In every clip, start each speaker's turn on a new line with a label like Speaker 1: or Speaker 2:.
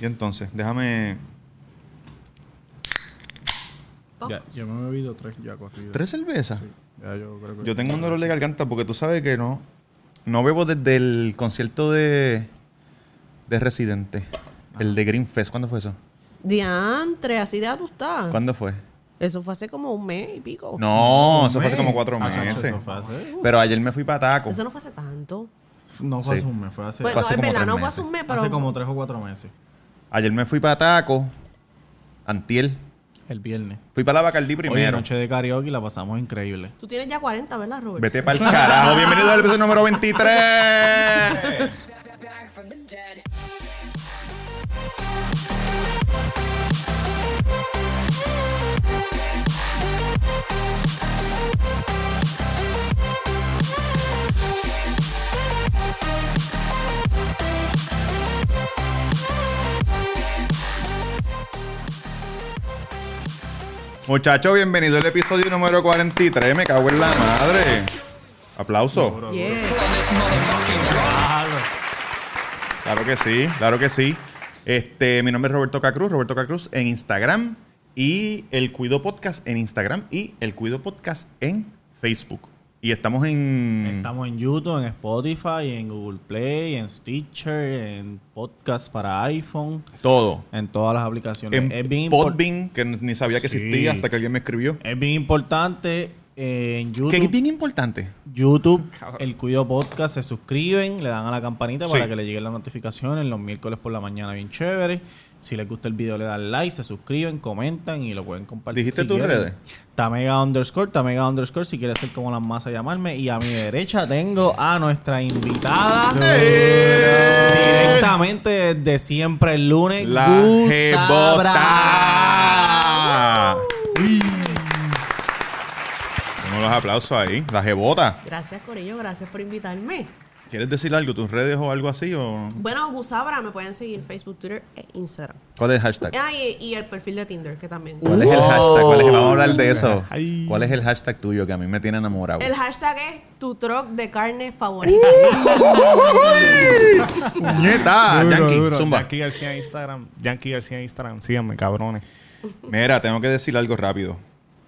Speaker 1: Y entonces, déjame.
Speaker 2: Ya, yo me he bebido tres ya corrido.
Speaker 1: ¿Tres cervezas?
Speaker 2: Sí, ya yo creo que.
Speaker 1: Yo tengo un dolor de garganta porque tú sabes que no. No bebo desde el concierto de. de Residente. El de Green Fest. ¿Cuándo fue eso?
Speaker 3: Diantre, así de
Speaker 2: Ah.
Speaker 3: asustada.
Speaker 1: ¿Cuándo fue?
Speaker 3: Eso fue hace como un mes y pico.
Speaker 1: No, eso fue hace como cuatro
Speaker 2: Ah, chacho,
Speaker 1: meses.
Speaker 2: eso fue hace-
Speaker 1: Pero ayer me fui para Taco.
Speaker 3: Eso no fue hace tanto.
Speaker 2: No fue
Speaker 1: Sí.
Speaker 2: hace un mes, fue hace,
Speaker 3: Bueno,
Speaker 1: fue hace
Speaker 3: es
Speaker 1: como
Speaker 3: verdad,
Speaker 1: tres
Speaker 3: no fue
Speaker 1: meses.
Speaker 3: hace un mes, pero.
Speaker 2: hace como tres o cuatro meses.
Speaker 1: Ayer me fui para Taco. Antiel.
Speaker 2: El viernes.
Speaker 1: Fui para la Bacardí
Speaker 2: Oye,
Speaker 1: primero.
Speaker 2: noche de karaoke la pasamos increíble.
Speaker 3: Tú tienes ya 40, ¿verdad, Robert?
Speaker 1: Vete para el carajo. Bienvenido al episodio número 23.
Speaker 4: back from the dead.
Speaker 1: Muchachos, bienvenido al episodio número 43. Me cago en la madre. Aplauso.
Speaker 3: Yes.
Speaker 1: Claro que sí, claro que sí. Este, mi nombre es Roberto Cacruz, Roberto Cacruz en Instagram y el Cuido Podcast en Instagram y el Cuido Podcast en Facebook. Y estamos en
Speaker 2: Estamos en YouTube, en Spotify, en Google Play, en Stitcher, en podcast para iPhone,
Speaker 1: todo.
Speaker 2: en todas las aplicaciones. es, bien
Speaker 1: En
Speaker 2: impor-
Speaker 1: Podbean, que ni sabía que
Speaker 2: Sí.
Speaker 1: existía hasta que alguien me escribió.
Speaker 2: es bien importante eh, en
Speaker 1: Que es
Speaker 2: YouTube.
Speaker 1: bien importante.
Speaker 2: YouTube, el Cuido Podcast, se suscriben, le dan a la campanita para
Speaker 1: Sí.
Speaker 2: que le lleguen las notificaciones los miércoles por la mañana, bien chévere. Si les gusta el video, le dan like, se suscriben, comentan y lo pueden compartir.
Speaker 1: ¿Dijiste
Speaker 2: si
Speaker 1: tus
Speaker 2: quieren.
Speaker 1: redes?
Speaker 2: Tamega underscore, Tamega underscore, si quieres ser como las masas, llamarme. Y a mi derecha tengo a nuestra invitada. Directamente desde siempre el lunes.
Speaker 1: ¡Eh! La
Speaker 2: Gus Sabra.
Speaker 1: jebota. Tengo los aplausos ahí. La jebota.
Speaker 3: Gracias, Corillo, gracias por invitarme.
Speaker 1: ¿Quieres decir algo? ¿Tus redes o algo así? O...
Speaker 3: Bueno, Gusabra, me pueden seguir Facebook, Twitter e Instagram.
Speaker 1: ¿Cuál es el hashtag?
Speaker 3: Ah, y, y el perfil de Tinder, que también.
Speaker 1: ¿Cuál es el hashtag? ¿Cuál es el- Vamos a hablar de eso.
Speaker 2: Ay.
Speaker 1: ¿Cuál es el hashtag tuyo que a mí me tiene enamorado?
Speaker 3: El hashtag es tu truck de carne favorita.
Speaker 1: Uh. ¡Puñeta!
Speaker 5: Duro,
Speaker 1: Ah, Yankee,
Speaker 5: duro.
Speaker 1: zumba.
Speaker 5: Yankee García en Instagram. Yankee García en Instagram. Síganme, cabrones.
Speaker 1: Mira, tengo que decir algo rápido.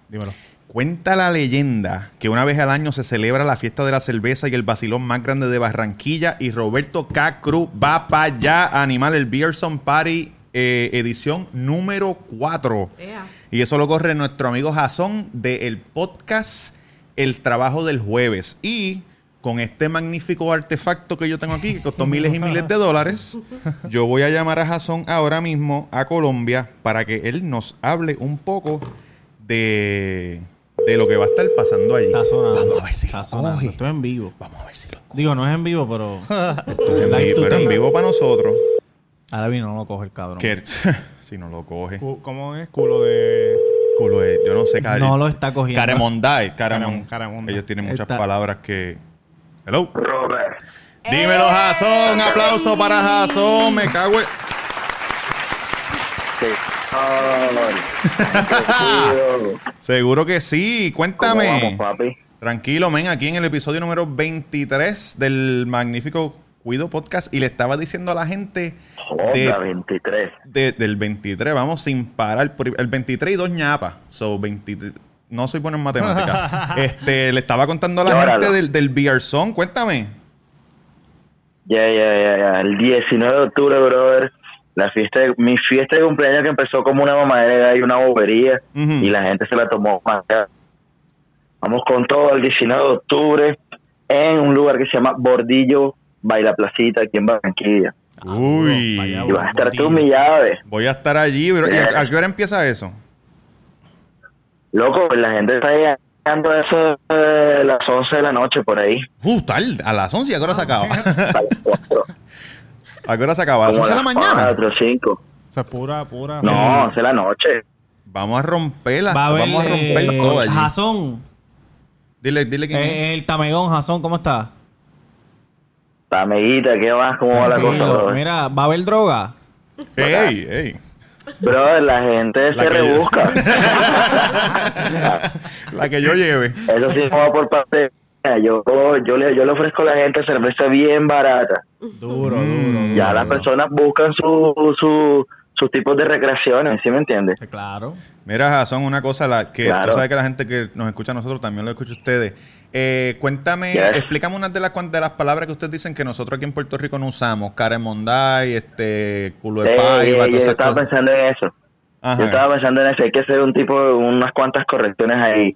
Speaker 5: Dímelo.
Speaker 1: Cuenta la leyenda que una vez al año se celebra la fiesta de la cerveza y el vacilón más grande de Barranquilla y Roberto Cacru va para allá a animar el Beerson Party eh, edición número 4.
Speaker 3: Ea.
Speaker 1: Y eso lo corre nuestro amigo Jason del podcast El Trabajo del Jueves. Y con este magnífico artefacto que yo tengo aquí, que costó miles y miles de dólares, yo voy a llamar a Jason ahora mismo a Colombia para que él nos hable un poco de, de lo que va a estar pasando allí.
Speaker 2: Está sonando.
Speaker 1: Vamos a ver si
Speaker 2: Está
Speaker 1: lo
Speaker 2: sonando.
Speaker 1: coge.
Speaker 2: Estoy en vivo.
Speaker 1: Vamos a ver si lo coge.
Speaker 2: Digo, no es en vivo, pero.
Speaker 1: En
Speaker 2: Live
Speaker 1: vivo,
Speaker 2: to
Speaker 1: pero en
Speaker 2: tape.
Speaker 1: vivo para nosotros.
Speaker 2: Ahora bien, no lo coge el cabrón.
Speaker 1: Que- si no lo coge.
Speaker 5: Cu- ¿Cómo es? Culo de.
Speaker 1: Culo de- yo no sé, cara-
Speaker 2: No lo está cogiendo.
Speaker 1: Caremondai, Caremon-
Speaker 5: Caremon- Caremonda.
Speaker 1: Ellos tienen muchas
Speaker 2: Está-
Speaker 1: palabras que. Hello. Dímelo,
Speaker 2: Eh.
Speaker 1: Jason. Aplauso para Jason. Me cago en.
Speaker 6: Ah,
Speaker 1: Seguro que sí. Cuéntame.
Speaker 6: Vamos, Oh, papi.
Speaker 1: Tranquilo, men, aquí en el episodio número 23 del magnífico Cuido Podcast y le estaba diciendo a la gente
Speaker 6: Onda
Speaker 1: de,
Speaker 6: 23.
Speaker 1: de- del 23, vamos sin parar, por- el 23 y dos ñapas, so 23, no soy bueno en matemáticas. este, le estaba contando a la
Speaker 6: Llóralo.
Speaker 1: gente del, del Beer Song, cuéntame.
Speaker 6: Ya, ya, ya, ya. El 19 de octubre, brother. La fiesta de- mi fiesta de cumpleaños que empezó como una mamadera y una bobería.
Speaker 1: Ujú.
Speaker 6: Y la gente se la tomó más. allá. Vamos con todo el 19 de octubre en un lugar que se llama Bordillo Baila Placita, aquí en Barranquilla.
Speaker 1: Uy,
Speaker 2: Ah, vaya,
Speaker 6: Y vas a estar
Speaker 2: Bordillo.
Speaker 6: tú, eh. mi llave.
Speaker 1: voy a estar allí, bro. ¿Y a, a qué hora empieza eso?
Speaker 6: Loco, pues la gente está llegando a eso de las 11 de la noche por ahí.
Speaker 1: Uh, tarde, a las 11, ¿a qué hora se
Speaker 2: Ah,
Speaker 1: acaba?
Speaker 6: A las 4.
Speaker 1: ¿A qué hora se acaba? ¿A las 11 de la mañana?
Speaker 6: 4, 5.
Speaker 5: O sea, pura, pura.
Speaker 6: No, 11 de la noche.
Speaker 1: Vamos a romperla,
Speaker 2: Eh, Va a haber.
Speaker 1: vamos a romper
Speaker 2: eh,
Speaker 1: todo allí.
Speaker 2: Jason.
Speaker 1: Dile, dile quién es.
Speaker 2: eh, el Tamegón, Jason, ¿cómo está?
Speaker 6: Amiguita, ¿qué vas? ¿Cómo va la cosa,
Speaker 2: Tranquilo.
Speaker 6: brother?
Speaker 2: Mira, ¿va a haber droga?
Speaker 1: ¡Ey, ey!
Speaker 6: Brother, la gente
Speaker 1: La
Speaker 6: se
Speaker 1: que-
Speaker 6: rebusca.
Speaker 1: La que yo lleve.
Speaker 6: Eso sí no va por parte Mira, yo, yo, le, yo le ofrezco a la gente cerveza bien barata.
Speaker 2: Duro,
Speaker 1: Mm.
Speaker 2: duro.
Speaker 6: Ya
Speaker 2: duro,
Speaker 6: las
Speaker 2: duro.
Speaker 6: personas buscan su, su, sus tipos de recreaciones, ¿sí me entiendes?
Speaker 2: Sí, Claro.
Speaker 1: Mira, son una cosa la que tú
Speaker 6: Claro.
Speaker 1: sabes que la gente que nos escucha a nosotros también lo escucha a ustedes. Eh, cuéntame,
Speaker 6: Yes.
Speaker 1: explícame una de las cuan- de las palabras que ustedes dicen que nosotros aquí en Puerto Rico no usamos, Caremonday, este culo de
Speaker 6: Sí,
Speaker 1: paiva,
Speaker 6: Eh, yo-
Speaker 1: todas
Speaker 6: yo
Speaker 1: esas
Speaker 6: estaba
Speaker 1: cosas.
Speaker 6: pensando en eso. Yo
Speaker 1: Ajá.
Speaker 6: estaba pensando en eso. Hay que hacer un tipo, unas cuantas correcciones ahí.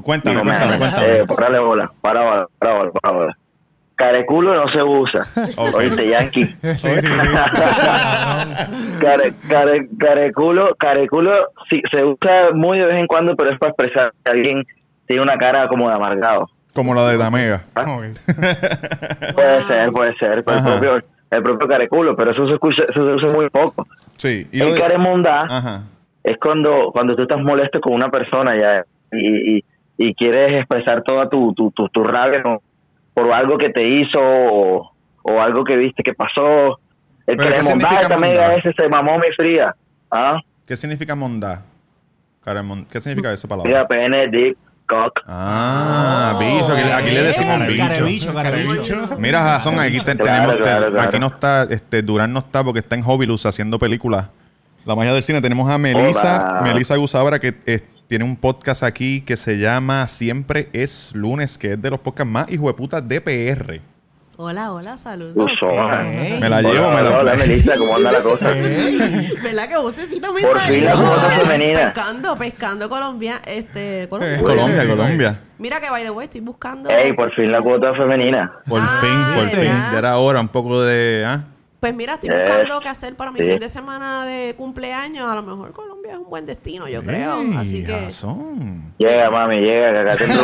Speaker 1: Cuéntame,
Speaker 6: No,
Speaker 1: cuéntame,
Speaker 6: man,
Speaker 1: cuéntame.
Speaker 6: eh, párale bola, para bola, para bola, para bola. Careculo no se usa.
Speaker 1: Ok.
Speaker 6: pues, Oíste, Yankee.
Speaker 5: Sí, sí, sí.
Speaker 6: Care, care- careculo, careculo sí, se usa muy de vez en cuando, pero es para expresar que alguien tiene una cara como de amargado.
Speaker 1: Como la de Damega.
Speaker 5: Ok.
Speaker 3: Ah.
Speaker 6: Puede ser, puede ser, pero el
Speaker 1: Ajá.
Speaker 6: propio, el propio careculo, pero eso se, escucha, eso se usa muy poco.
Speaker 1: Sí. y Ah. lo
Speaker 6: El
Speaker 1: de-
Speaker 6: caremondá
Speaker 1: Ajá.
Speaker 6: es cuando, cuando tú estás molesto con una persona ya y, y, y quieres expresar toda tu, tu, tu, tu rabia con- por algo que te hizo o, o algo que viste que pasó. El
Speaker 1: ¿Pero qué
Speaker 6: que le mondá,
Speaker 1: significa
Speaker 6: esta
Speaker 1: mandar?
Speaker 6: mega ese se mamó mi fría. ¿Ah?
Speaker 1: ¿Qué significa mondá? Caremon- ¿Qué significa esa palabra?
Speaker 6: Mira, pene, dick, cock.
Speaker 1: Ah, bicho. Aquí, le- aquí le decimos
Speaker 2: Eh,
Speaker 1: bicho.
Speaker 2: Carebicho, carebicho.
Speaker 1: Mira, Jason, aquí te-
Speaker 6: Claro,
Speaker 1: tenemos. te-
Speaker 6: claro, claro.
Speaker 1: Aquí no está. Este, Durán no está porque está en Hobilus haciendo películas. La magia del cine. Tenemos a Melissa.
Speaker 6: Hola.
Speaker 1: Melissa Gusabra, que eh, tiene un podcast aquí que se llama Siempre es lunes, que es de los podcasts más hijo de puta de PR.
Speaker 3: Hola, hola, saludos.
Speaker 6: Uso.
Speaker 1: Me la llevo, me
Speaker 6: hola,
Speaker 1: la.
Speaker 6: hola, Melissa, ¿cómo anda la cosa?
Speaker 3: ¿Verdad que vocecita me
Speaker 6: Por fin la
Speaker 3: salió?
Speaker 6: voz femenina.
Speaker 3: Pescando, pescando Colombia, este, Colombia.
Speaker 1: Es Colombia, Colombia.
Speaker 3: Mira que by the way, estoy buscando
Speaker 6: Ey, por fin la cuota femenina.
Speaker 1: Por
Speaker 3: Ah,
Speaker 1: fin, por fin.
Speaker 3: ¿verdad?
Speaker 1: Ya era hora un poco de. ¿ah?
Speaker 3: Pues mira, estoy
Speaker 6: Yes.
Speaker 3: buscando qué hacer para mi
Speaker 6: Sí.
Speaker 3: fin de semana de cumpleaños. A lo mejor Colombia es un buen destino, yo creo.
Speaker 1: Ey,
Speaker 3: Así que.
Speaker 1: Jason.
Speaker 6: Llega, mami, llega, que acá te entró.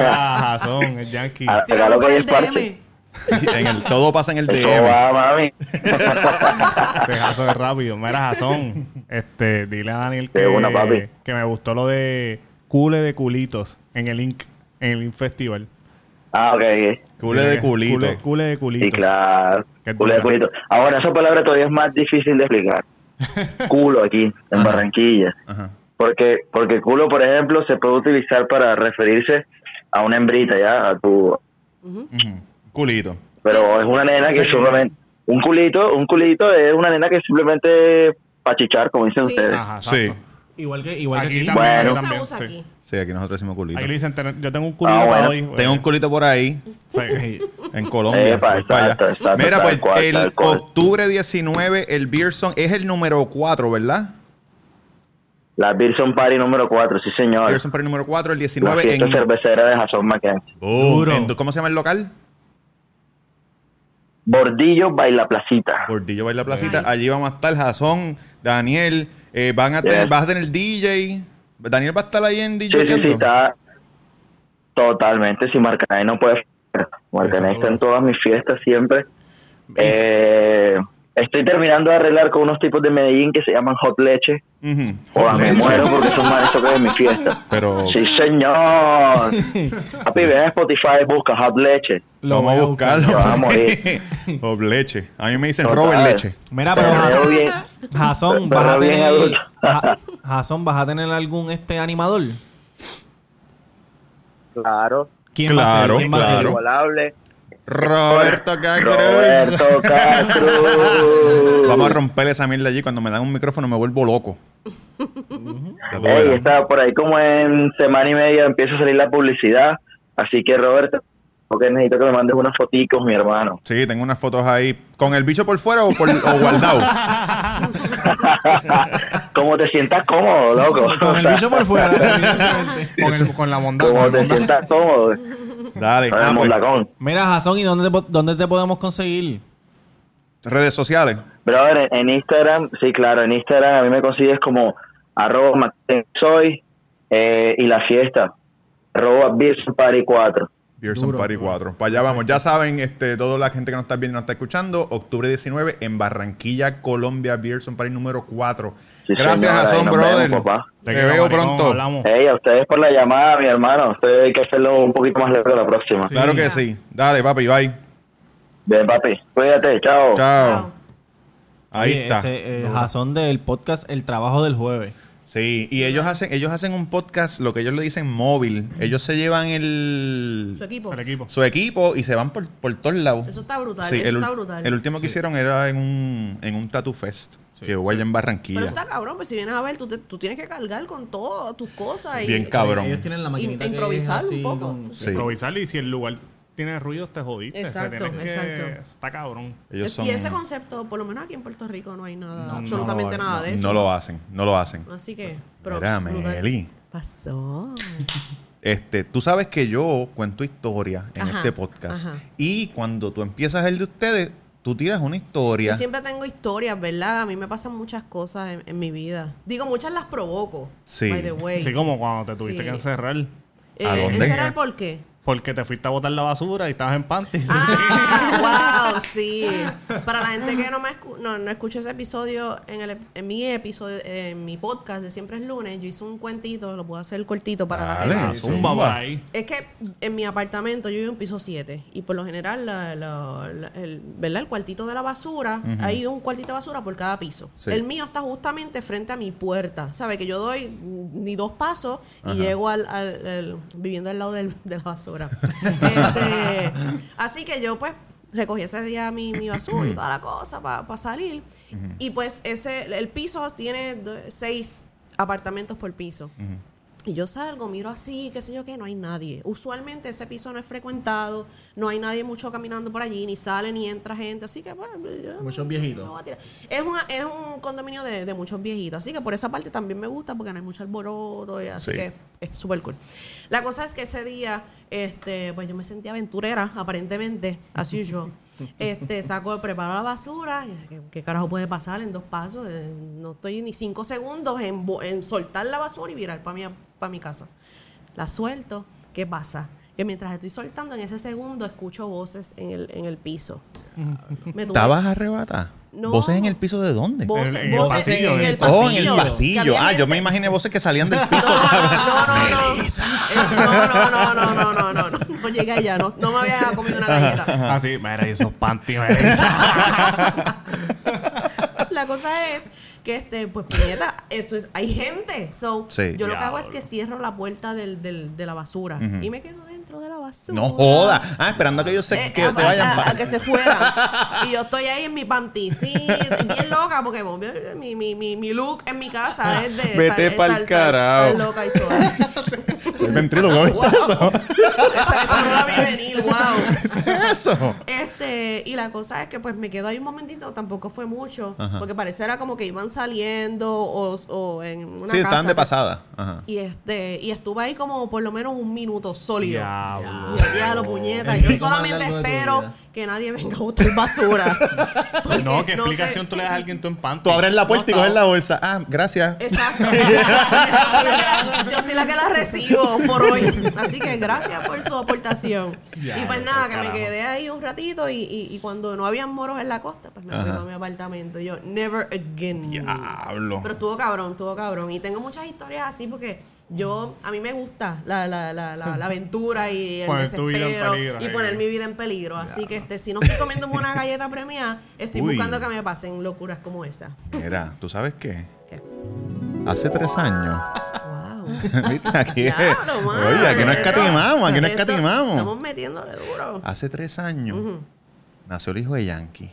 Speaker 5: Ah, Jason, el yankee.
Speaker 6: Ah,
Speaker 3: Tírame
Speaker 6: Regalo
Speaker 3: por
Speaker 6: que hay
Speaker 3: el
Speaker 6: el parche.
Speaker 3: DM.
Speaker 1: En el- todo pasa en el
Speaker 6: Eso
Speaker 1: DM.
Speaker 6: va, mami.
Speaker 5: Este Jason es rápido. Mira, Jason, este, dile a Daniel que,
Speaker 6: De una, papi.
Speaker 5: que me gustó lo de cule de culitos en el Inc. En el Inc Festival.
Speaker 6: Ah, ok, ok.
Speaker 1: Cule de culito.
Speaker 5: Cule, cule de culitos.
Speaker 6: Sí, claro.
Speaker 5: Qué
Speaker 6: Culo de
Speaker 5: dura.
Speaker 6: culito. Ahora, esa palabra todavía es más difícil de explicar. culo aquí, en
Speaker 1: Ajá.
Speaker 6: Barranquilla.
Speaker 1: Ajá.
Speaker 6: Porque, porque culo, por ejemplo, se puede utilizar para referirse a una hembrita, ¿ya? A tu,
Speaker 1: Ujú. Culito.
Speaker 6: pero es una nena que simplemente... Un culito, un culito es una nena que simplemente pachichar, como dicen
Speaker 3: Sí.
Speaker 6: ustedes.
Speaker 5: Ajá,
Speaker 1: Sí.
Speaker 5: exacto.
Speaker 2: Igual que, igual que
Speaker 5: Aquí
Speaker 2: aquí.
Speaker 5: también,
Speaker 6: Bueno.
Speaker 5: aquí
Speaker 3: No se
Speaker 5: también,
Speaker 3: usa
Speaker 5: sí.
Speaker 3: aquí.
Speaker 1: Sí, aquí nosotros decimos culito.
Speaker 5: Ahí le dicen, "Ten- yo tengo un culito
Speaker 6: Ah,
Speaker 5: para
Speaker 6: bueno.
Speaker 5: hoy.
Speaker 1: Tengo un culito por ahí
Speaker 5: Sí.
Speaker 1: en Colombia.
Speaker 6: Epa,
Speaker 1: voy para
Speaker 6: exacto,
Speaker 1: allá.
Speaker 6: exacto,
Speaker 1: Mira,
Speaker 6: tal
Speaker 1: pues
Speaker 6: cual,
Speaker 1: el
Speaker 6: tal cual.
Speaker 1: octubre 19, el Beerson es el número 4, ¿verdad?
Speaker 6: La Birson Party número 4, sí señor.
Speaker 1: Beerson para el número 4, el
Speaker 6: La
Speaker 1: 19
Speaker 6: fiesta
Speaker 1: en,
Speaker 6: cervecera de Jason Mackenzie.
Speaker 1: Boom.
Speaker 2: Duro.
Speaker 1: En- ¿Cómo se llama el local?
Speaker 6: Bordillo Baila Placita.
Speaker 1: Bordillo Baila Placita.
Speaker 3: Nice.
Speaker 1: Allí vamos a estar Jason, Daniel, eh, van a
Speaker 6: Yeah.
Speaker 1: tener, vas a tener DJ. Daniel va a estar ahí en
Speaker 6: Sí,
Speaker 1: DJ.
Speaker 6: sí, sí, está totalmente. Si Marcanay no puede. faltar. Marcanay está en todas mis fiestas siempre. Eh, estoy terminando de arreglar con unos tipos de Medellín que se llaman Hot Leche.
Speaker 1: Ujú.
Speaker 6: O me
Speaker 1: Leche.
Speaker 6: muero porque son más que de mi fiesta.
Speaker 1: Pero
Speaker 6: Sí, señor. Papi, ven a Spotify, busca Hot Leche.
Speaker 2: Lo
Speaker 1: vamos
Speaker 2: voy
Speaker 1: a
Speaker 2: a
Speaker 1: buscarlo.
Speaker 6: Te vas a morir.
Speaker 1: O leche. A mí me dicen
Speaker 6: Total.
Speaker 1: Robert Leche.
Speaker 2: Mira,
Speaker 6: Pero
Speaker 2: pero
Speaker 6: veo
Speaker 2: Jason,
Speaker 6: bien.
Speaker 2: Jason,
Speaker 6: Pero
Speaker 2: vas a
Speaker 6: bien
Speaker 2: tener.
Speaker 6: adulto.
Speaker 2: Ja- Jason, vas a tener algún este animador.
Speaker 6: Claro,
Speaker 2: ¿Quién va a
Speaker 1: Claro,
Speaker 2: ser? ¿Quién va a ser?
Speaker 1: claro.
Speaker 6: igualable.
Speaker 1: Roberto Cacruz.
Speaker 6: Roberto Castro.
Speaker 1: Vamos a romper esa mierda allí. Cuando me dan un micrófono me vuelvo loco. Ya tú
Speaker 6: Ey,
Speaker 1: verás.
Speaker 6: está por ahí como en semana y media empieza a salir la publicidad. Así que, Roberto, porque necesito que me mandes unas foticos, mi hermano.
Speaker 1: Sí, tengo unas fotos ahí. ¿Con el bicho por fuera o, por, o guardado?
Speaker 6: como te sientas cómodo, loco.
Speaker 2: Con el
Speaker 6: O sea,
Speaker 2: bicho por fuera.
Speaker 5: Con, el- con la bondad.
Speaker 6: como
Speaker 5: con la
Speaker 6: te
Speaker 5: bondad.
Speaker 6: sientas cómodo.
Speaker 1: Dale.
Speaker 6: Con el
Speaker 1: Ah, pues,
Speaker 6: mondacón.
Speaker 2: Mira, Jason, ¿y dónde te, po- dónde te podemos conseguir?
Speaker 1: redes sociales.
Speaker 6: Brother, en Instagram, sí, claro, en Instagram a mí me consigues como arroba Martín soy eh, y la fiesta. Arroba Beers Party 4.
Speaker 1: Beerson Party 4. Para Pues allá vamos. Ya saben, este, toda la gente que nos está viendo y nos está escuchando, octubre 19 en Barranquilla, Colombia, Beerson Party número 4.
Speaker 6: Sí,
Speaker 1: Gracias,
Speaker 6: señora, ahí
Speaker 1: Jason,
Speaker 6: nos
Speaker 1: brother.
Speaker 6: vemos, papá.
Speaker 1: Te
Speaker 5: quiero,
Speaker 1: veo
Speaker 5: maricón,
Speaker 1: pronto.
Speaker 5: hablamos.
Speaker 6: Ey, a ustedes por la llamada, mi hermano. Ustedes hay que hacerlo un poquito más largo la próxima.
Speaker 1: Claro que sí. Dale, papi, bye.
Speaker 6: Bien, papi. Cuídate, chao.
Speaker 1: Chao.
Speaker 3: Wow.
Speaker 1: Ahí
Speaker 2: Oye,
Speaker 1: está.
Speaker 2: eh, Ese, eh, Jason del podcast El Trabajo del Jueves.
Speaker 1: Sí, y ellos hacen, ellos hacen un podcast, lo que ellos le dicen móvil. Ellos se llevan el
Speaker 3: Su equipo.
Speaker 5: El equipo.
Speaker 1: su equipo y se van por, por todos lados.
Speaker 3: Eso está brutal,
Speaker 1: Sí,
Speaker 3: eso
Speaker 1: el,
Speaker 3: está
Speaker 1: ul-
Speaker 3: brutal.
Speaker 1: el último que hicieron era en un, en un Tattoo Fest, que hubo allá en Barranquilla.
Speaker 3: Pero está cabrón, pues si vienes a ver, tú, te- tú tienes que cargar con todas tus cosas. y-
Speaker 1: Bien cabrón.
Speaker 2: Ellos tienen la maquinita
Speaker 3: In-
Speaker 2: que
Speaker 3: improvisar
Speaker 2: es así
Speaker 3: un poco.
Speaker 2: con-
Speaker 1: Sí.
Speaker 5: Improvisar y si el lugar tiene ruido, te jodiste. O sea,
Speaker 3: Exacto,
Speaker 5: tienes que-
Speaker 3: exacto.
Speaker 5: Está cabrón.
Speaker 1: Ellos
Speaker 3: Es-
Speaker 1: son-
Speaker 3: Y ese concepto, por lo menos aquí en Puerto Rico, no hay nada,
Speaker 5: No, no
Speaker 3: absolutamente
Speaker 5: lo hay,
Speaker 3: nada de eso.
Speaker 1: no lo hacen, no lo hacen.
Speaker 3: Así que, props,
Speaker 1: Mira,
Speaker 3: brutal.
Speaker 1: Meli,
Speaker 3: Pasó.
Speaker 1: este, tú sabes que yo cuento historia en
Speaker 3: Ajá,
Speaker 1: este podcast.
Speaker 3: ajá.
Speaker 1: Y cuando tú empiezas el de ustedes, tú tiras una
Speaker 3: Yo
Speaker 1: historia.
Speaker 3: siempre tengo historias, ¿verdad? A mí me pasan muchas cosas en, en mi vida. Digo, muchas las provoco.
Speaker 1: Sí.
Speaker 3: By the way.
Speaker 5: Así como cuando te tuviste
Speaker 3: Sí.
Speaker 5: que encerrar.
Speaker 3: Eh,
Speaker 1: ¿A dónde?
Speaker 3: ¿Ese era el por qué?
Speaker 5: Porque te fuiste a botar la basura y estabas en panty.
Speaker 3: Ah, wow, sí. Para la gente que no me escu- no, no escuchó ese episodio en, el, ep- en mi episodio, eh, en mi podcast de siempre es lunes, yo hice un cuentito, lo puedo hacer cortito para
Speaker 1: Dale.
Speaker 3: hacer-
Speaker 5: Ah, zumba por ahí.
Speaker 3: Es que en mi apartamento yo vivo en piso 7 y por lo general la- la- la- el, ¿verdad? el cuartito de la basura, hay un cuartito de basura por cada piso.
Speaker 1: Sí.
Speaker 3: El mío está justamente frente a mi puerta, ¿sabe? Que yo doy ni dos pasos y llego al, al- al- viviendo al lado del- de la basura. Este, así que yo pues recogí ese día mi, mi basura y toda la cosa para salir y pues ese el piso tiene do- seis apartamentos por piso. Y yo salgo, miro así, qué sé yo qué, no hay nadie. Usualmente ese piso no es frecuentado, no hay nadie mucho caminando por allí, ni sale ni entra gente, así que bueno, yo-
Speaker 2: Muchos viejitos.
Speaker 3: no voy a tirar. Es, una- es un condominio de, de muchos viejitos, así que por esa parte también me gusta porque no hay mucho alboroto, y así
Speaker 1: Sí.
Speaker 3: que es súper cool. La cosa es que ese día, este, pues yo me sentí aventurera, aparentemente, as usual. Este, saco, preparo la basura, y, ¿qué, qué carajo puede pasar en dos pasos? Eh, no estoy ni cinco segundos en, bo- en soltar la basura y virar para mi, pa' mi casa. La suelto, ¿qué pasa? Que mientras estoy soltando, en ese segundo escucho voces en el, en el piso. Me tuve-
Speaker 1: ¿Estabas arrebatada?
Speaker 3: No.
Speaker 1: ¿Voces en el piso de dónde?
Speaker 3: Voces,
Speaker 5: En el- en el
Speaker 3: voces
Speaker 5: pasillo,
Speaker 3: en
Speaker 5: en
Speaker 3: el
Speaker 5: el-
Speaker 3: pasillo.
Speaker 1: Oh, en el
Speaker 3: Que
Speaker 1: pasillo.
Speaker 3: había
Speaker 1: Ah, yo
Speaker 3: gente-
Speaker 1: me imaginé voces que salían del piso.
Speaker 3: No, no, no. Eso, no, no, no, no, no, no, no, no. No llegué allá. No, no me había comido una galleta.
Speaker 5: Así, mira, y esos panties. mira.
Speaker 3: La cosa es que, este, pues, puñeta, eso es, hay gente. So,
Speaker 1: Sí.
Speaker 3: yo lo que hago es que
Speaker 5: Diablo.
Speaker 3: cierro la puerta del, del, de la basura y me quedo dentro de la basura.
Speaker 1: no joda. Ah, esperando a que ellos se,
Speaker 3: Eh,
Speaker 1: que
Speaker 3: a,
Speaker 1: te
Speaker 3: a-
Speaker 1: vayan.
Speaker 3: a- a que se fueran. y yo estoy ahí en mi panticita, bien loca, porque obvio, mi, mi, mi, mi look en mi casa es de.
Speaker 1: Vete pa'l carajo.
Speaker 3: tan loca y sola.
Speaker 1: Soy ventríloco, ¿viste eso?
Speaker 3: esa, esa no la vi venir, wow.
Speaker 1: eso?
Speaker 3: Este, y la cosa es que pues me quedo ahí un momentito, tampoco fue mucho,
Speaker 1: Ajá.
Speaker 3: porque pareciera como que iban saliendo o, o en una
Speaker 1: Sí,
Speaker 3: casa,
Speaker 1: estaban de
Speaker 3: pues.
Speaker 1: pasada. Ajá.
Speaker 3: Y este, y estuve ahí como por lo menos un minuto sólido.
Speaker 5: Diablo.
Speaker 3: Y yo, diablo, puñeta.
Speaker 2: El
Speaker 3: Yo
Speaker 2: pico más
Speaker 3: solamente
Speaker 2: largo de tu
Speaker 3: espero
Speaker 2: vida.
Speaker 3: que nadie venga a botar basura. Porque
Speaker 5: No, ¿qué
Speaker 3: no sé-
Speaker 5: explicación tú le das a alguien tú en panty?
Speaker 1: Tú abres la puerta y
Speaker 5: No,
Speaker 1: coges la bolsa. Ah, gracias.
Speaker 3: Exacto. yo, soy la que la, yo soy la que la recibo por hoy. Así que gracias por su aportación.
Speaker 5: Ya,
Speaker 3: y pues
Speaker 5: no,
Speaker 3: nada, que
Speaker 5: carajo.
Speaker 3: me quedé ahí un ratito y, y- y cuando no habían moros en la costa, pues me fui
Speaker 1: Ajá.
Speaker 3: a mi apartamento. Yo, never again.
Speaker 1: Diablo.
Speaker 3: Pero estuvo cabrón, estuvo cabrón. Y tengo muchas historias así porque yo, a mí me gusta la, la, la, la, la aventura y el
Speaker 5: Poner tu vida en
Speaker 3: desespero
Speaker 5: peligro,
Speaker 3: y
Speaker 5: ahí.
Speaker 3: poner mi vida en peligro. Así que este, si no estoy comiéndome una galleta premiada, estoy
Speaker 1: Uy.
Speaker 3: buscando que me pasen locuras como esa.
Speaker 1: Mira, ¿tú sabes qué?
Speaker 3: ¿Qué?
Speaker 1: Hace tres años.
Speaker 3: Wow.
Speaker 1: ¿Viste? Aquí es-
Speaker 3: Diablo, mano.
Speaker 1: Oye, aquí no
Speaker 3: Esto-
Speaker 1: escatimamos, aquí no
Speaker 3: esto- Estamos
Speaker 1: escatimamos. Ah.
Speaker 3: metiéndole duro.
Speaker 1: Hace tres años
Speaker 3: Ujú.
Speaker 1: nació el hijo de Yankee. Y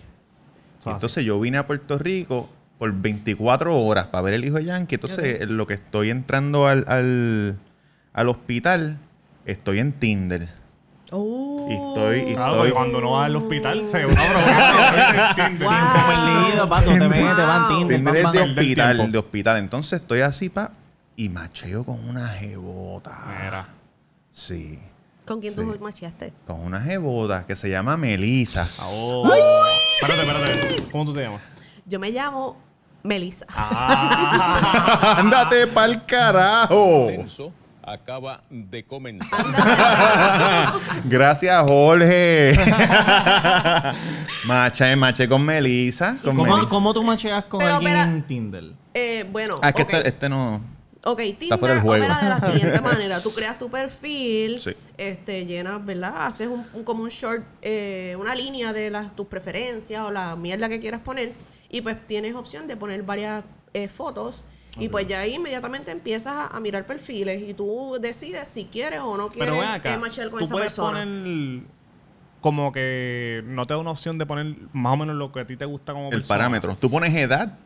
Speaker 5: Fácil.
Speaker 1: entonces yo vine a Puerto Rico por 24 horas para ver el hijo de Yankee. Entonces, en lo que estoy entrando al, al, al hospital, estoy en Tinder.
Speaker 3: Oh.
Speaker 1: Y estoy- y
Speaker 5: Claro,
Speaker 1: Estoy-
Speaker 5: porque Ah, cuando uno va al hospital se uno abre el Tinder.
Speaker 3: Wow.
Speaker 2: Perdido, pato, te metes,
Speaker 3: Wow.
Speaker 2: van Tinder,
Speaker 1: Tinder es
Speaker 2: van-
Speaker 1: de
Speaker 2: van-
Speaker 5: del tiempo.
Speaker 1: hospital, de hospital. Entonces estoy así, pa, y macheo con una jebota.
Speaker 5: Mira.
Speaker 1: Sí,
Speaker 3: ¿Con quién tú
Speaker 1: Sí.
Speaker 3: macheaste?
Speaker 1: con una jebota que se llama Melisa.
Speaker 5: Oh. Espérate, espérate. ¿Cómo tú te llamas?
Speaker 3: Yo me llamo Melissa.
Speaker 1: Ah. ¡Ándate pa'l carajo!
Speaker 7: Lorenzo acaba de comenzar.
Speaker 1: Gracias, Jorge. maché, maché con Melisa. Con
Speaker 2: ¿Cómo,
Speaker 1: Melisa.
Speaker 2: cómo tú macheas con
Speaker 3: Pero,
Speaker 2: alguien
Speaker 3: espera.
Speaker 2: en Tinder?
Speaker 3: Eh, bueno,
Speaker 1: Ah, es que
Speaker 3: ok.
Speaker 1: este, este no.
Speaker 3: Ok, Tinder
Speaker 1: fuera del juego.
Speaker 3: opera de la siguiente manera. Tú creas tu perfil,
Speaker 1: Sí.
Speaker 3: este, llenas, ¿verdad? Haces un, un- como un short, eh, una línea de las, tus preferencias o la mierda que quieras poner. Y pues tienes opción de poner varias eh, fotos Y pues ya ahí inmediatamente empiezas a, a mirar perfiles y tú decides si quieres o no quieres
Speaker 5: Pero ven acá,
Speaker 3: eh, machar con
Speaker 5: tú
Speaker 3: esa
Speaker 5: puedes
Speaker 3: persona.
Speaker 5: poner como que no te da una opción de poner más o menos lo que a ti te gusta como
Speaker 1: El
Speaker 5: persona.
Speaker 1: parámetro. Tú pones edad.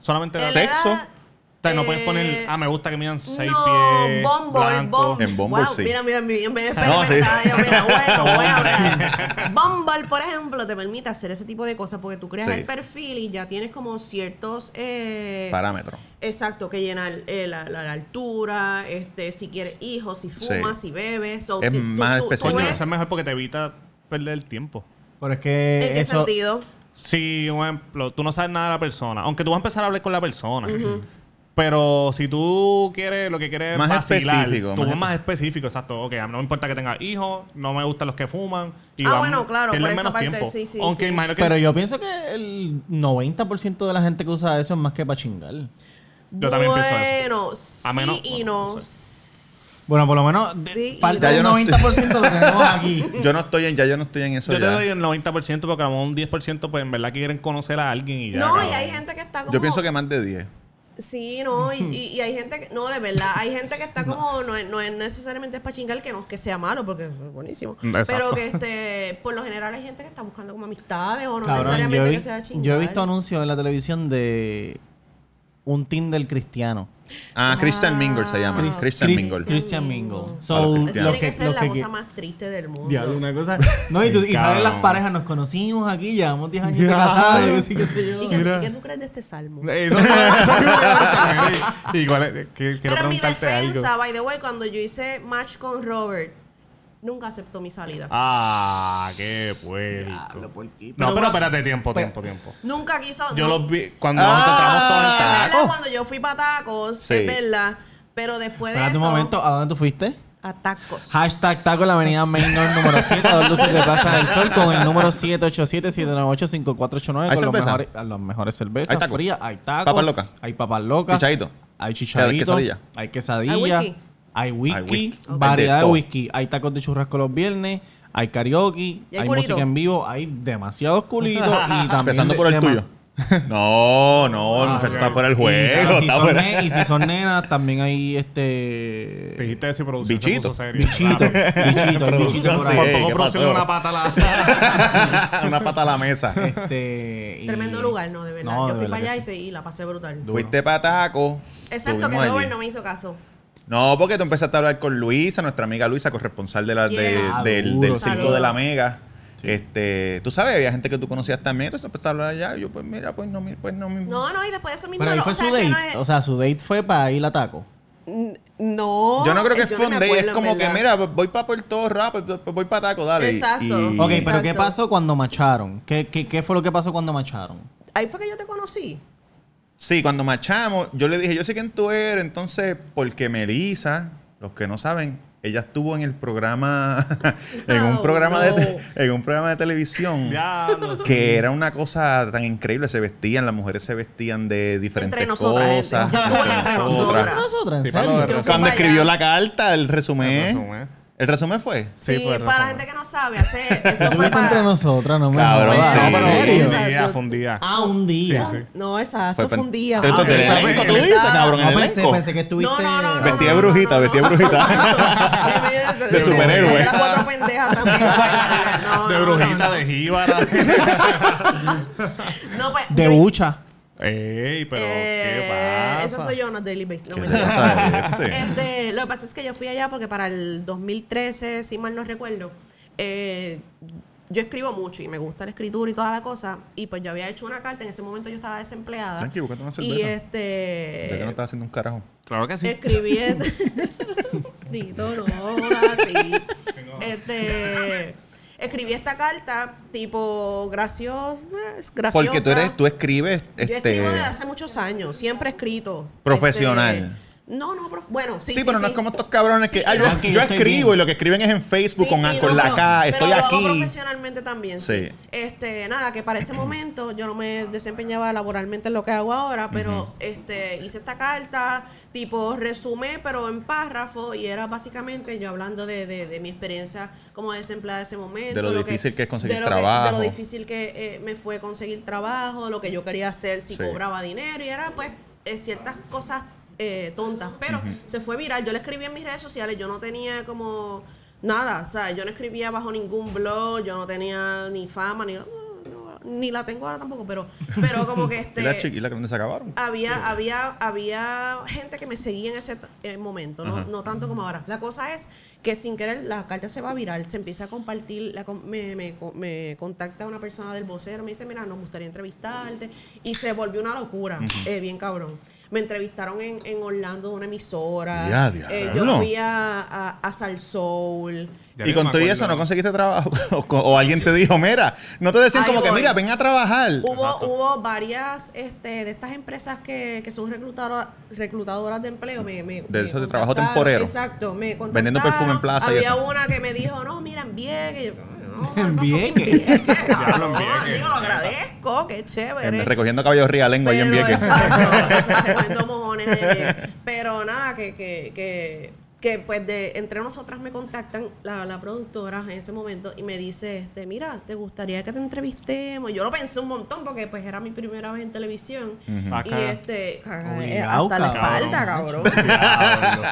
Speaker 5: Solamente
Speaker 3: El
Speaker 5: la-
Speaker 1: Sí. sexo,
Speaker 3: edad,
Speaker 5: O sea, no puedes
Speaker 3: eh,
Speaker 5: poner, ah, me gusta que midan 6
Speaker 3: no,
Speaker 5: pies,
Speaker 3: Bumble,
Speaker 5: blanco.
Speaker 3: Bumble.
Speaker 1: En Bumble,
Speaker 3: Wow,
Speaker 1: sí.
Speaker 3: Mira, mira, mira, me
Speaker 1: No, sí.
Speaker 3: experimentada, yo, mira, bueno, bueno. Bumble, por ejemplo, te permite hacer ese tipo de cosas porque tú creas
Speaker 1: Sí.
Speaker 3: el perfil y ya tienes como ciertos eh,
Speaker 1: Parámetro.
Speaker 3: Exacto, que llenar eh, la, la- la altura, este, si quieres hijos, si fumas, si bebes. so
Speaker 1: Es
Speaker 3: ti-
Speaker 1: más específico.
Speaker 5: Coño,
Speaker 3: ves-
Speaker 5: eso es mejor porque te evita perder el tiempo.
Speaker 2: Pero es
Speaker 3: ¿En
Speaker 2: que
Speaker 3: qué
Speaker 2: eso...
Speaker 3: sentido?
Speaker 5: Si, un ejemplo, tú no sabes nada de la persona, aunque tú vas a empezar a hablar con la persona. Pero si tú quieres, lo que quieres
Speaker 1: Más
Speaker 5: es vacilar,
Speaker 1: específico,
Speaker 5: tú
Speaker 1: más
Speaker 5: vas más específico, exacto. Ok, no me importa que tenga hijos, no me gustan los que fuman. Y
Speaker 3: Ah,
Speaker 5: van-
Speaker 3: bueno, claro,
Speaker 5: pierden
Speaker 3: por esa
Speaker 5: menos
Speaker 3: parte,
Speaker 5: tiempo.
Speaker 3: sí, sí,
Speaker 5: Aunque
Speaker 3: sí.
Speaker 5: imagino que...
Speaker 2: Pero yo pienso que el 90% de la gente que usa eso es más que para chingar.
Speaker 5: Yo también
Speaker 3: bueno,
Speaker 5: pienso eso.
Speaker 3: sí
Speaker 5: A menos-
Speaker 3: y
Speaker 5: bueno,
Speaker 3: no.
Speaker 5: no
Speaker 2: Bueno, por lo menos de-
Speaker 3: Sí, y
Speaker 2: falta
Speaker 1: Ya yo
Speaker 2: del
Speaker 1: no
Speaker 2: 90% lo tenemos aquí.
Speaker 1: Yo no estoy en, ya yo no estoy en eso
Speaker 5: yo te
Speaker 1: ya.
Speaker 5: doy el 90% porque a lo mejor un 10% pues en verdad quieren conocer a alguien y ya.
Speaker 3: no, y
Speaker 5: cabrón.
Speaker 3: hay gente que está como...
Speaker 1: Yo pienso que más de 10.
Speaker 3: Sí, no, y, y- y hay gente que... No, de verdad, hay gente que está como... No, es- no es necesariamente para chingar que, no, que sea malo, porque es buenísimo.
Speaker 5: Exacto.
Speaker 3: Pero que, este, por lo general hay gente que está buscando como amistades o no
Speaker 2: Cabrón, yo,
Speaker 3: necesariamente
Speaker 2: vi-
Speaker 3: que sea chingar.
Speaker 2: yo he visto anuncios en la televisión de un Tinder cristiano.
Speaker 1: Ah, Christian Mingle se llama.
Speaker 3: Chris-
Speaker 1: Christian
Speaker 2: Chris-
Speaker 1: Mingle.
Speaker 3: Christian
Speaker 2: Christian
Speaker 3: Mingle.
Speaker 2: Mingle.
Speaker 1: Para
Speaker 2: So,
Speaker 1: los
Speaker 2: los
Speaker 1: cristianos.
Speaker 2: que,
Speaker 3: Eso tiene que ser
Speaker 2: los
Speaker 3: la
Speaker 2: que-
Speaker 3: cosa más triste del mundo.
Speaker 2: Diablo, una cosa. No, y, tú, y salen las parejas, nos conocimos aquí, llevamos 10 años de
Speaker 5: Ya.
Speaker 2: casados,
Speaker 5: Sí.
Speaker 2: que sí, que sé yo.
Speaker 3: ¿Y qué, y qué tú crees de este salmo?
Speaker 5: Eso- Igual, eh, que- quiero
Speaker 3: Pero en mi
Speaker 5: preguntarte algo.
Speaker 3: defensa, by the way, cuando yo hice match con Robert, nunca aceptó mi salida.
Speaker 5: Ah, qué puerco. No, pero espérate, tiempo, tiempo, tiempo.
Speaker 3: Nunca quiso.
Speaker 5: Yo
Speaker 3: no-
Speaker 5: los vi cuando
Speaker 1: Ah,
Speaker 5: nos encontramos todos
Speaker 3: Es
Speaker 5: en
Speaker 3: verdad,
Speaker 5: tacos.
Speaker 3: cuando yo fui para tacos,
Speaker 1: Sí.
Speaker 3: es verdad. Pero después de
Speaker 2: Espérate
Speaker 3: eso,
Speaker 2: un momento, ¿a dónde tú fuiste?
Speaker 3: a tacos.
Speaker 2: Hashtag taco en la avenida Main North número 7, a dos luces de Plaza del Sol, con el número 787-798-5489,
Speaker 1: ¿Hay
Speaker 2: con los
Speaker 1: cerveza?
Speaker 2: mejores, las mejores cervezas
Speaker 1: ¿Hay taco?
Speaker 2: frías, hay tacos,
Speaker 1: ¿Papas locas?
Speaker 2: hay papas locas,
Speaker 1: ¿Chichadito?
Speaker 2: hay chicharito,
Speaker 1: ¿Hay quesadilla?
Speaker 2: hay quesadilla,
Speaker 3: ¿Hay whisky?
Speaker 2: hay whisky,
Speaker 1: Hay whisky. Ok.
Speaker 2: variedad
Speaker 1: De
Speaker 2: de
Speaker 1: todo.
Speaker 2: whisky, hay tacos de churrasco los viernes, hay karaoke,
Speaker 3: ¿Y
Speaker 2: hay,
Speaker 3: hay culito?
Speaker 2: música en vivo, hay demasiados culitos y también...
Speaker 1: Empezando
Speaker 2: de-
Speaker 1: por el
Speaker 2: demas-
Speaker 1: tuyo. No, no, el muchacho está fuera del juego.
Speaker 2: y, si
Speaker 1: Está
Speaker 2: son
Speaker 1: fuera.
Speaker 2: ne- y si son nenas, también hay este...
Speaker 5: Dijiste eso y producción se
Speaker 1: Bichito.
Speaker 5: puso seria.
Speaker 2: Bichito,
Speaker 5: Claro.
Speaker 2: bichito, bichito
Speaker 1: Producción,
Speaker 2: por
Speaker 1: sí.
Speaker 2: ahí.
Speaker 1: Ey,
Speaker 5: Poco
Speaker 1: ¿qué
Speaker 5: producción
Speaker 1: pasó?
Speaker 5: una pata a la...
Speaker 1: Una pata a la mesa.
Speaker 2: Este, y-
Speaker 3: Tremendo lugar, no, de verdad.
Speaker 2: No,
Speaker 3: yo
Speaker 2: de
Speaker 3: fui
Speaker 2: verdad
Speaker 3: para
Speaker 2: que
Speaker 3: allá y
Speaker 2: sí.
Speaker 3: seguí, la pasé brutal.
Speaker 1: Fuiste para taco.
Speaker 3: Exacto, que
Speaker 1: estuvimos
Speaker 3: Robert
Speaker 1: allí.
Speaker 3: no me hizo caso.
Speaker 1: No, porque tú empezaste a hablar con Luisa, nuestra amiga Luisa, corresponsal de la, de-
Speaker 3: Yes.
Speaker 2: Ah,
Speaker 1: del,
Speaker 2: duro,
Speaker 1: del Circo
Speaker 3: saludo.
Speaker 1: de la Mega. Este, tú sabes, había gente que tú conocías también, entonces empezaste a hablar allá. y Yo, pues mira, pues no, me- pues no me.
Speaker 3: No, no, y después de eso mismo.
Speaker 2: Pero ahí
Speaker 3: no,
Speaker 2: fue
Speaker 3: o
Speaker 2: su
Speaker 3: sea,
Speaker 2: date.
Speaker 3: que no es-
Speaker 2: O sea, su date fue para ir a taco.
Speaker 3: N- No.
Speaker 1: yo no creo que
Speaker 3: eh, yo
Speaker 1: fue
Speaker 3: me
Speaker 1: un date, es
Speaker 3: acuerdo, en
Speaker 1: como que
Speaker 3: verdad.
Speaker 1: mira, voy para Puerto Rico, pues voy para Taco, dale. y-
Speaker 3: Exacto.
Speaker 1: y-
Speaker 2: Ok,
Speaker 3: Exacto.
Speaker 2: pero ¿qué pasó cuando macharon? ¿Qué, qué, qué fue lo que pasó cuando macharon?
Speaker 3: Ahí fue que yo te conocí.
Speaker 1: Sí, cuando machamos, yo le dije, yo sé quién tú eres, entonces, porque Melissa, los que no saben, ella estuvo en el programa, en un
Speaker 3: Oh,
Speaker 1: programa de te-
Speaker 3: no.
Speaker 1: en un programa de televisión.
Speaker 5: Diablo, sí.
Speaker 1: Que era una cosa tan increíble, se vestían, las mujeres se vestían de diferentes
Speaker 3: Entre nosotras, gente.
Speaker 1: cosas.
Speaker 3: Yo estuve entre nosotras.
Speaker 2: ¿Para nosotras? ¿En
Speaker 5: Sí, para lo
Speaker 2: serio?
Speaker 5: de-
Speaker 3: Yo fui
Speaker 1: Cuando
Speaker 3: para
Speaker 1: escribió
Speaker 3: allá.
Speaker 1: la carta, el resumen.
Speaker 5: El resumen.
Speaker 1: ¿El resumen fue?
Speaker 5: Sí,
Speaker 3: Sí,
Speaker 5: fue
Speaker 3: para la
Speaker 5: Rafa.
Speaker 3: gente que no sabe hacer. Esto
Speaker 2: Tú
Speaker 3: fue
Speaker 2: fuiste entre
Speaker 3: para.
Speaker 2: nosotras, no me
Speaker 1: Cabrón,
Speaker 2: jodas.
Speaker 1: sí.
Speaker 5: No,
Speaker 2: ¿En
Speaker 5: pero
Speaker 1: ¿En
Speaker 5: fue
Speaker 2: serio?
Speaker 5: un día, fue un día.
Speaker 2: Ah, un día.
Speaker 5: Sí, sí.
Speaker 3: No, exacto, fue
Speaker 1: pen-
Speaker 3: un día.
Speaker 1: Esto- esto
Speaker 5: Ah,
Speaker 1: del
Speaker 5: ok.
Speaker 1: elenco, tú
Speaker 5: Ah,
Speaker 1: dices, cabrón,
Speaker 2: No
Speaker 1: el
Speaker 2: pensé,
Speaker 1: elenco.
Speaker 2: pensé que
Speaker 3: No,
Speaker 2: estuviste...
Speaker 3: no, no, no.
Speaker 1: Vestida
Speaker 3: no,
Speaker 1: de
Speaker 3: no,
Speaker 1: brujita,
Speaker 3: no,
Speaker 1: vestida de
Speaker 3: no.
Speaker 1: brujita.
Speaker 3: Sí,
Speaker 1: De superhéroe.
Speaker 3: Las cuatro pendejas también. No,
Speaker 5: de
Speaker 3: no,
Speaker 5: brujita,
Speaker 3: no,
Speaker 5: de jíbara.
Speaker 3: No, pues,
Speaker 2: De
Speaker 3: yo-
Speaker 2: bucha.
Speaker 5: Ey, pero ¿qué
Speaker 3: Eh,
Speaker 5: pasa?
Speaker 3: Esa soy yo, no Daily Base. No,
Speaker 1: ¿Qué
Speaker 3: mentira.
Speaker 1: te pasa, eh? Sí.
Speaker 3: Este, lo que pasa es que yo fui allá porque para el 2013, si mal no recuerdo, eh, yo escribo mucho y me gusta la escritura y toda la cosa. Y pues yo había hecho una carta, en ese momento yo estaba desempleada.
Speaker 1: Tranqui, búscate una
Speaker 3: y
Speaker 1: cerveza. Ya que no
Speaker 3: este.
Speaker 1: estaba haciendo un carajo.
Speaker 5: Claro que sí.
Speaker 3: Escribí. Dito, no, jodas, sí. Este. Escribí esta carta tipo graciosa, graciosa.
Speaker 1: Porque tú eres, tú escribes,
Speaker 3: Yo
Speaker 1: este.
Speaker 3: escribo desde hace muchos años, siempre he escrito.
Speaker 1: Profesional.
Speaker 3: Este, no, no, prof- bueno, sí.
Speaker 1: Sí, pero no es como estos cabrones que. ay, yo,
Speaker 2: Ah, que yo
Speaker 1: yo
Speaker 2: estoy
Speaker 1: escribo
Speaker 2: bien.
Speaker 1: y lo que escriben es en Facebook
Speaker 3: Sí,
Speaker 1: con,
Speaker 3: sí,
Speaker 1: con
Speaker 3: no,
Speaker 1: la
Speaker 3: pero-
Speaker 1: K,
Speaker 3: pero
Speaker 1: estoy
Speaker 3: lo hago
Speaker 1: aquí.
Speaker 3: profesionalmente también,
Speaker 1: Sí.
Speaker 3: sí. Este, nada, que para ese momento yo no me desempeñaba laboralmente en lo que hago ahora, pero este hice esta carta, tipo resumé, pero en párrafo, y era básicamente yo hablando de, de- de mi experiencia como desempleada de ese momento.
Speaker 1: De lo difícil que es conseguir
Speaker 3: de lo que-
Speaker 1: trabajo.
Speaker 3: de lo difícil que eh, me fue conseguir trabajo, lo que yo quería hacer si
Speaker 1: Sí.
Speaker 3: cobraba dinero, y era pues eh, ciertas cosas eh, tontas, pero se fue viral. Yo le escribí en mis redes sociales, yo no tenía como nada, o sea, yo no escribía bajo ningún blog, yo no tenía ni fama, ni, ni la tengo ahora tampoco, pero, pero como que este... Ah,
Speaker 1: Y las chiquitas que se acabaron.
Speaker 3: Había, había, había gente que me seguía en ese eh, momento, ¿no?
Speaker 1: Ajá.
Speaker 3: no tanto como ahora. La cosa es que sin querer la carta se va a viral, se empieza a compartir, la com- me, me co- me contacta una persona del vocero, me dice, mira, nos gustaría entrevistarte. Y se volvió una locura, eh, bien cabrón. Me entrevistaron en, en Orlando de una emisora.
Speaker 1: Ya,
Speaker 3: Eh,
Speaker 1: diablo.
Speaker 3: yo fui a, a, a Sal Soul.
Speaker 5: Ya
Speaker 1: y
Speaker 5: yo
Speaker 1: con
Speaker 5: me
Speaker 1: todo y
Speaker 5: acuerdo.
Speaker 1: eso no conseguiste trabajo. o, co- o alguien te dijo, mira, no te decían
Speaker 3: Ahí
Speaker 1: como que,
Speaker 3: voy.
Speaker 1: mira, ven a trabajar.
Speaker 3: Hubo,
Speaker 5: Exacto.
Speaker 3: hubo varias este, de estas empresas que, que son reclutadoras, reclutadoras de empleo. Me, me-
Speaker 1: De
Speaker 3: me
Speaker 1: eso de trabajo
Speaker 3: contactaron.
Speaker 1: temporero.
Speaker 3: Exacto, me contactaron.
Speaker 1: Vendiendo perfume en plaza y
Speaker 3: Había
Speaker 1: eso.
Speaker 3: una que me dijo, no, mira, en Vieques. Y yo, no,
Speaker 2: En
Speaker 3: no,
Speaker 2: Vieques.
Speaker 3: fucking Vieques,
Speaker 5: Diablo, en
Speaker 3: cabrón.
Speaker 5: Vieques.
Speaker 3: Digo, lo agradezco, qué chévere.
Speaker 1: En- recogiendo caballos ría lengua ahí en este
Speaker 3: Pero,
Speaker 1: Vieques.
Speaker 3: exacto, o sea, recogiendo mojones de Vieques. Pero nada, que, que, que, que, pues de entre nosotras me contactan la, la productora en ese momento y me dice, este, mira, ¿te gustaría que te entrevistemos? Yo lo pensé un montón porque pues era mi primera vez en televisión. Y
Speaker 5: Acá.
Speaker 3: este, caga, eh,
Speaker 2: Obligado,
Speaker 3: hasta la
Speaker 2: cabrón.
Speaker 3: espalda, cabrón.
Speaker 5: Diablo.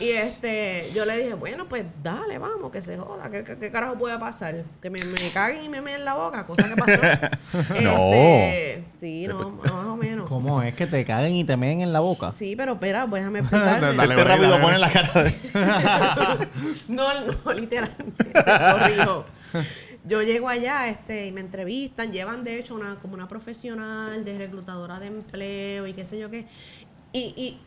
Speaker 3: Y este, yo le dije, bueno, pues dale, vamos, que se joda, ¿qué, qué- qué carajo puede pasar? Que me, me caguen y me meen la boca, cosa que pasó.
Speaker 1: No.
Speaker 3: Este, sí, no, más o menos.
Speaker 2: ¿Cómo es que te caguen y te meen en la boca?
Speaker 3: Sí, pero espera, pues, déjame explicarme.
Speaker 5: Dale,
Speaker 1: este
Speaker 5: dale,
Speaker 1: rápido
Speaker 5: dale.
Speaker 1: pone la cara de.
Speaker 3: no, no, literalmente, corrijo. Yo llego allá este, y me entrevistan, llevan de hecho una, como una profesional de reclutadora de empleo y qué sé yo qué. Y, y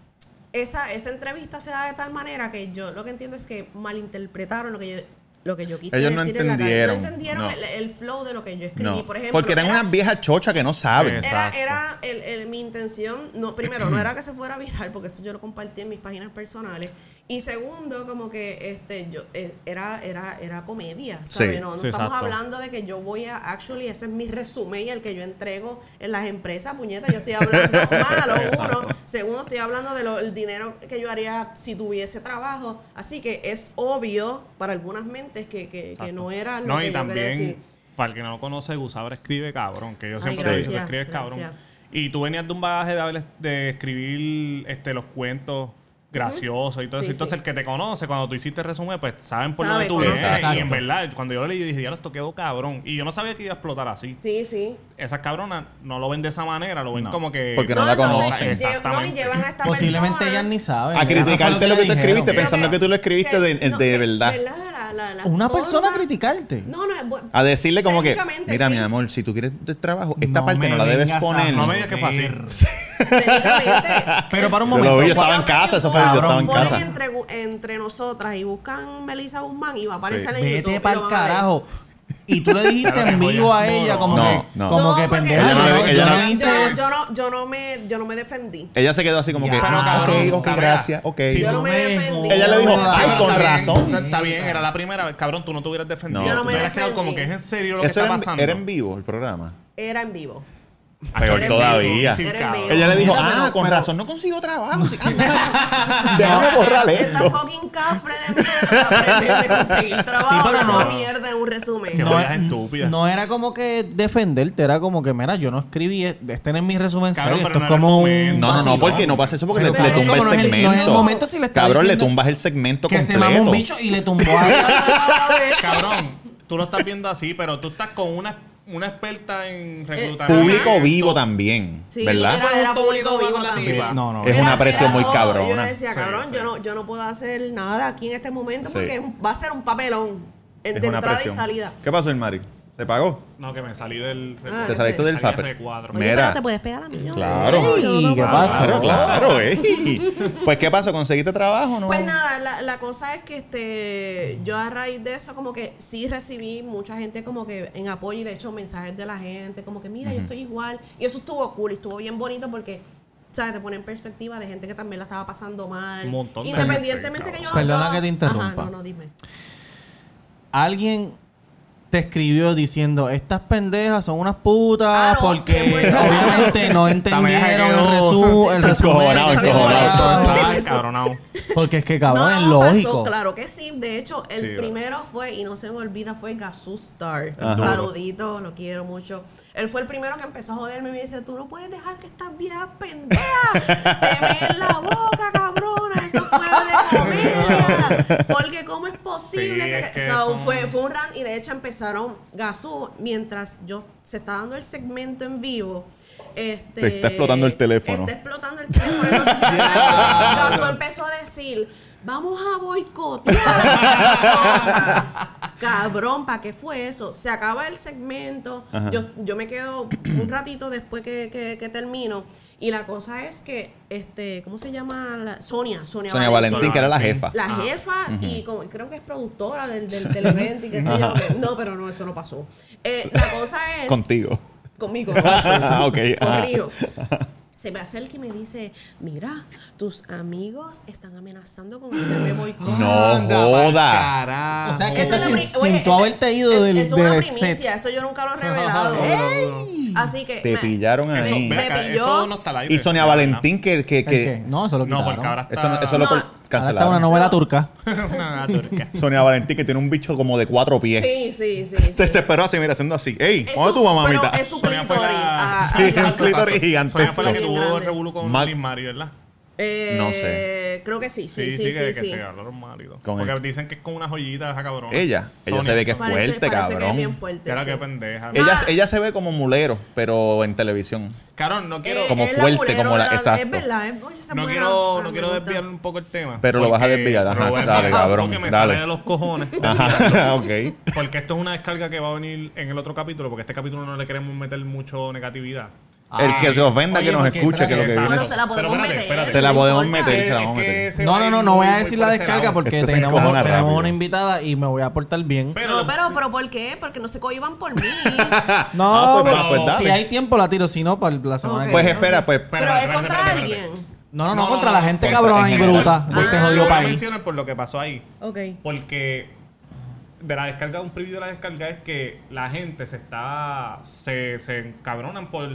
Speaker 3: esa, esa entrevista se da de tal manera que yo lo que entiendo es que malinterpretaron lo que yo, lo que yo quise
Speaker 1: Ellos no
Speaker 3: decir. en la carta.
Speaker 1: entendieron,
Speaker 3: no entendieron
Speaker 1: no.
Speaker 3: el, el flow de lo que yo escribí.
Speaker 1: No.
Speaker 3: Por ejemplo,
Speaker 1: Porque eran
Speaker 3: era-
Speaker 1: unas viejas chochas que no saben.
Speaker 5: Exacto.
Speaker 3: era, era el- el- mi intención, no, primero, no era que se fuera viral, porque eso yo lo compartí en mis páginas personales. Y segundo, como que este yo es- era, era, era comedia. ¿sabes?
Speaker 1: Sí,
Speaker 3: no no
Speaker 5: sí,
Speaker 3: estamos
Speaker 5: exacto.
Speaker 3: hablando de que yo voy a, actually, ese es mi resumen y el que yo entrego en las empresas, puñeta, yo estoy hablando malo, uno. Segundo, estoy hablando del dinero que yo haría si tuviese trabajo. Así que es obvio para algunas mentes que, que- que,
Speaker 5: Exacto.
Speaker 3: no era lo
Speaker 5: No,
Speaker 3: que
Speaker 5: y
Speaker 3: yo quería decir.
Speaker 5: también, para el que no lo conoce, Gusabra escribe cabrón, que yo
Speaker 3: Ay,
Speaker 5: siempre le digo, tú
Speaker 3: gracias,
Speaker 5: escribes cabrón.
Speaker 3: gracias.
Speaker 5: Y tú venías de un bagaje de, haber- de escribir este, los cuentos graciosos y todo eso.
Speaker 3: Sí,
Speaker 5: Entonces,
Speaker 3: sí.
Speaker 5: el que te conoce, cuando tú hiciste resumen, pues saben por
Speaker 3: Sabe,
Speaker 5: dónde tú
Speaker 3: conoce.
Speaker 5: vienes. Y en
Speaker 2: Exacto.
Speaker 5: verdad, cuando yo lo leí, yo dije, ya esto quedó cabrón. Y yo no sabía que iba a explotar así.
Speaker 3: Sí, sí.
Speaker 5: Esas cabronas no lo ven de esa manera, lo ven
Speaker 2: No,
Speaker 5: como que...
Speaker 1: porque no la
Speaker 3: entonces,
Speaker 1: conocen.
Speaker 3: lle- No, y
Speaker 5: Exactamente.
Speaker 3: llevan a esta
Speaker 2: Posiblemente
Speaker 3: persona-
Speaker 2: ellas ni saben.
Speaker 1: A
Speaker 2: Eso fue
Speaker 1: criticarte lo que tú
Speaker 2: le
Speaker 1: escribiste
Speaker 2: dijeron.
Speaker 1: pensando que tú lo escribiste de,
Speaker 3: no,
Speaker 1: de
Speaker 3: que-
Speaker 1: verdad.
Speaker 3: la- la- la
Speaker 2: Una
Speaker 3: forma-
Speaker 2: persona criticarte.
Speaker 3: No, no, es bu-
Speaker 1: A decirle como que,
Speaker 3: técnicamente,
Speaker 1: mira,
Speaker 3: sí.
Speaker 1: mi amor, si tú quieres de trabajo, esta
Speaker 2: No
Speaker 1: parte
Speaker 2: me
Speaker 1: no la debes
Speaker 2: vengas a
Speaker 1: poner.
Speaker 5: No me digas que fue así.
Speaker 2: joder.
Speaker 3: Técnicamente.
Speaker 2: Pero para un
Speaker 1: Yo lo vi,
Speaker 2: momento.
Speaker 1: yo estaba en casa, eso fue, yo estaba en
Speaker 3: Ponen
Speaker 1: casa.
Speaker 3: Entre, entre nosotras y buscan Melissa Guzmán y va a aparecer en YouTube.
Speaker 2: Vete
Speaker 3: y
Speaker 2: para
Speaker 3: lo
Speaker 2: el
Speaker 3: van a ver.
Speaker 2: carajo. Y tú le dijiste
Speaker 5: Claro que
Speaker 2: en vivo
Speaker 5: voy a-
Speaker 2: a ella como
Speaker 1: No,
Speaker 2: que,
Speaker 1: no.
Speaker 2: como
Speaker 3: No,
Speaker 2: que
Speaker 3: porque-
Speaker 2: pendeja.
Speaker 1: Ella no le-
Speaker 2: yo
Speaker 1: ella no-
Speaker 2: no
Speaker 3: Yo,
Speaker 2: hice
Speaker 3: no-
Speaker 2: eso.
Speaker 3: yo no, yo no me, yo no me defendí.
Speaker 1: Ella se quedó así como que,
Speaker 2: Ya,
Speaker 5: pero
Speaker 1: ah,
Speaker 5: cabrón,
Speaker 1: ok, ok,
Speaker 5: cabrón.
Speaker 1: gracias, ok.
Speaker 5: Sí,
Speaker 3: yo no me
Speaker 2: me
Speaker 3: defendí.
Speaker 2: jodas.
Speaker 1: Ella le dijo,
Speaker 2: No,
Speaker 1: ay,
Speaker 5: pero
Speaker 1: con
Speaker 5: está bien,
Speaker 1: razón.
Speaker 5: Está, está bien, era la primera vez. Cabrón, tú no te hubieras defendido.
Speaker 1: No. Yo no
Speaker 5: Tú
Speaker 1: me
Speaker 5: te hubieras quedado
Speaker 3: defendí.
Speaker 5: como que es en serio lo que
Speaker 1: Eso
Speaker 5: está
Speaker 1: era en,
Speaker 5: pasando.
Speaker 1: era en vivo el programa.
Speaker 3: Era en vivo.
Speaker 1: Peor
Speaker 3: en
Speaker 1: todavía.
Speaker 3: vivo, era en
Speaker 5: cabrón.
Speaker 3: vivo.
Speaker 1: Ella le dijo,
Speaker 2: Mira,
Speaker 1: ah,
Speaker 2: pero-
Speaker 1: con
Speaker 2: pero-
Speaker 1: razón, no consigo trabajo. sí, ah, no, Déjame borrar
Speaker 3: Esta
Speaker 1: esto.
Speaker 3: fucking cafre de mierda pretende conseguir trabajo.
Speaker 2: Sí, pero
Speaker 3: hablando
Speaker 2: no.
Speaker 3: mierda en un resumen.
Speaker 5: Qué
Speaker 2: No,
Speaker 5: huellas
Speaker 2: es-
Speaker 5: estúpidas.
Speaker 2: no era como que defenderte, era como que, mira, yo no escribí, e- este no es mi resumen
Speaker 5: Cabrón,
Speaker 2: serio, esto
Speaker 5: pero
Speaker 2: es
Speaker 5: no era el
Speaker 2: como un...
Speaker 1: No,
Speaker 5: momento.
Speaker 1: no, no,
Speaker 5: Vacilón.
Speaker 1: porque no pasa eso porque le,
Speaker 2: Pero
Speaker 1: le
Speaker 2: es
Speaker 1: tumbas el
Speaker 2: como no es el-
Speaker 1: segmento.
Speaker 2: no es el momento si le está
Speaker 1: Cabrón, le
Speaker 2: diciendo
Speaker 1: tumbas el segmento
Speaker 2: Que se
Speaker 1: completo.
Speaker 2: mamó un bicho y le tumbó a
Speaker 5: Cabrón, tú lo estás viendo así, pero tú estás con una, una experta en reclutar.
Speaker 1: Eh, Público vivo también,
Speaker 3: Sí,
Speaker 1: ¿verdad?
Speaker 3: era, era
Speaker 5: Tú eres un
Speaker 3: público vivo
Speaker 5: público vivo
Speaker 3: también.
Speaker 5: también.
Speaker 2: No, no.
Speaker 1: Es
Speaker 3: Era-
Speaker 1: una presión
Speaker 3: era
Speaker 1: muy
Speaker 3: todo.
Speaker 1: cabrona.
Speaker 3: Yo decía,
Speaker 5: Sí,
Speaker 3: cabrón,
Speaker 5: sí.
Speaker 3: Yo, no, yo no puedo hacer nada aquí en este momento
Speaker 1: Sí.
Speaker 3: porque es un- va a ser un papelón en-
Speaker 1: Es
Speaker 3: de
Speaker 1: una
Speaker 3: entrada
Speaker 1: presión.
Speaker 3: y salida.
Speaker 1: ¿Qué pasó, Mari? ¿Se pagó?
Speaker 5: No, que me salí del...
Speaker 3: Ah,
Speaker 1: ¿Te
Speaker 3: que
Speaker 1: saliste
Speaker 3: se-
Speaker 1: del
Speaker 5: salí a
Speaker 1: FAPER?
Speaker 5: recuadro.
Speaker 1: Mira.
Speaker 3: Oye, pero te puedes pegar a mí. ¿no?
Speaker 1: Claro.
Speaker 3: Ay, yo
Speaker 2: Ey,
Speaker 3: no
Speaker 2: ¿qué
Speaker 3: puedo.
Speaker 2: pasa?
Speaker 1: Claro, claro, ey. Pues, ¿qué pasó? ¿Conseguiste trabajo o no?
Speaker 3: Pues nada, la, la cosa es que este, yo a raíz de eso como que sí recibí mucha gente como que en apoyo y de hecho mensajes de la gente como que mira, yo estoy igual y eso estuvo cool y estuvo bien bonito porque, ¿sabes? Te pone en perspectiva de gente que también la estaba pasando mal.
Speaker 5: Un montón de
Speaker 3: Independientemente
Speaker 5: gente,
Speaker 3: que yo
Speaker 2: cabrón. Perdona
Speaker 3: yo
Speaker 2: que te interrumpa.
Speaker 3: Ajá, no, no, dime.
Speaker 2: Alguien te escribió diciendo, estas pendejas son unas putas
Speaker 3: Ah, no,
Speaker 2: porque
Speaker 3: 100%.
Speaker 2: obviamente no
Speaker 5: Esta vieja
Speaker 2: entendieron el,
Speaker 5: quedó-
Speaker 2: resu el resumen.
Speaker 1: Encojonado,
Speaker 2: que se
Speaker 1: encojonado.
Speaker 2: había dado".
Speaker 5: Ay, cabronao.
Speaker 2: Porque es que, cabrón,
Speaker 3: No,
Speaker 2: es
Speaker 3: no, pasó,
Speaker 2: lógico.
Speaker 3: claro que sí. De hecho, el
Speaker 5: Sí,
Speaker 3: primero fue, y no se me olvida, fue Gasustar.
Speaker 1: Ajá.
Speaker 3: Saludito, lo quiero mucho. Él fue el primero que empezó a joderme y me dice, tú no puedes dejar que estás vieja pendeja te ve en la boca, cabrona. Eso fue de comedia. Porque cómo es posible
Speaker 5: Sí,
Speaker 3: que...
Speaker 5: es que
Speaker 3: So,
Speaker 5: son-
Speaker 3: fue, fue un rant y de hecho empezaron Gasú mientras yo se estaba dando el segmento en vivo. Este,
Speaker 1: Te está explotando el teléfono.
Speaker 3: Está explotando el teléfono. Gasú empezó a decir, vamos a boicotear. a Arizona". Cabrón, ¿para qué fue eso? Se acaba el segmento.
Speaker 1: Ajá.
Speaker 3: Yo, yo me quedo un ratito después que, que- que termino. Y la cosa es que, este, ¿cómo se llama? la- Sonia. Sonia,
Speaker 1: Sonia Valentín, Ah. que era la jefa.
Speaker 3: la jefa y como- creo que es productora del, del, del evento y qué sé yo.
Speaker 1: Ajá.
Speaker 3: que- No, pero no, eso no pasó. Eh, la cosa es...
Speaker 1: Contigo.
Speaker 3: Conmigo.
Speaker 1: Ah, ok, ajá.
Speaker 3: Conmigo. Se me acerca y me dice, mira, tus amigos están amenazando con hacerme boicot.
Speaker 1: No joda.
Speaker 5: Carajo.
Speaker 2: O sea, que
Speaker 3: Esto es la
Speaker 2: sin-
Speaker 3: pri-
Speaker 2: sin
Speaker 3: oye,
Speaker 2: tú haberte ido
Speaker 3: esto-
Speaker 2: del-
Speaker 3: Esto es una
Speaker 2: del
Speaker 3: primicia,
Speaker 2: set.
Speaker 3: esto yo nunca lo he revelado. Ey. Así que...
Speaker 1: Te
Speaker 3: me-
Speaker 1: pillaron
Speaker 5: Eso,
Speaker 1: ahí.
Speaker 5: ven
Speaker 3: Me
Speaker 5: acá,
Speaker 3: pilló.
Speaker 5: eso no está al aire.
Speaker 1: Y Sonia
Speaker 5: ¿verdad?
Speaker 1: Valentín, que. que, que-
Speaker 2: ¿El qué? No, eso lo
Speaker 5: No,
Speaker 2: quitaron.
Speaker 5: porque ahora está...
Speaker 1: Eso, no- eso lo
Speaker 3: No.
Speaker 1: col-
Speaker 3: Ahora
Speaker 2: Ahora está una
Speaker 1: cancelaron.
Speaker 2: novela turca.
Speaker 5: Una turca.
Speaker 1: Sonia Valentín, que tiene un bicho como de cuatro pies.
Speaker 3: Sí, sí, sí. sí.
Speaker 1: Se te esperó así, mira, haciendo así. ¡Ey!
Speaker 3: Es
Speaker 1: ¿Dónde
Speaker 3: su-
Speaker 1: tu mamamita?
Speaker 3: pero es su
Speaker 5: Sonia fue
Speaker 3: clítoris.
Speaker 5: la-
Speaker 3: Ah,
Speaker 1: Sí,
Speaker 3: ah,
Speaker 1: un clítoris
Speaker 5: Sonia
Speaker 1: gigantesco.
Speaker 5: fue la que
Speaker 3: Bien
Speaker 5: tuvo
Speaker 3: grande.
Speaker 5: revuelo con
Speaker 1: Mal-
Speaker 5: Lil Mari, ¿verdad?
Speaker 3: Eh,
Speaker 1: No sé.
Speaker 3: Creo que sí, sí,
Speaker 5: Sí, sí,
Speaker 3: sí,
Speaker 5: que, que
Speaker 3: sí, sí.
Speaker 5: se hablaron mal y todo.
Speaker 1: Con
Speaker 5: Porque
Speaker 1: el-
Speaker 5: dicen que es con una joyita esa cabrona.
Speaker 1: Ella, ella se ve que es
Speaker 3: Parece-
Speaker 1: fuerte,
Speaker 3: parece Que es
Speaker 1: cabrón.
Speaker 3: bien fuerte.
Speaker 5: Cara,
Speaker 3: sí. Eh,
Speaker 5: qué pendeja.
Speaker 1: Ella, ella se ve como mulero, pero en televisión.
Speaker 5: Cabrón, no quiero...
Speaker 3: Eh,
Speaker 1: como
Speaker 3: es
Speaker 1: fuerte,
Speaker 3: mulero
Speaker 1: como la-
Speaker 3: de
Speaker 1: exacto.
Speaker 3: Es verdad, es- oye, esa
Speaker 5: No
Speaker 3: mujer-
Speaker 5: quiero,
Speaker 3: ah,
Speaker 5: no
Speaker 3: me
Speaker 5: quiero
Speaker 3: gusta.
Speaker 5: desviar un poco el tema.
Speaker 1: Pero lo vas a
Speaker 5: porque-
Speaker 1: desviar,
Speaker 5: lo
Speaker 1: ajá,
Speaker 5: voy a
Speaker 1: dale,
Speaker 5: desviar
Speaker 1: cabrón,
Speaker 5: Porque me
Speaker 1: dale.
Speaker 5: sale de los cojones.
Speaker 1: Ajá, ok.
Speaker 5: Porque esto es una descarga que va a venir en el otro capítulo, porque a este capítulo no le queremos meter mucho negatividad.
Speaker 1: El que se ofenda, que
Speaker 2: Oye,
Speaker 1: nos
Speaker 2: porque-
Speaker 1: escuche, que es lo que
Speaker 5: Exacto.
Speaker 1: viene.
Speaker 3: Bueno, se la
Speaker 5: Pero
Speaker 3: podemos
Speaker 5: espérate,
Speaker 3: meter.
Speaker 5: espérate.
Speaker 1: Te la
Speaker 3: no
Speaker 1: podemos
Speaker 3: importa.
Speaker 1: meter. se la
Speaker 5: Eh, Es
Speaker 1: vamos a
Speaker 5: que
Speaker 1: meter.
Speaker 5: se
Speaker 2: No,
Speaker 5: va a
Speaker 2: no,
Speaker 5: ir
Speaker 2: no, no
Speaker 5: muy,
Speaker 2: voy a
Speaker 5: muy
Speaker 2: decir
Speaker 5: por
Speaker 2: la
Speaker 5: ese
Speaker 2: descarga
Speaker 5: lado.
Speaker 2: porque
Speaker 1: Esto se
Speaker 2: tenemos,
Speaker 1: encojona
Speaker 2: tenemos
Speaker 1: rápido.
Speaker 2: una invitada y me voy a portar bien.
Speaker 5: Pero,
Speaker 3: No, pero, pero ¿por qué? Porque no se cohiban por mí.
Speaker 2: No,
Speaker 1: Ah, pues,
Speaker 2: pero
Speaker 1: ah, pues, dale.
Speaker 2: si hay tiempo la tiro, si no, para la semana
Speaker 3: Ok.
Speaker 2: que
Speaker 1: Pues
Speaker 2: viene.
Speaker 1: espera, pues.
Speaker 3: Pero
Speaker 5: espérate,
Speaker 3: es
Speaker 5: espérate,
Speaker 3: contra
Speaker 5: espérate,
Speaker 3: alguien.
Speaker 2: No, no, no,
Speaker 5: No,
Speaker 2: contra
Speaker 5: no,
Speaker 2: la
Speaker 5: no, Pues,
Speaker 2: gente
Speaker 1: contra- en
Speaker 2: cabrona y
Speaker 1: general.
Speaker 2: bruta.
Speaker 5: Voy
Speaker 2: Voy te
Speaker 5: a
Speaker 2: jodido país.
Speaker 5: mencionar por lo que pasó ahí.
Speaker 3: Ok.
Speaker 5: Porque de la descarga, un preview de la descarga es que la gente se está. se, se encabronan por.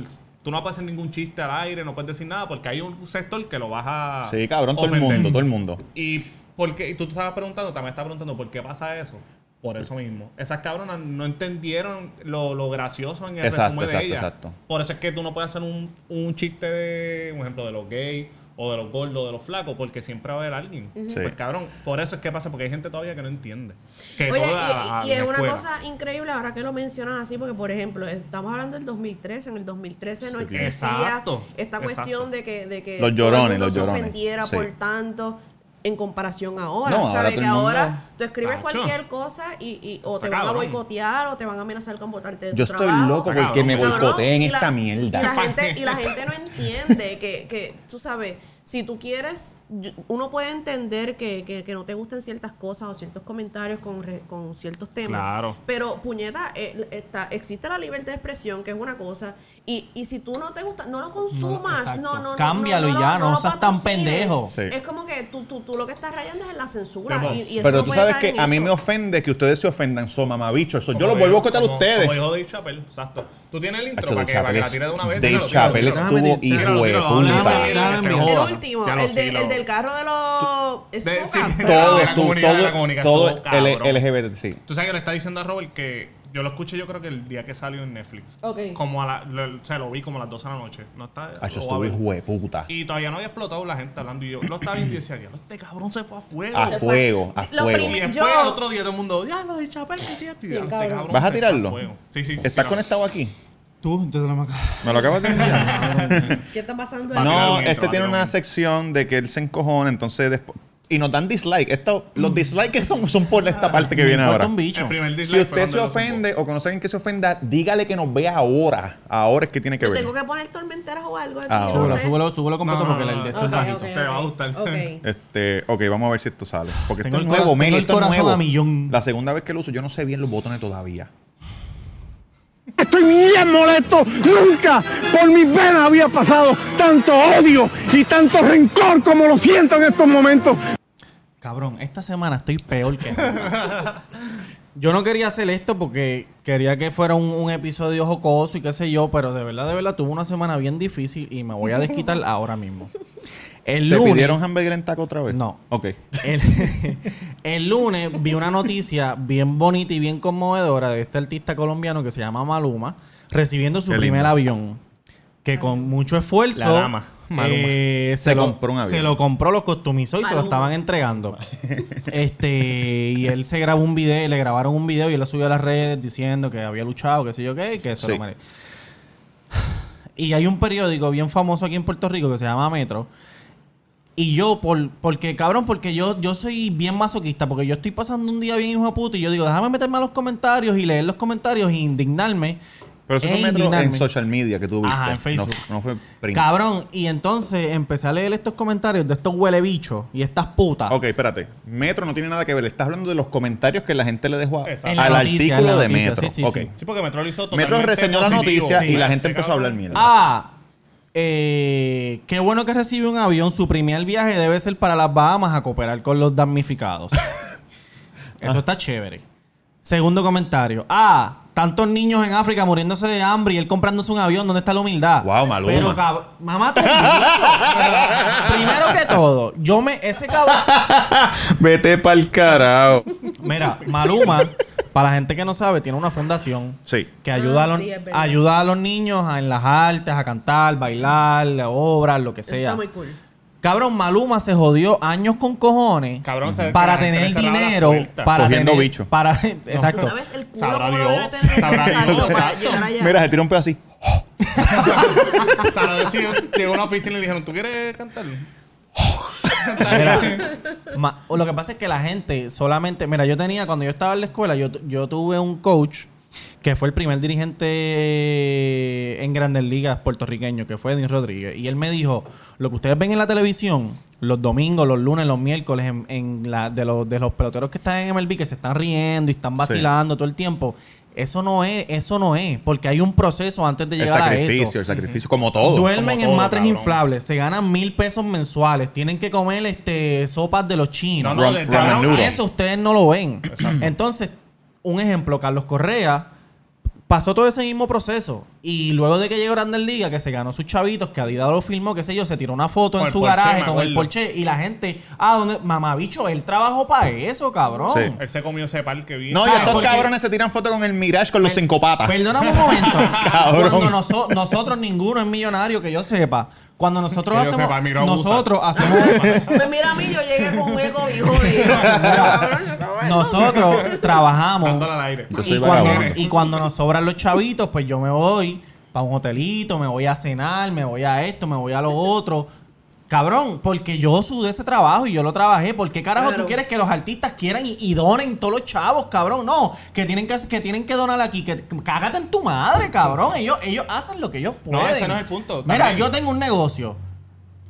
Speaker 5: Tú no puedes hacer ningún chiste al aire, no puedes decir nada, porque hay un sector que lo vas a.
Speaker 1: Sí, cabrón, todo el
Speaker 5: ofender.
Speaker 1: mundo, todo el mundo.
Speaker 5: Y, porque, y tú te estabas preguntando, también estabas preguntando por qué pasa eso. Por eso mismo. Esas cabronas no entendieron lo, lo gracioso en el
Speaker 1: Exacto,
Speaker 5: resumen de
Speaker 1: exacto,
Speaker 5: ella.
Speaker 1: exacto.
Speaker 5: Por eso es que tú no puedes hacer un, un chiste de, un ejemplo, de los gays o de los gordos, de los flacos, porque siempre va a haber alguien.
Speaker 1: Sí.
Speaker 5: Pues cabrón, por eso es que pasa, porque hay gente todavía que no entiende. Que
Speaker 3: Oye,
Speaker 5: toda la-
Speaker 3: y, y
Speaker 5: la
Speaker 3: es una
Speaker 5: escuela.
Speaker 3: cosa increíble ahora que lo mencionas así, porque por ejemplo, estamos hablando del 2013, en el 2013 no
Speaker 1: Sí,
Speaker 3: existía
Speaker 5: exacto,
Speaker 3: esta
Speaker 5: exacto.
Speaker 3: cuestión de que, de que
Speaker 1: Los
Speaker 3: todo el
Speaker 1: llorones,
Speaker 3: mundo
Speaker 1: los
Speaker 3: se
Speaker 1: llorones,
Speaker 3: ofendiera
Speaker 1: sí.
Speaker 3: por tanto en comparación ahora,
Speaker 1: No,
Speaker 3: ¿sabes?
Speaker 1: ahora todo
Speaker 3: que
Speaker 1: el mundo-
Speaker 3: ahora tú escribes
Speaker 5: Tacho.
Speaker 3: cualquier cosa y, y- o te
Speaker 5: Está
Speaker 3: van a
Speaker 5: cabrón.
Speaker 3: boicotear o te van a amenazar con botarte de
Speaker 1: Yo
Speaker 3: tu
Speaker 1: estoy
Speaker 3: trabajo.
Speaker 1: loco porque
Speaker 5: Cabrón,
Speaker 1: me
Speaker 3: Cabrón,
Speaker 1: boicoteen
Speaker 3: y la-
Speaker 1: esta
Speaker 3: Y la
Speaker 1: mierda.
Speaker 3: gente, y la gente no entiende que, que, tú sabes, si tú quieres, yo- uno puede entender que, que- que no te gustan ciertas cosas o ciertos comentarios con, re- con ciertos temas.
Speaker 5: Claro.
Speaker 3: Pero, puñeta, eh, está- existe la libertad de expresión, que es una cosa, y, y si tú no te gusta, no lo consumas,
Speaker 2: exacto.
Speaker 3: no, no, no, no.
Speaker 2: Cámbialo
Speaker 3: no
Speaker 2: y
Speaker 3: lo-
Speaker 2: ya, no
Speaker 3: lo
Speaker 2: seas tan
Speaker 3: patrocines.
Speaker 2: pendejo.
Speaker 1: Sí.
Speaker 3: Es como que tú, tú, tú lo que estás rayando es en la censura.
Speaker 5: Pero-
Speaker 3: y- y eso
Speaker 1: Pero
Speaker 3: no
Speaker 1: tú
Speaker 3: puede
Speaker 1: sabes
Speaker 3: caer
Speaker 1: que
Speaker 3: en
Speaker 1: a mí
Speaker 3: eso.
Speaker 1: me ofende que ustedes se ofendan. So mamabicho, eso yo
Speaker 5: Como
Speaker 1: lo vuelvo a
Speaker 5: dijo-
Speaker 1: contar a
Speaker 5: como-
Speaker 1: ustedes.
Speaker 5: Como dijo Dave Chappelle, exacto. Tú tienes el intro
Speaker 1: Hacho,
Speaker 5: para
Speaker 1: Dave
Speaker 5: que, para que la
Speaker 1: Chappelle
Speaker 5: tire de una vez.
Speaker 1: Dave
Speaker 5: Tíralo,
Speaker 1: Chappelle
Speaker 5: tíralo,
Speaker 1: estuvo
Speaker 5: tíralo.
Speaker 1: hijo de
Speaker 5: Tíralo, tíralo,
Speaker 1: puta.
Speaker 5: tíralo,
Speaker 2: Dame,
Speaker 5: que
Speaker 2: dame,
Speaker 5: se
Speaker 2: dame.
Speaker 5: joda.
Speaker 3: El
Speaker 2: joda.
Speaker 3: último,
Speaker 5: Ya lo
Speaker 3: el, de-
Speaker 5: sí, lo-
Speaker 3: el del carro de los
Speaker 5: De- sí,
Speaker 3: Stuka,
Speaker 5: de la
Speaker 1: todo,
Speaker 5: comunidad,
Speaker 1: tú-
Speaker 5: de la comunidad,
Speaker 1: todo, todo,
Speaker 5: todo,
Speaker 1: L-
Speaker 5: cabrón.
Speaker 1: LGBT, sí.
Speaker 5: Tú sabes que le está diciendo a Robert que yo lo escuché yo creo que el día que salió en Netflix.
Speaker 3: Ok.
Speaker 5: Como a la, lo- o sea, lo vi como a las 12 de la noche. No está.
Speaker 1: Ah, yo
Speaker 5: lo voy
Speaker 1: estuve
Speaker 5: a ver.
Speaker 1: hijo de puta.
Speaker 5: Y todavía no había explotado la gente hablando. Y yo lo estaba viendo y decía, "Diablo, este cabrón se fue a fuego.
Speaker 1: A fuego, a
Speaker 3: Lo
Speaker 1: fuego.
Speaker 5: y después
Speaker 3: Yo-
Speaker 5: el otro día todo el mundo, ya lo de Chapel, que sí, este
Speaker 3: Bien,
Speaker 5: cabrón.
Speaker 3: cabrón.
Speaker 1: ¿Vas a
Speaker 5: se fue
Speaker 1: tirarlo?
Speaker 5: fuego". Sí, sí.
Speaker 1: ¿Estás
Speaker 5: tíralo.
Speaker 1: conectado aquí?
Speaker 2: Tú, entonces no me
Speaker 1: ¿Me lo acabas de enviar?
Speaker 3: ¿Qué está pasando
Speaker 5: Va a tirar
Speaker 1: No,
Speaker 5: un intro, va
Speaker 1: este
Speaker 5: a
Speaker 1: tiene
Speaker 5: tirar un
Speaker 1: una
Speaker 5: intro.
Speaker 1: sección de que él se encojona, entonces después... Y nos dan dislike. Esto, los dislikes son, son por esta
Speaker 2: Ah,
Speaker 1: parte que viene ahora.
Speaker 2: un bicho.
Speaker 5: El primer
Speaker 1: Si
Speaker 5: dislike fue
Speaker 1: usted se
Speaker 5: cuando lo
Speaker 1: ofende o conoce a alguien que se ofenda, dígale que nos vea ahora. Ahora es que tiene que ver.
Speaker 3: Tengo que poner tormenteras o algo aquí.
Speaker 1: Ah,
Speaker 3: no
Speaker 2: Súbelo,
Speaker 3: sé.
Speaker 2: súbelo, súbelo
Speaker 5: No,
Speaker 2: completo
Speaker 5: no,
Speaker 2: porque
Speaker 5: no,
Speaker 2: el de esto
Speaker 5: no,
Speaker 2: es
Speaker 3: Ok,
Speaker 2: bajito.
Speaker 3: ok,
Speaker 5: Te va a
Speaker 3: ok,
Speaker 5: gustar.
Speaker 3: ok.
Speaker 1: Este, ok, vamos a ver si esto sale. Porque esto
Speaker 2: Tengo
Speaker 1: es
Speaker 2: el
Speaker 1: nuevo,
Speaker 2: corazón-
Speaker 1: Meli,
Speaker 2: tengo el
Speaker 1: esto es
Speaker 2: corazón
Speaker 1: nuevo.
Speaker 2: a millón.
Speaker 1: La segunda vez que lo uso, yo no sé bien los botones todavía.
Speaker 8: Estoy bien molesto. Nunca por mis venas había pasado tanto odio y tanto rencor como lo siento en estos momentos.
Speaker 2: Cabrón, esta semana estoy peor que nunca. Yo no quería hacer esto porque quería que fuera un, un episodio jocoso y qué sé yo, pero de verdad, de verdad, tuve una semana bien difícil y me voy a desquitar ahora mismo. El
Speaker 1: ¿Te
Speaker 2: lunes,
Speaker 1: pidieron hamburger en taco otra vez?
Speaker 2: No.
Speaker 1: Ok.
Speaker 2: El, el lunes vi una noticia bien bonita y bien conmovedora de este artista colombiano que se llama Maluma, recibiendo su
Speaker 1: Qué lindo.
Speaker 2: primer avión. Que con mucho esfuerzo.
Speaker 5: La dama, Maluma.
Speaker 2: eh, se,
Speaker 1: Se
Speaker 2: lo,
Speaker 1: compró un avión.
Speaker 2: Se lo compró, lo customizó y se lo
Speaker 3: Maluma.
Speaker 2: estaban entregando. este Y él se grabó un video, le grabaron un video y él lo subió a las redes diciendo que había luchado, que sé yo qué, y que se lo
Speaker 1: Sí.
Speaker 2: mere- Y hay un periódico bien famoso aquí en Puerto Rico que se llama Metro. Y yo, por, porque cabrón, porque yo, yo soy bien masoquista, porque yo estoy pasando un día bien hijo de puta y yo digo, déjame meterme a los comentarios y leer los comentarios y indignarme.
Speaker 1: Pero eso
Speaker 2: e
Speaker 1: fue metro en
Speaker 2: indignarme.
Speaker 1: social media que tú viste.
Speaker 2: Ajá, en
Speaker 1: No-
Speaker 2: Facebook.
Speaker 1: No, fue print.
Speaker 2: Cabrón, y entonces empecé a leer estos comentarios de estos huele bichos y estas putas.
Speaker 1: Ok, espérate. Metro no tiene nada que ver. Estás hablando de los comentarios que la gente le dejó a-
Speaker 5: Exacto.
Speaker 1: al
Speaker 5: En la
Speaker 2: noticia, en
Speaker 1: artículo
Speaker 2: la
Speaker 1: de
Speaker 2: noticia,
Speaker 1: Metro.
Speaker 2: sí, sí,
Speaker 1: Ok.
Speaker 2: sí.
Speaker 5: Sí, porque Metro lo hizo
Speaker 1: Metro
Speaker 5: totalmente
Speaker 1: reseñó la
Speaker 5: positivo.
Speaker 1: noticia
Speaker 5: Sí,
Speaker 1: y la
Speaker 5: este
Speaker 1: gente empezó a hablar
Speaker 5: cabrón.
Speaker 1: mierda.
Speaker 2: Ah, eh, qué bueno que recibe un avión. Su primer viaje debe ser para las Bahamas a cooperar con los damnificados. Eso está chévere. Segundo comentario. Ah, tantos niños en África muriéndose de hambre y él comprándose un avión. ¿Dónde está la humildad?
Speaker 1: Wow, Maluma.
Speaker 2: Pero, cab- mamá, te Primero que todo, yo me... Ese cabrón...
Speaker 1: Vete pa'l carajo.
Speaker 2: Mira, Maluma, para la gente que no sabe, tiene una fundación
Speaker 1: Sí.
Speaker 2: que ayuda,
Speaker 3: Ah,
Speaker 2: a los,
Speaker 3: sí, es verdad.
Speaker 2: ayuda a los niños a- en las artes, a cantar, bailar, obras, lo que
Speaker 3: Eso
Speaker 2: sea.
Speaker 3: está muy cool.
Speaker 2: Cabrón, Maluma se jodió años con cojones
Speaker 5: Cabrón, se-
Speaker 2: para
Speaker 5: se- se le
Speaker 2: tener
Speaker 5: cerraron las
Speaker 2: dinero.
Speaker 5: puertas.
Speaker 2: Para
Speaker 1: Cogiendo
Speaker 2: tener,
Speaker 1: bicho.
Speaker 2: Para, exacto.
Speaker 3: ¿Sabes el culo
Speaker 5: Sabrá
Speaker 3: cómo lo debe
Speaker 5: Dios,
Speaker 3: tener
Speaker 5: sabrá
Speaker 3: ese
Speaker 5: Dios,
Speaker 3: muchacho para
Speaker 5: exacto.
Speaker 3: llegar allá?
Speaker 1: Mira, se tiró un pedo así.
Speaker 5: O sea, lo decían, llegó a una oficina y le dijeron, ¿tú quieres cantar?
Speaker 2: Ma- o lo que pasa es que la gente solamente. Mira, yo tenía, cuando yo estaba en la escuela, yo, tu- yo tuve un coach que fue el primer dirigente en grandes ligas puertorriqueño, que fue Edwin Rodríguez. Y él me dijo: Lo que ustedes ven en la televisión, los domingos, los lunes, los miércoles, en, en la, de, los, de los peloteros que están en MLB, que se están riendo y están vacilando todo el tiempo. Eso no es, eso no es, porque hay un proceso antes de
Speaker 1: El
Speaker 2: llegar a eso.
Speaker 1: sacrificio, el sacrificio, como todo.
Speaker 2: Duermen
Speaker 5: como
Speaker 2: en
Speaker 5: todo,
Speaker 2: matres
Speaker 5: cabrón.
Speaker 2: inflables, se ganan mil pesos mensuales, tienen que comer este sopas de los chinos.
Speaker 5: No, no,
Speaker 1: Ram-
Speaker 5: de-
Speaker 1: ramen
Speaker 5: cabrón,
Speaker 2: Cabrón,
Speaker 1: noodle.
Speaker 2: eso ustedes no lo ven. Entonces, un ejemplo, Carlos Correa pasó todo ese mismo proceso y luego de que llegó a Grandes Ligas, que se ganó sus chavitos, que Adidas lo filmó, qué sé yo, se tiró una foto
Speaker 5: Con
Speaker 2: en
Speaker 5: el
Speaker 2: su
Speaker 5: Porsche,
Speaker 2: garaje
Speaker 5: me
Speaker 2: con el
Speaker 5: acuerdo.
Speaker 2: Porsche y la gente, ah, ¿dónde? mamabicho, él trabajó para eso, cabrón.
Speaker 1: Sí.
Speaker 5: Él se comió ese par que vi.
Speaker 1: No, y
Speaker 2: ¿Sabes
Speaker 1: estos
Speaker 2: por qué?
Speaker 1: cabrones se tiran fotos con el Mirage con los cinco patas.
Speaker 2: Perdóname un momento.
Speaker 1: Cabrón.
Speaker 2: Cuando noso- nosotros ninguno es millonario que yo sepa. Cuando nosotros
Speaker 5: Que yo
Speaker 2: hacemos
Speaker 5: sepa, mira, usa.
Speaker 2: nosotros hacemos
Speaker 3: Pues mira a mí, yo llegué con un ego bien jodido. Cabrón, yo estaba en-
Speaker 2: nosotros trabajamos
Speaker 5: Dándola al aire.
Speaker 1: Yo soy
Speaker 2: y cuando,
Speaker 1: vagabundo.
Speaker 2: y cuando nos sobran los chavitos, pues yo me voy para un hotelito, me voy a cenar, me voy a esto, me voy a lo otro. Cabrón, porque yo sudé ese trabajo y yo lo trabajé. ¿Por qué carajo
Speaker 3: Claro.
Speaker 2: tú quieres que los artistas quieran y, y donen todos los chavos, cabrón? No, que tienen que, que, tienen que donar aquí. Que, que- cágate en tu madre, cabrón. Ellos, ellos hacen lo que ellos
Speaker 5: No,
Speaker 2: pueden.
Speaker 5: ese no es el punto.
Speaker 2: Mira,
Speaker 5: También-
Speaker 2: yo tengo un negocio.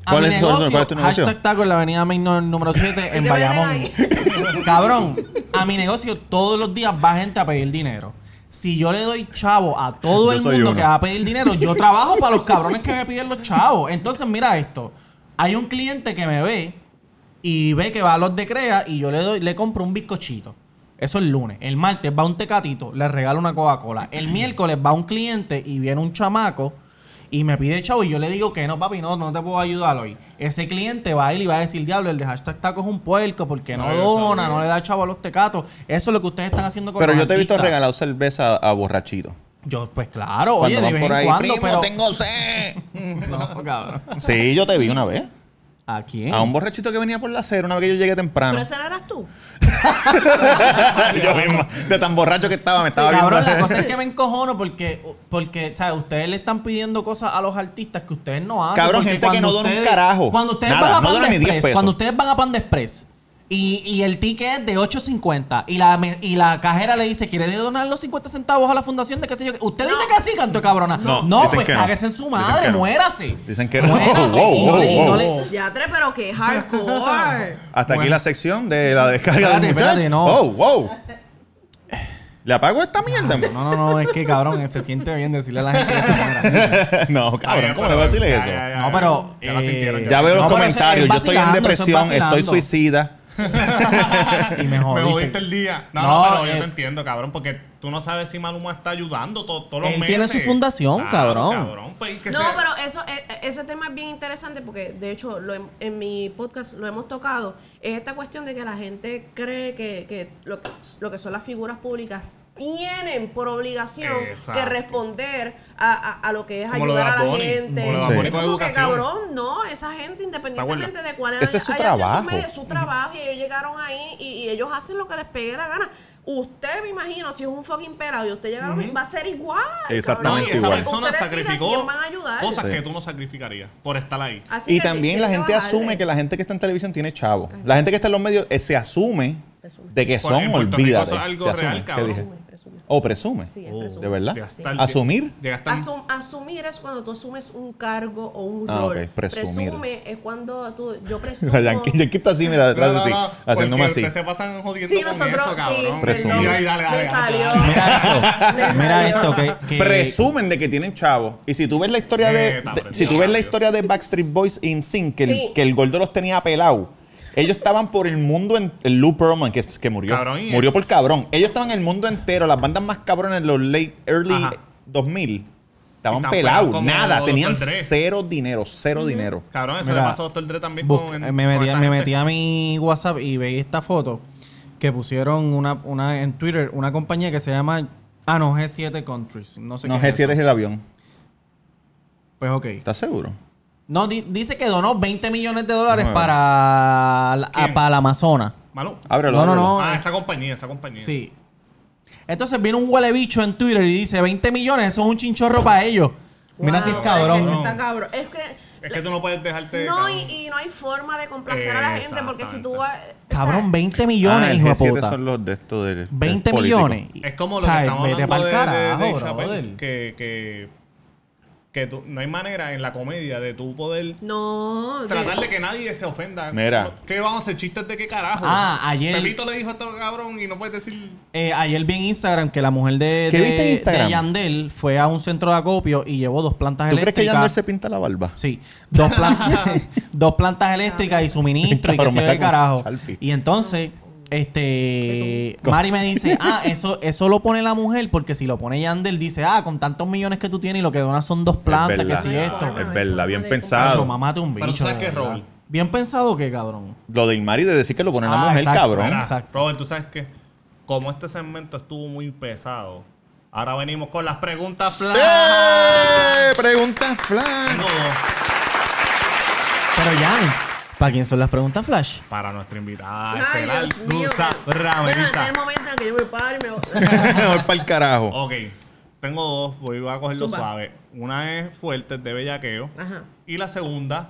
Speaker 2: A
Speaker 1: ¿Cuál
Speaker 2: mi
Speaker 1: es tu-
Speaker 2: negocio,
Speaker 1: cuál es tu negocio?
Speaker 2: hashtag taco en la avenida Main no- número 7 en
Speaker 3: que
Speaker 2: Bayamón.
Speaker 3: venden
Speaker 2: Cabrón, a mi negocio todos los días va gente a pedir dinero. Si yo le doy chavo a todo
Speaker 1: Yo
Speaker 2: el
Speaker 1: soy
Speaker 2: mundo
Speaker 1: uno.
Speaker 2: que va a pedir dinero, yo trabajo para los cabrones que me piden los chavos. Entonces, mira esto. Hay un cliente que me ve y ve que va a los de Crea y yo le doy, le compro un bizcochito. Eso el lunes. El martes va un tecatito, le regalo una Coca-Cola. El
Speaker 1: Mm.
Speaker 2: miércoles va un cliente y viene un chamaco y me pide chavo y yo le digo que no, papi, no, no te puedo ayudar hoy. Ese cliente va a ir y va a decir, diablo, el de hashtag taco es un puerco porque no
Speaker 5: Ay, Dios
Speaker 2: dona, no le da chavo a los tecatos. Eso es lo que ustedes están haciendo con
Speaker 1: Pero
Speaker 2: los
Speaker 1: yo te he visto
Speaker 2: artistas.
Speaker 1: regalar cerveza a, a borrachito.
Speaker 2: Yo, pues claro,
Speaker 1: Cuando
Speaker 2: oye, de
Speaker 1: van
Speaker 2: vez
Speaker 1: por
Speaker 2: en
Speaker 1: ahí,
Speaker 2: cuando,
Speaker 1: primo,
Speaker 2: pero...
Speaker 1: tengo sed.
Speaker 2: No, cabrón.
Speaker 1: Sí, yo te vi una vez.
Speaker 2: ¿A quién?
Speaker 1: A un borrachito que venía por la acera una vez que yo llegué temprano.
Speaker 3: Pero ese no eras tú.
Speaker 1: yo mismo, de tan borracho que estaba, me estaba viendo.
Speaker 2: Cabrón, la cosa es que me encojono porque, porque ¿sabes? ustedes le están pidiendo cosas a los artistas que ustedes no hacen.
Speaker 1: Cabrón,
Speaker 2: porque
Speaker 1: gente que
Speaker 2: cuando
Speaker 1: no dona un
Speaker 2: ustedes-
Speaker 1: carajo.
Speaker 2: Cuando ustedes
Speaker 1: Nada,
Speaker 2: van a
Speaker 1: no
Speaker 2: Pan
Speaker 1: dona
Speaker 2: de
Speaker 1: ni 10
Speaker 2: Express,
Speaker 1: pesos.
Speaker 2: cuando ustedes van a Pan de Express y, y el ticket es de 8.50 y la, me- y la cajera le dice, ¿quiere donar los 50 centavos a la fundación de qué sé yo? qué?". Usted dice que sí, canto de cabrona.
Speaker 1: No,
Speaker 2: No,
Speaker 1: dicen
Speaker 2: pues
Speaker 1: que no.
Speaker 2: cáguese en su
Speaker 1: Dicen
Speaker 2: madre,
Speaker 1: que no.
Speaker 2: muérase.
Speaker 1: Dicen que no.
Speaker 2: Muérase.
Speaker 1: Wow,
Speaker 2: Y no le- y no
Speaker 1: wow,
Speaker 2: le-
Speaker 1: wow.
Speaker 3: Ya tres, pero qué hardcore.
Speaker 1: Hasta aquí la sección de la descarga
Speaker 2: Espérate,
Speaker 1: del muchacho.
Speaker 2: espérate, no.
Speaker 1: Oh, wow. ¿Le apago esta mierda?
Speaker 2: No, no, no, es que cabrón, se siente bien decirle a la gente que se muera.
Speaker 1: no, cabrón, ¿cómo le voy a decirle eso?
Speaker 2: No, pero,
Speaker 5: Ya la
Speaker 2: eh,
Speaker 5: sintieron.
Speaker 1: Ya veo los
Speaker 2: No, pero eso es
Speaker 1: comentarios, yo estoy en
Speaker 2: vacilando, eso es
Speaker 1: depresión, estoy
Speaker 2: vacilando.
Speaker 1: suicida.
Speaker 2: y me
Speaker 5: Me
Speaker 2: jodiste.
Speaker 5: jodiste el día. No,
Speaker 2: No,
Speaker 5: no, pero yo
Speaker 2: eh,
Speaker 5: te entiendo, cabrón, porque tú no sabes si Maluma está ayudando to- todos los
Speaker 2: Él
Speaker 5: meses.
Speaker 2: tiene su fundación, cabrón.
Speaker 5: cabrón pues, y que
Speaker 3: No,
Speaker 5: se-
Speaker 3: pero eso, e- e- ese tema es bien interesante porque de hecho lo hem- en mi podcast lo hemos tocado. Es esta cuestión de que la gente cree que, que lo, que- lo que son las figuras públicas tienen por obligación
Speaker 5: Exacto.
Speaker 3: que responder a, a- a lo que es
Speaker 5: Como lo de
Speaker 3: ayudar a
Speaker 5: Bad
Speaker 3: la
Speaker 5: Bunny,
Speaker 1: lo de Bad
Speaker 3: gente.
Speaker 5: como
Speaker 1: Sí. Bunny
Speaker 3: Es
Speaker 5: con
Speaker 3: como que
Speaker 5: educación.
Speaker 3: cabrón, no, esa gente independientemente de cuál
Speaker 1: Ese es su
Speaker 3: haya sido
Speaker 1: trabajo.
Speaker 3: medio, es su trabajo y ellos llegaron ahí y, y ellos hacen lo que les pegue la gana. Usted me imagino, si es un fucking pelado y usted llega a los mil, va a ser igual. cabrón.
Speaker 5: No,
Speaker 1: Exactamente
Speaker 5: y
Speaker 3: Ustedes
Speaker 5: esa
Speaker 1: igual.
Speaker 5: persona
Speaker 3: decidan
Speaker 5: sacrificó
Speaker 3: quién van a ayudar. Ah,
Speaker 5: cosas
Speaker 1: Sí.
Speaker 5: que tú no sacrificarías por estar ahí.
Speaker 3: Así
Speaker 1: Y
Speaker 3: que
Speaker 1: también la
Speaker 3: tiene
Speaker 1: gente
Speaker 3: bajarle.
Speaker 1: asume que la gente que está en televisión tiene chavo. La gente que está en los medios eh, se asume
Speaker 3: Presume.
Speaker 1: de que
Speaker 5: Por-
Speaker 1: son,
Speaker 5: en Puerto Rico
Speaker 1: olvídate.
Speaker 5: eso es algo
Speaker 1: se asume.
Speaker 5: real,
Speaker 1: ¿Qué
Speaker 5: cabrón.
Speaker 1: dije?
Speaker 3: Presume, presume.
Speaker 1: O presume.
Speaker 3: Sí, es
Speaker 5: Oh,
Speaker 3: presume.
Speaker 1: ¿De verdad?
Speaker 5: llegas tarde.
Speaker 1: ¿Asumir?
Speaker 5: Llegas tarde.
Speaker 3: Asum- asumir es cuando tú asumes un cargo o un
Speaker 1: Ah,
Speaker 3: rol.
Speaker 1: ok, presumir.
Speaker 3: Presume es cuando tú, yo presumo.
Speaker 1: La Yankee, Yankee está así, mira, detrás
Speaker 5: No, no,
Speaker 1: de ti,
Speaker 5: no,
Speaker 1: haciéndome
Speaker 5: porque
Speaker 1: así.
Speaker 5: ustedes se pasan jodiendo
Speaker 3: Sí,
Speaker 5: con
Speaker 3: nosotros,
Speaker 5: eso,
Speaker 3: sí,
Speaker 5: cabrón.
Speaker 1: Presumir.
Speaker 5: Mira, ahí, dale, dale,
Speaker 3: me
Speaker 5: dale, dale.
Speaker 3: salió.
Speaker 2: Mira esto.
Speaker 3: Me
Speaker 2: Mira
Speaker 3: salió.
Speaker 2: esto que, que-
Speaker 1: Presumen de que tienen chavo. Y si tú ves la historia de,
Speaker 5: Epa,
Speaker 1: de-
Speaker 5: prendido,
Speaker 1: si tú ves la
Speaker 5: radio.
Speaker 1: historia de Backstreet Boys in Sync, que, el-
Speaker 3: Sí.
Speaker 1: que el gordo los tenía pelado. Ellos estaban por el mundo en el Lou Pearlman, que, que murió.
Speaker 5: Cabrón, y-
Speaker 1: murió por cabrón. Ellos estaban en el mundo entero. Las bandas más cabronas en los late early
Speaker 5: Ajá.
Speaker 1: 2000 estaban
Speaker 5: Están pelados
Speaker 1: pelados.
Speaker 5: como
Speaker 1: Nada.
Speaker 5: Dr.
Speaker 1: Tenían
Speaker 5: Dre.
Speaker 1: cero dinero. Cero dinero.
Speaker 5: Cabrón, eso
Speaker 2: Mira,
Speaker 5: le pasó a Doctor Dre también
Speaker 2: Busca-
Speaker 5: con...
Speaker 2: eh, me metí,
Speaker 5: con
Speaker 2: me
Speaker 5: esta
Speaker 2: metí
Speaker 5: gente.
Speaker 2: a mi WhatsApp y veí esta foto que pusieron una, una en Twitter, una compañía que se llama... Ah, no, G7 Countries. No sé
Speaker 1: No,
Speaker 2: qué es
Speaker 1: G7 es
Speaker 2: eso.
Speaker 1: el avión.
Speaker 2: Pues ok.
Speaker 1: ¿Estás seguro?
Speaker 2: No, di- dice que donó 20 millones de dólares
Speaker 1: Déjame ver.
Speaker 2: para, la- ah,
Speaker 5: ¿Quién?
Speaker 2: para la Amazona.
Speaker 5: Maluma.
Speaker 1: Ábrelo.
Speaker 2: No, no,
Speaker 1: ábrelo.
Speaker 2: no.
Speaker 5: Ah, esa compañía, esa compañía.
Speaker 2: Sí. Entonces viene un huele bicho en Twitter y dice 20 millones, eso es un chinchorro para ellos. Mira
Speaker 3: Wow,
Speaker 2: si es
Speaker 3: es
Speaker 2: cabrón.
Speaker 3: que Está cabrón. Es que,
Speaker 5: Es que tú no puedes dejarte...
Speaker 3: no,
Speaker 5: cabrón.
Speaker 3: y, y no hay forma de complacer a la gente porque si tú vas.
Speaker 2: Cabrón, 20 millones,
Speaker 1: Ah, el
Speaker 2: hijo de
Speaker 1: G7
Speaker 2: puta.
Speaker 1: son los de esto del. del
Speaker 2: 20
Speaker 1: político.
Speaker 2: millones.
Speaker 5: Es como lo que
Speaker 2: Ay,
Speaker 5: estamos
Speaker 2: vete
Speaker 5: hablando
Speaker 2: pa'l
Speaker 5: de, de- de
Speaker 2: carajo,
Speaker 5: Dave Chappelle,
Speaker 2: brother.
Speaker 5: que, que, que tú- no hay manera en la comedia de tú poder
Speaker 3: No. de-
Speaker 5: tratar de que nadie se ofenda.
Speaker 1: Mira.
Speaker 5: ¿Qué vamos a hacer? ¿Chistes de qué carajo?
Speaker 2: Ah, ayer-
Speaker 5: Pepito le dijo a este cabrón y no puedes decir...
Speaker 2: Eh, ayer vi en Instagram que la mujer de,
Speaker 1: ¿Qué
Speaker 2: de-
Speaker 1: viste en
Speaker 2: de
Speaker 1: Instagram?
Speaker 2: Yandel fue a un centro de acopio y llevó dos plantas
Speaker 1: ¿Tú crees
Speaker 2: eléctricas.
Speaker 1: que Yandel se pinta la barba?
Speaker 2: Sí, dos, plan- dos plantas eléctricas y suministro y que
Speaker 1: Cabrón,
Speaker 2: se
Speaker 1: me cago
Speaker 2: ve
Speaker 1: en
Speaker 2: carajo.
Speaker 1: Chalpi.
Speaker 2: Y entonces, este, Mari me dice, ah, eso, eso lo pone la mujer porque si lo pone Yandel dice, ah, con tantos millones que tú tienes y lo que donas son dos
Speaker 1: Es
Speaker 2: plantas, que
Speaker 1: verdad.
Speaker 2: si
Speaker 3: No hay
Speaker 2: esto.
Speaker 3: forma,
Speaker 1: Es
Speaker 3: no hay
Speaker 1: verdad,
Speaker 3: forma
Speaker 1: bien
Speaker 3: de
Speaker 1: pensado.
Speaker 2: Eso, mamate un bicho.
Speaker 5: Pero tú sabes
Speaker 2: de
Speaker 5: que es
Speaker 2: verdad.
Speaker 5: Robert.
Speaker 2: Bien pensado que cabrón.
Speaker 1: Lo de Ilmari de decir que lo pone la
Speaker 2: Ah,
Speaker 1: mujer,
Speaker 2: exacto.
Speaker 1: cabrón.
Speaker 2: Mira,
Speaker 5: Mira,
Speaker 2: Exacto.
Speaker 5: Robert, tú sabes que como este segmento estuvo muy pesado, ahora venimos con las preguntas flash.
Speaker 1: ¡Eh! Pregunta flash.
Speaker 5: Tengo dos
Speaker 2: Pero ya, ¿para quién son las preguntas flash?
Speaker 5: Para nuestra invitada,
Speaker 3: Ay,
Speaker 5: Estelar
Speaker 3: Dios mío.
Speaker 5: Cruz Ramírez.
Speaker 3: Bueno, en el momento en el que yo me paro y me
Speaker 1: Voy para el carajo.
Speaker 5: Ok, tengo dos, voy a cogerlo
Speaker 3: Zumba.
Speaker 5: suave. Una es fuerte, de bellaqueo.
Speaker 3: Ajá.
Speaker 5: Y la segunda.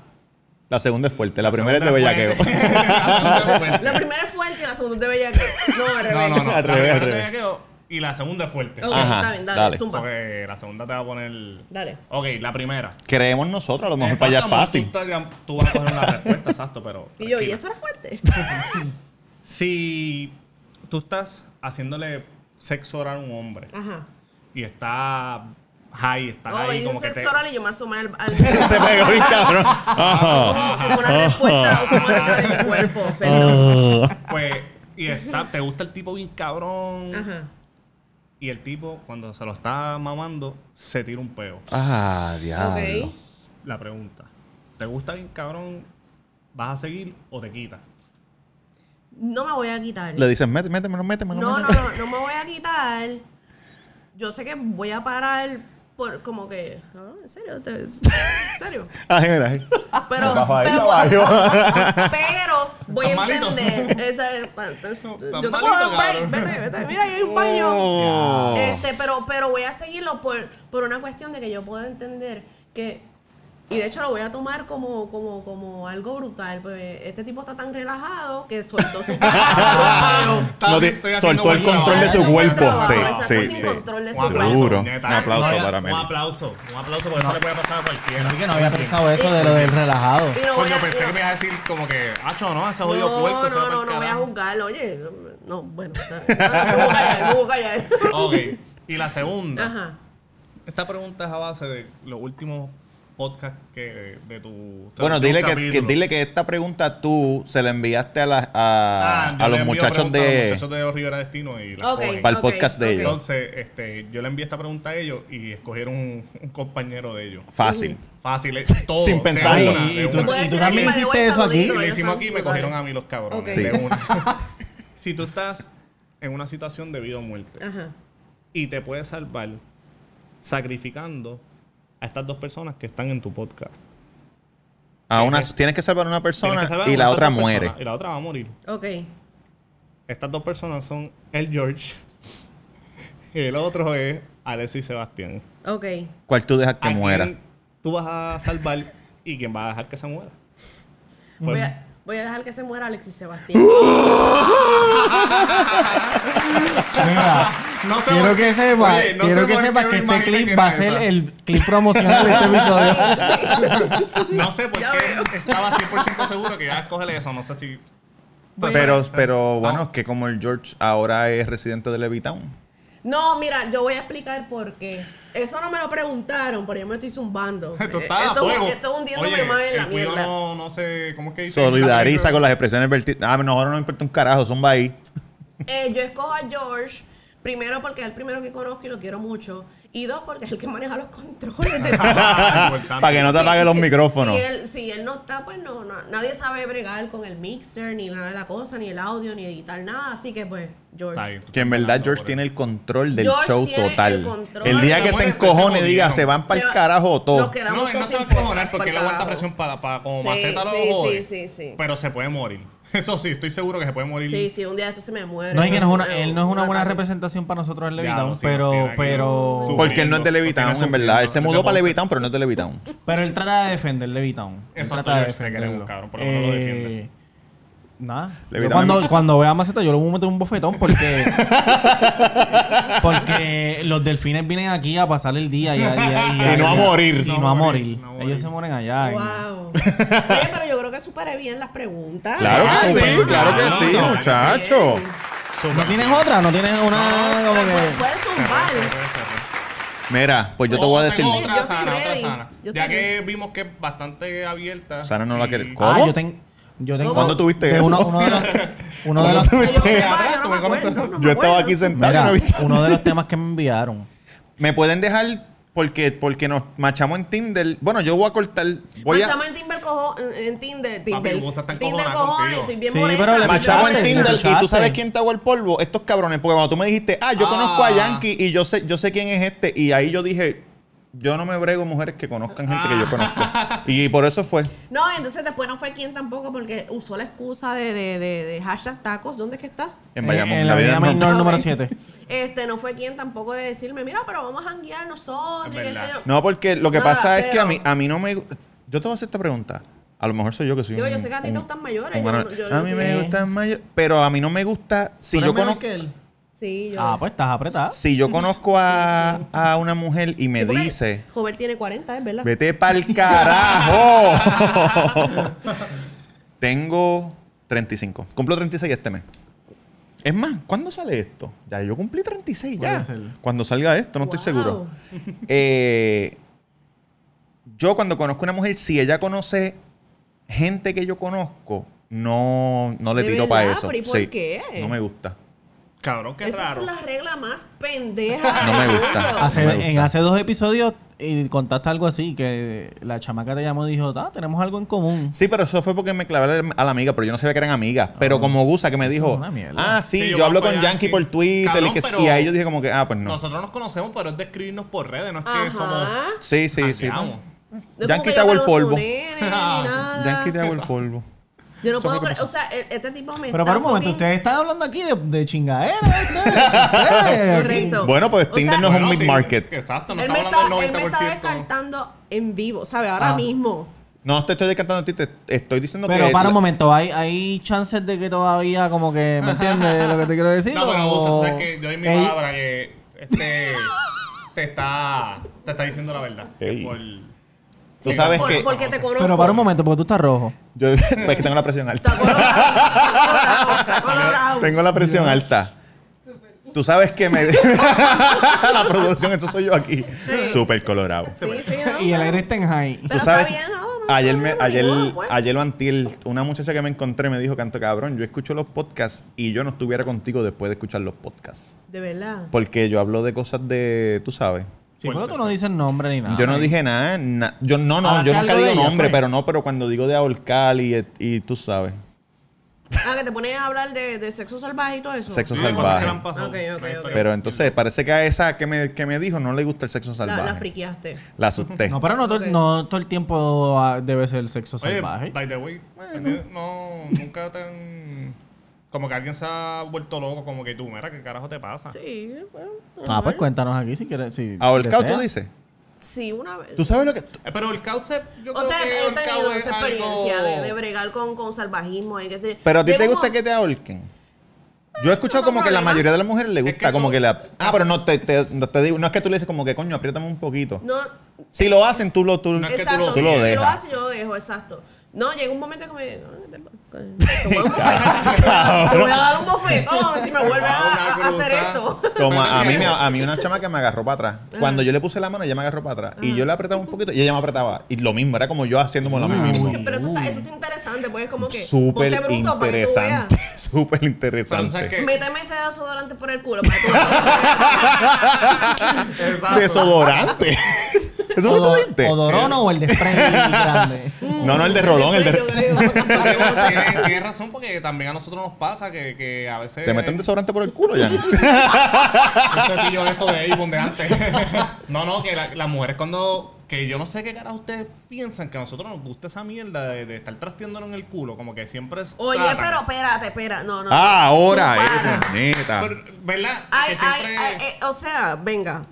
Speaker 1: La segunda es fuerte, la, primera es de
Speaker 5: segunda
Speaker 1: bellaqueo.
Speaker 5: fuerte. La segunda es fuerte.
Speaker 3: La primera es fuerte y la segunda es de bella que. No, al
Speaker 5: No,
Speaker 3: revés.
Speaker 5: no, no. La
Speaker 1: Al revés,
Speaker 5: primera
Speaker 1: al
Speaker 5: es de
Speaker 1: revés.
Speaker 5: bellaqueo y la segunda es fuerte.
Speaker 3: Ok,
Speaker 1: Ajá,
Speaker 3: está bien, dale,
Speaker 1: dale.
Speaker 3: zumba.
Speaker 5: Porque la segunda te va a poner.
Speaker 3: Dale.
Speaker 5: Ok, la primera.
Speaker 1: Creemos nosotros, a lo mejor
Speaker 5: Exacto,
Speaker 1: para allá es
Speaker 5: amor,
Speaker 1: fácil.
Speaker 5: Tú, te- tú vas a poner una respuesta, exacto, pero.
Speaker 3: Y yo, ¿y
Speaker 5: tranquila.
Speaker 3: eso era fuerte?
Speaker 5: Si tú estás haciéndole sexo oral a un hombre
Speaker 3: Ajá.
Speaker 5: y está high, está
Speaker 3: Oh,
Speaker 5: ahí
Speaker 3: y un
Speaker 5: como que te.
Speaker 3: sexo oral y yo me asomé al. al
Speaker 1: Se pegó bien, cabrón.
Speaker 3: Oh, como una respuesta automática de mi cuerpo. Perdón.
Speaker 1: Ah.
Speaker 5: Pues, y está, te gusta el tipo bien cabrón.
Speaker 3: Ajá.
Speaker 5: Y el tipo, cuando se lo está mamando, se tira un peo.
Speaker 1: Ah, diablo.
Speaker 3: Ok.
Speaker 5: La pregunta: ¿te gusta bien cabrón? ¿Vas a seguir o te quitas?
Speaker 3: No me voy a quitar.
Speaker 1: Le dicen, "Mete- métemelo, métemelo.
Speaker 3: No, no,
Speaker 1: métemelo".
Speaker 3: no, no me voy a quitar. Yo sé que voy a parar por como que. cabrón, ¿En serio? ¿Te- ¿En serio?
Speaker 1: Ah, mira, ahí.
Speaker 3: Pero,
Speaker 1: Bajo ahí,
Speaker 3: pero,
Speaker 1: caballo.
Speaker 3: pero voy a
Speaker 5: Tan malito.
Speaker 3: entender. Esa, yo te
Speaker 5: malito,
Speaker 3: puedo dar un break.
Speaker 5: cabrón.
Speaker 3: Vete, vete. Mira, ahí hay un baño.
Speaker 1: Oh.
Speaker 3: Este, pero, pero voy a seguirlo por, por una cuestión de que yo puedo entender que. Y de hecho lo voy a tomar como, como, como algo brutal. Pues este tipo está tan relajado que soltó su
Speaker 1: No te-
Speaker 5: Estoy haciendo
Speaker 1: soltó el
Speaker 5: buen trabajo.
Speaker 1: control de su
Speaker 3: Haciendo buen
Speaker 1: cuerpo.
Speaker 3: trabajo,
Speaker 1: Sí,
Speaker 3: exacto,
Speaker 1: sí,
Speaker 3: sin
Speaker 1: sí.
Speaker 3: control de su
Speaker 1: Seguro.
Speaker 3: cuerpo.
Speaker 1: Un aplauso
Speaker 5: Oye,
Speaker 1: para
Speaker 5: Un
Speaker 1: Meli.
Speaker 5: aplauso, un aplauso, porque eso le puede pasar a cualquiera.
Speaker 2: Así que no había pensado eso de lo del relajado.
Speaker 3: Y no voy
Speaker 5: Coño,
Speaker 3: a-
Speaker 5: pensé que me ibas a decir como que, Acho, no, ese
Speaker 3: No,
Speaker 5: jodido puerco
Speaker 3: no,
Speaker 5: se va
Speaker 3: no, no,
Speaker 5: pa'l
Speaker 3: voy a
Speaker 5: carajo".
Speaker 3: juzgarlo. Oye, no, bueno, está- Ah, me voy a callar, me voy a callar.
Speaker 5: Ok, y la segunda.
Speaker 3: Ajá.
Speaker 5: Esta pregunta es a base de los últimos podcast que de tu.
Speaker 1: Bueno,
Speaker 5: de un
Speaker 1: dile que,
Speaker 5: capítulo.
Speaker 1: que- dile que esta pregunta tú se la enviaste a, la- a,
Speaker 5: Ah, yo
Speaker 1: a
Speaker 5: le
Speaker 1: los
Speaker 5: envío
Speaker 1: muchachos
Speaker 5: preguntas a
Speaker 1: de...
Speaker 5: los muchachos de Rivera Destino y la
Speaker 3: Ok.
Speaker 5: joven.
Speaker 1: Para el podcast de
Speaker 3: ok.
Speaker 1: ellos.
Speaker 5: Entonces, este, yo le envié esta pregunta a ellos y escogieron un, un compañero de ellos.
Speaker 1: Fácil.
Speaker 5: Fácil, es todo.
Speaker 1: Sin
Speaker 5: de
Speaker 1: pensarlo.
Speaker 5: una,
Speaker 2: Y
Speaker 5: de
Speaker 2: tú-
Speaker 5: una.
Speaker 3: Puedes
Speaker 2: y tú
Speaker 3: decir
Speaker 2: también
Speaker 3: aquí,
Speaker 2: hiciste
Speaker 3: by the way,
Speaker 2: eso aquí.
Speaker 5: Y
Speaker 3: saludito,
Speaker 5: lo
Speaker 3: ya
Speaker 5: hicimos
Speaker 3: está.
Speaker 5: aquí y me cogieron a mí los cabrones.
Speaker 3: Ok.
Speaker 1: Sí.
Speaker 5: de una. si tú estás en una situación de vida o muerte
Speaker 3: Ajá.
Speaker 5: y te puedes salvar sacrificando a estas dos personas que están en tu podcast.
Speaker 1: A una,
Speaker 5: Tienes
Speaker 1: tienes que salvar a una
Speaker 5: Tienes
Speaker 1: persona
Speaker 5: que salvar a
Speaker 1: y la
Speaker 5: estas
Speaker 1: otra
Speaker 5: dos
Speaker 1: muere.
Speaker 5: personas, y la otra va a morir.
Speaker 3: Ok.
Speaker 5: Estas dos personas son el George y el otro es Alexis Sebastián.
Speaker 3: Ok.
Speaker 1: ¿Cuál tú dejas que
Speaker 5: ¿A quién
Speaker 1: muera?
Speaker 5: Tú vas a salvar y quién va a dejar que se muera.
Speaker 3: Voy
Speaker 5: Pues,
Speaker 3: a, voy a dejar que se muera Alexis Sebastián.
Speaker 2: Mira,
Speaker 5: no sé
Speaker 2: quiero
Speaker 5: por-
Speaker 2: que sepas
Speaker 5: Oye, no sé
Speaker 2: quiero que
Speaker 5: por
Speaker 2: sepas
Speaker 5: qué
Speaker 2: que
Speaker 5: me
Speaker 2: este
Speaker 5: imaginé que
Speaker 2: clip va a
Speaker 5: era
Speaker 2: ser
Speaker 5: esa.
Speaker 2: el clip promocional de este episodio.
Speaker 5: No sé por
Speaker 3: Ya Eh,
Speaker 5: qué estaba 100% seguro que iba a escogerle eso. No sé si.
Speaker 1: Pero, pero bueno,
Speaker 5: Ah.
Speaker 1: es que como el George ahora es residente de Levitown.
Speaker 3: No, mira, yo voy a explicar por qué. Eso no me lo preguntaron, pero yo me estoy zumbando.
Speaker 5: Esto
Speaker 3: Eh,
Speaker 5: está a
Speaker 3: esto,
Speaker 5: fuego.
Speaker 3: esto es hundiéndome
Speaker 5: Oye,
Speaker 3: más en la
Speaker 5: el cuido
Speaker 3: mierda.
Speaker 5: No, no sé, ¿cómo es que dice?
Speaker 1: Solidariza con las expresiones verticales. Ah, no, ahora no me importa un carajo, son ahí.
Speaker 5: Pues
Speaker 3: Eh, yo escojo a George. Primero porque es el primero que conozco y lo quiero mucho. Y dos, porque es el que maneja los controles de
Speaker 5: Ah, importante.
Speaker 1: Para que no te
Speaker 3: Sí,
Speaker 1: apaguen los
Speaker 3: sí,
Speaker 1: micrófonos.
Speaker 3: Si él, si él no está, pues no, no- nadie sabe bregar con el mixer, ni nada de la cosa, ni el audio, ni editar nada. Así que pues, George.
Speaker 5: Está bien, tú
Speaker 1: Que en
Speaker 5: estás
Speaker 1: verdad
Speaker 5: hablando,
Speaker 1: George
Speaker 5: pobre.
Speaker 1: tiene el control del
Speaker 3: George
Speaker 1: show
Speaker 3: tiene el
Speaker 1: total. El,
Speaker 3: control.
Speaker 1: día
Speaker 5: Se
Speaker 1: que se
Speaker 5: muere, se
Speaker 1: encojone
Speaker 5: jodieron.
Speaker 1: diga, se van para
Speaker 3: Se
Speaker 1: el
Speaker 3: va-
Speaker 1: carajo
Speaker 3: Nos
Speaker 1: todo.
Speaker 3: quedamos
Speaker 5: No, él no
Speaker 3: todos
Speaker 5: se va a
Speaker 3: sin puertas
Speaker 5: cojonar porque él
Speaker 3: pa'l
Speaker 5: aguanta
Speaker 3: carajo.
Speaker 5: presión para, para como
Speaker 3: Sí,
Speaker 5: maceta lo
Speaker 3: sí,
Speaker 5: jode,
Speaker 3: sí, sí, sí.
Speaker 5: Pero se puede morir. Eso sí, estoy seguro que se puede morir.
Speaker 3: Sí, sí, un día esto se me muere.
Speaker 2: No, es que no es una,
Speaker 3: Eh,
Speaker 2: él no es una buena
Speaker 3: ataque.
Speaker 2: representación para nosotros en
Speaker 5: Diablo,
Speaker 2: Levitown,
Speaker 5: sí, nos tiene
Speaker 2: pero,
Speaker 5: aquí
Speaker 2: pero,
Speaker 5: sufriendo.
Speaker 1: Porque él no es de Levitown,
Speaker 5: Porque no
Speaker 1: en verdad. Él se
Speaker 5: sufriendo,
Speaker 1: mudó para
Speaker 5: ese
Speaker 1: Levitown, pero no es de Levitown.
Speaker 2: pero él trata de defender Levitown. Él
Speaker 5: Exacto,
Speaker 2: trata de
Speaker 5: yo sé que
Speaker 2: defenderlo.
Speaker 5: eres un cabrón, por lo menos lo defiende.
Speaker 2: Eh, Nada. Yo
Speaker 1: Levitown es
Speaker 2: Cuando,
Speaker 1: mi-
Speaker 2: cuando vea a Maceta, yo le voy a meter un bofetón porque. porque los delfines vienen aquí a pasar el día y a, y a- y
Speaker 1: Y no a morir.
Speaker 2: Y no,
Speaker 5: No
Speaker 2: a
Speaker 5: a
Speaker 2: morir.
Speaker 5: morir, no a morir.
Speaker 2: Ellos se mueren allá. en-
Speaker 3: Wow. Oye, pero yo creo que superé bien las preguntas.
Speaker 1: Claro
Speaker 5: Ah,
Speaker 1: que sí,
Speaker 5: bueno,
Speaker 1: claro que
Speaker 5: claro,
Speaker 1: sí,
Speaker 5: claro que
Speaker 1: muchacho.
Speaker 2: ¿No tienes otra? ¿No tienes
Speaker 1: Ah,
Speaker 2: una como
Speaker 3: Puedes,
Speaker 2: que.?
Speaker 3: puedes zumbar.
Speaker 5: Puede ser, puede ser.
Speaker 1: Mira, pues yo te voy a
Speaker 5: Oh,
Speaker 1: decir.
Speaker 5: tengo
Speaker 3: Yo
Speaker 5: Otra
Speaker 3: estoy
Speaker 5: sana, otra
Speaker 3: ready.
Speaker 5: sana.
Speaker 3: Yo
Speaker 5: Ya
Speaker 3: estoy
Speaker 5: que vimos que es bastante abierta.
Speaker 1: Sana no la
Speaker 5: y-
Speaker 1: quiere-
Speaker 5: Ah,
Speaker 2: Ah,
Speaker 1: ¿Cómo?
Speaker 2: yo, ten- yo tengo.
Speaker 1: ¿Cuándo tuviste
Speaker 2: de
Speaker 1: eso?
Speaker 2: Uno, uno de los, uno de
Speaker 1: ¿Cuándo
Speaker 2: los-
Speaker 1: tuviste
Speaker 3: Ay, yo
Speaker 1: Usted-
Speaker 3: sepa, yo no me
Speaker 5: Tú me
Speaker 3: acuerdo,
Speaker 5: conoces.
Speaker 3: no me
Speaker 1: Yo estaba
Speaker 3: acuerdo.
Speaker 1: aquí sentado y
Speaker 2: Mira,
Speaker 1: no he visto.
Speaker 2: uno de los temas que me enviaron.
Speaker 1: Me pueden dejar porque porque nos machamos en Tinder. Bueno, yo voy a cortar. Voy a
Speaker 3: Machamos en Tinder cojo- en en Tinder, Tinder,
Speaker 5: vos estás
Speaker 3: Tinder
Speaker 5: encojonada
Speaker 3: cojones,
Speaker 5: contigo.
Speaker 3: estoy bien
Speaker 2: Sí,
Speaker 3: molesta.
Speaker 2: pero le
Speaker 1: machamos en
Speaker 2: Escuchaste,
Speaker 1: Tinder y tú
Speaker 2: escuchaste.
Speaker 1: sabes quién te hago el polvo. Estos cabrones, porque cuando tú me dijiste, ah, yo
Speaker 5: Ah.
Speaker 1: conozco a Yankee y yo sé yo sé quién es este y ahí yo dije, yo no me brego mujeres que conozcan gente que yo conozco. Y por eso fue.
Speaker 3: No, entonces después no fue quien tampoco porque usó la excusa de, de, de, de hashtag tacos. ¿Dónde es que está?
Speaker 1: Eh, En Bayamón,
Speaker 2: Eh, En la avenida
Speaker 1: Maynor.
Speaker 2: Maynor
Speaker 3: Ah,
Speaker 2: número
Speaker 3: ok.
Speaker 2: 7.
Speaker 3: Este, no fue quien tampoco de decirme, mira, pero vamos a janguear nosotros,
Speaker 5: Es
Speaker 3: y qué
Speaker 5: verdad.
Speaker 3: sé yo.
Speaker 1: No, porque lo que
Speaker 3: Nada,
Speaker 1: pasa es que
Speaker 3: cero.
Speaker 1: a mí, a mí no me. gu- Yo te voy a hacer esta pregunta. A lo mejor soy yo que soy
Speaker 3: Digo,
Speaker 1: un-
Speaker 3: yo sé que a ti te
Speaker 1: un-
Speaker 3: gustan mayores,
Speaker 1: un
Speaker 3: yo no-
Speaker 1: anal-
Speaker 3: yo no
Speaker 1: a mí
Speaker 3: sé.
Speaker 1: me gustan mayores. Pero a mí no me gusta. Si yo, conozco,
Speaker 3: Sí, yo.
Speaker 2: Ah, pues estás apretada.
Speaker 1: si yo conozco a, a una mujer y me
Speaker 3: Sí, porque
Speaker 1: dice.
Speaker 3: Jover tiene 40, es verdad.
Speaker 1: Vete pa'l carajo. Tengo 35. Cumplo 36 este mes. Es más, ¿cuándo sale esto? Ya, yo cumplí 36 ya.
Speaker 2: Puede ser.
Speaker 1: Cuando salga esto, no estoy
Speaker 3: Wow.
Speaker 1: seguro. Eh, yo cuando conozco una mujer, si ella conoce gente que yo conozco, no, no le
Speaker 3: ¿De
Speaker 1: tiro para
Speaker 3: verdad?
Speaker 1: eso.
Speaker 3: ¿Pero y por
Speaker 1: Sí.
Speaker 3: qué?
Speaker 1: No me gusta.
Speaker 5: Cabrón, qué
Speaker 3: Esa
Speaker 5: raro.
Speaker 3: es la regla más pendeja.
Speaker 1: No
Speaker 3: del
Speaker 1: me gusta.
Speaker 3: mundo.
Speaker 1: Así-
Speaker 2: Hace-
Speaker 1: No me gusta.
Speaker 2: en hace dos episodios eh, contaste algo así, que la chamaca te llamó y dijo, ah, tenemos algo en común.
Speaker 1: Sí, pero eso fue porque me clavé al- a la amiga, pero yo no sabía que eran amigas. Pero como Gusa que me
Speaker 2: eso es
Speaker 1: dijo,
Speaker 2: Ah. una mierda.
Speaker 1: ah, sí,
Speaker 5: Sí, yo
Speaker 1: yo,
Speaker 5: banco
Speaker 1: hablo
Speaker 5: a
Speaker 1: con
Speaker 5: Yankee.
Speaker 1: Yankee por Twitter
Speaker 5: Cabrón,
Speaker 1: y, que-
Speaker 5: pero-
Speaker 1: y ahí yo dije como que, ah, pues no.
Speaker 5: Nosotros nos conocemos, pero es de escribirnos por redes, no es que
Speaker 3: Ajá.
Speaker 5: somos.
Speaker 1: Sí, sí, sí.
Speaker 5: Jangueamos.
Speaker 3: No es como que
Speaker 1: Yankee te
Speaker 3: yo
Speaker 1: hago el
Speaker 3: conozco
Speaker 1: polvo.
Speaker 3: nene, ni nada.
Speaker 1: Yankee te hago el polvo.
Speaker 3: Yo no
Speaker 1: Eso
Speaker 3: puedo
Speaker 1: fue lo que
Speaker 3: creer, o sea, e- este tipo me
Speaker 2: Pero
Speaker 3: está
Speaker 2: para un momento,
Speaker 3: fucking-
Speaker 2: ustedes están hablando aquí de, de chingadera. ustedes.
Speaker 3: Correcto.
Speaker 1: Bueno, pues
Speaker 3: O
Speaker 1: Tinder
Speaker 3: sea,
Speaker 1: no es un
Speaker 5: Bueno,
Speaker 1: mid-market.
Speaker 5: tiene- Exacto, no
Speaker 3: él, me
Speaker 5: estamos
Speaker 3: está,
Speaker 5: hablando
Speaker 3: él
Speaker 5: del
Speaker 3: me está
Speaker 5: 90%.
Speaker 3: descartando en vivo, ¿sabes? Ahora
Speaker 2: Ah.
Speaker 3: mismo.
Speaker 1: No te estoy descartando a ti, te estoy diciendo que.
Speaker 2: Pero para un momento, ¿hay, hay chances de que todavía como que, ¿me entiendes lo que te quiero decir?
Speaker 5: No, pero vos
Speaker 2: O-
Speaker 5: sabes que yo doy mi
Speaker 2: Ey,
Speaker 5: palabra que este te está te está diciendo la verdad. que
Speaker 1: Ey.
Speaker 5: por-
Speaker 1: Tú
Speaker 5: sí,
Speaker 1: sabes
Speaker 5: por-
Speaker 1: que.
Speaker 3: porque te conozco.
Speaker 2: Pero para un momento, porque tú estás rojo.
Speaker 1: Yo es que tengo la presión
Speaker 3: Está
Speaker 1: alta.
Speaker 3: colorado, está colorado, está colorado.
Speaker 1: Tengo la presión alta. Tú sabes que me. la producción, eso soy yo aquí.
Speaker 3: Sí.
Speaker 1: Súper colorado.
Speaker 3: Sí, sí, no,
Speaker 2: Y el
Speaker 3: no.
Speaker 2: aire está en high.
Speaker 1: Tú
Speaker 3: Pero
Speaker 1: sabes,
Speaker 3: está bien, no, no, no,
Speaker 1: ayer, me,
Speaker 3: no, no,
Speaker 1: ayer,
Speaker 3: ni modo, pues.
Speaker 1: ayer o antier, una muchacha que me encontré me dijo, canto cabrón, yo escucho los podcasts y yo no estuviera contigo después de escuchar los podcasts.
Speaker 3: De verdad.
Speaker 1: Porque yo hablo de cosas de, tú sabes.
Speaker 2: Sí, pero tú no dices nombre ni nada.
Speaker 1: yo no dije nada, na- yo no, no,
Speaker 2: Hablaste
Speaker 1: yo nunca
Speaker 2: Ah, algo de
Speaker 1: digo
Speaker 2: ella,
Speaker 1: nombre,
Speaker 2: fue.
Speaker 1: pero no, pero cuando digo de ahorcar y, y tú sabes,
Speaker 3: Ah, que te pones a hablar de, de sexo salvaje y todo eso. Mm.
Speaker 1: Sexo
Speaker 5: Sí,
Speaker 1: salvaje.
Speaker 5: cosas que le han pasado.
Speaker 3: Ok, ok, ok.
Speaker 1: pero entonces parece que a esa que me, que me dijo no le gusta el sexo
Speaker 3: La,
Speaker 1: salvaje.
Speaker 3: la
Speaker 1: La,
Speaker 3: friqueaste.
Speaker 1: asusté.
Speaker 2: No, pero no, todo-
Speaker 3: Ok.
Speaker 2: no todo el tiempo ah, debe ser sexo
Speaker 5: Oye,
Speaker 2: salvaje.
Speaker 5: by the way, no, nunca te han... Como que alguien se ha vuelto loco, como que tú, mira, ¿qué carajo te pasa?
Speaker 3: Sí, bueno.
Speaker 2: ah, pues
Speaker 3: normal.
Speaker 2: cuéntanos aquí si quieres. Si
Speaker 1: ahorcado tú
Speaker 2: deseas.
Speaker 1: dices.
Speaker 3: Sí, una vez.
Speaker 1: ¿Tú sabes lo que
Speaker 5: Eh, Pero el cauce, yo
Speaker 3: O sea,
Speaker 5: creo
Speaker 3: he
Speaker 5: que el
Speaker 3: tenido
Speaker 5: cauce es
Speaker 3: esa experiencia de,
Speaker 5: algo-
Speaker 3: de bregar con, con salvajismo y qué sé.
Speaker 1: Pero a ti
Speaker 3: Llega
Speaker 1: te
Speaker 3: un
Speaker 1: gusta
Speaker 3: mo-
Speaker 1: que te ahorquen. Yo he escuchado
Speaker 3: no
Speaker 1: como que la
Speaker 3: problema.
Speaker 1: mayoría de las mujeres le
Speaker 5: que
Speaker 1: gusta, como
Speaker 5: eso-
Speaker 1: que la. Ah, pero no te, te- no te digo, no es que tú le dices como que coño, apriétame un poquito.
Speaker 3: No,
Speaker 1: Si lo hacen, tú lo. Tú,
Speaker 5: No es que tú
Speaker 3: exacto.
Speaker 5: lo-
Speaker 1: tú
Speaker 3: si-
Speaker 1: lo
Speaker 3: si, lo
Speaker 1: dejas.
Speaker 3: hace, yo lo dejo, exacto. No, llega un momento que me. no, te- Te voy a
Speaker 1: Cabrón.
Speaker 3: dar un bofetón si me vuelves a, a- a hacer
Speaker 5: Una
Speaker 3: esto.
Speaker 5: cruzada.
Speaker 1: Como a, a mí me- a mí una chama que me agarró para atrás. Cuando yo le puse la mano, ella me agarró para atrás. Y yo le apretaba un poquito y ella me apretaba. Y lo mismo, era como yo haciéndome lo mismo.
Speaker 3: Pero eso está, eso está interesante, pues es como que.
Speaker 1: Súper
Speaker 3: ponte bruto para que tú veas.
Speaker 1: interesante. Súper
Speaker 5: Pero tú sabes
Speaker 1: interesante.
Speaker 5: que-
Speaker 3: Méteme ese desodorante por el culo para que tú veas.
Speaker 5: Exacto.
Speaker 1: Desodorante. ¿Eso fue lo
Speaker 2: Odo-
Speaker 1: que tú dijiste?
Speaker 2: ¿Odorono o el de spray grande?
Speaker 1: No, no, el de Rolón. El
Speaker 3: Mm. Yo
Speaker 1: de...
Speaker 3: creo.
Speaker 5: Porque, bueno, sí, Tienes razón, porque también a nosotros nos pasa que, que a veces.
Speaker 1: Te meten desodorante por el culo, ya.
Speaker 5: Yo te pillo eso de Avon de antes. no, no, que la- las mujeres cuando. Que yo no sé qué cara ustedes piensan que a nosotros nos gusta esa mierda de, de estar trasteándonos en el culo. Como que siempre es.
Speaker 3: Oye,
Speaker 5: tratan.
Speaker 3: pero espérate, espera. No, no.
Speaker 1: Ah, ahora,
Speaker 3: No,
Speaker 1: eh,
Speaker 3: para.
Speaker 1: puñeta.
Speaker 5: Pero, ¿Verdad?
Speaker 3: Ay,
Speaker 5: que
Speaker 3: ay,
Speaker 5: siempre.
Speaker 3: ay, eh, o sea, venga.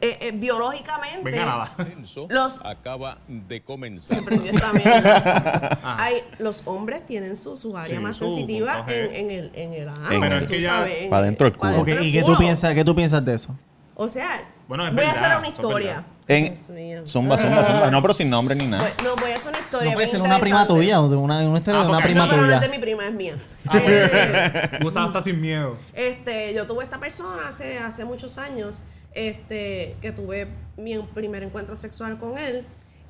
Speaker 3: Eh, eh, biológicamente.
Speaker 5: venga, nada.
Speaker 7: Ascenso
Speaker 3: Los-
Speaker 7: acaba de comenzar.
Speaker 3: Se prendió esta mierda. Ay, los hombres tienen su, su área
Speaker 5: Sí,
Speaker 3: más
Speaker 5: su
Speaker 3: sensitiva
Speaker 5: punto G.
Speaker 3: en, en el en el ano,
Speaker 1: Pero
Speaker 5: es
Speaker 3: tú
Speaker 5: que ya-
Speaker 3: sabes, en-
Speaker 1: Pa' dentro del culo.
Speaker 3: pa' dentro
Speaker 2: Ok,
Speaker 3: del
Speaker 2: ¿Y qué tú,
Speaker 3: culo.
Speaker 2: piensas, qué tú piensas de eso?
Speaker 3: O sea,
Speaker 5: Bueno, es
Speaker 3: voy a
Speaker 5: verdad,
Speaker 3: hacer una
Speaker 5: eso es
Speaker 3: historia.
Speaker 5: verdad.
Speaker 1: En
Speaker 3: Dios mío.
Speaker 1: zumba, zumba, zumba. No, pero sin nombre ni nada.
Speaker 3: Pues, no, voy a hacer una historia.
Speaker 2: No puede
Speaker 3: bien
Speaker 2: ser una prima
Speaker 3: interesante.
Speaker 2: tuya, o de una, de una, historia
Speaker 5: Ah,
Speaker 2: de una
Speaker 5: porque-
Speaker 2: prima
Speaker 3: No, pero no
Speaker 2: tuya.
Speaker 3: es de mi prima, es mía.
Speaker 5: Ah,
Speaker 3: Eh,
Speaker 5: Gustavo está sin miedo.
Speaker 3: Este, yo tuve esta persona hace, hace muchos años, este, que tuve mi primer encuentro sexual con él.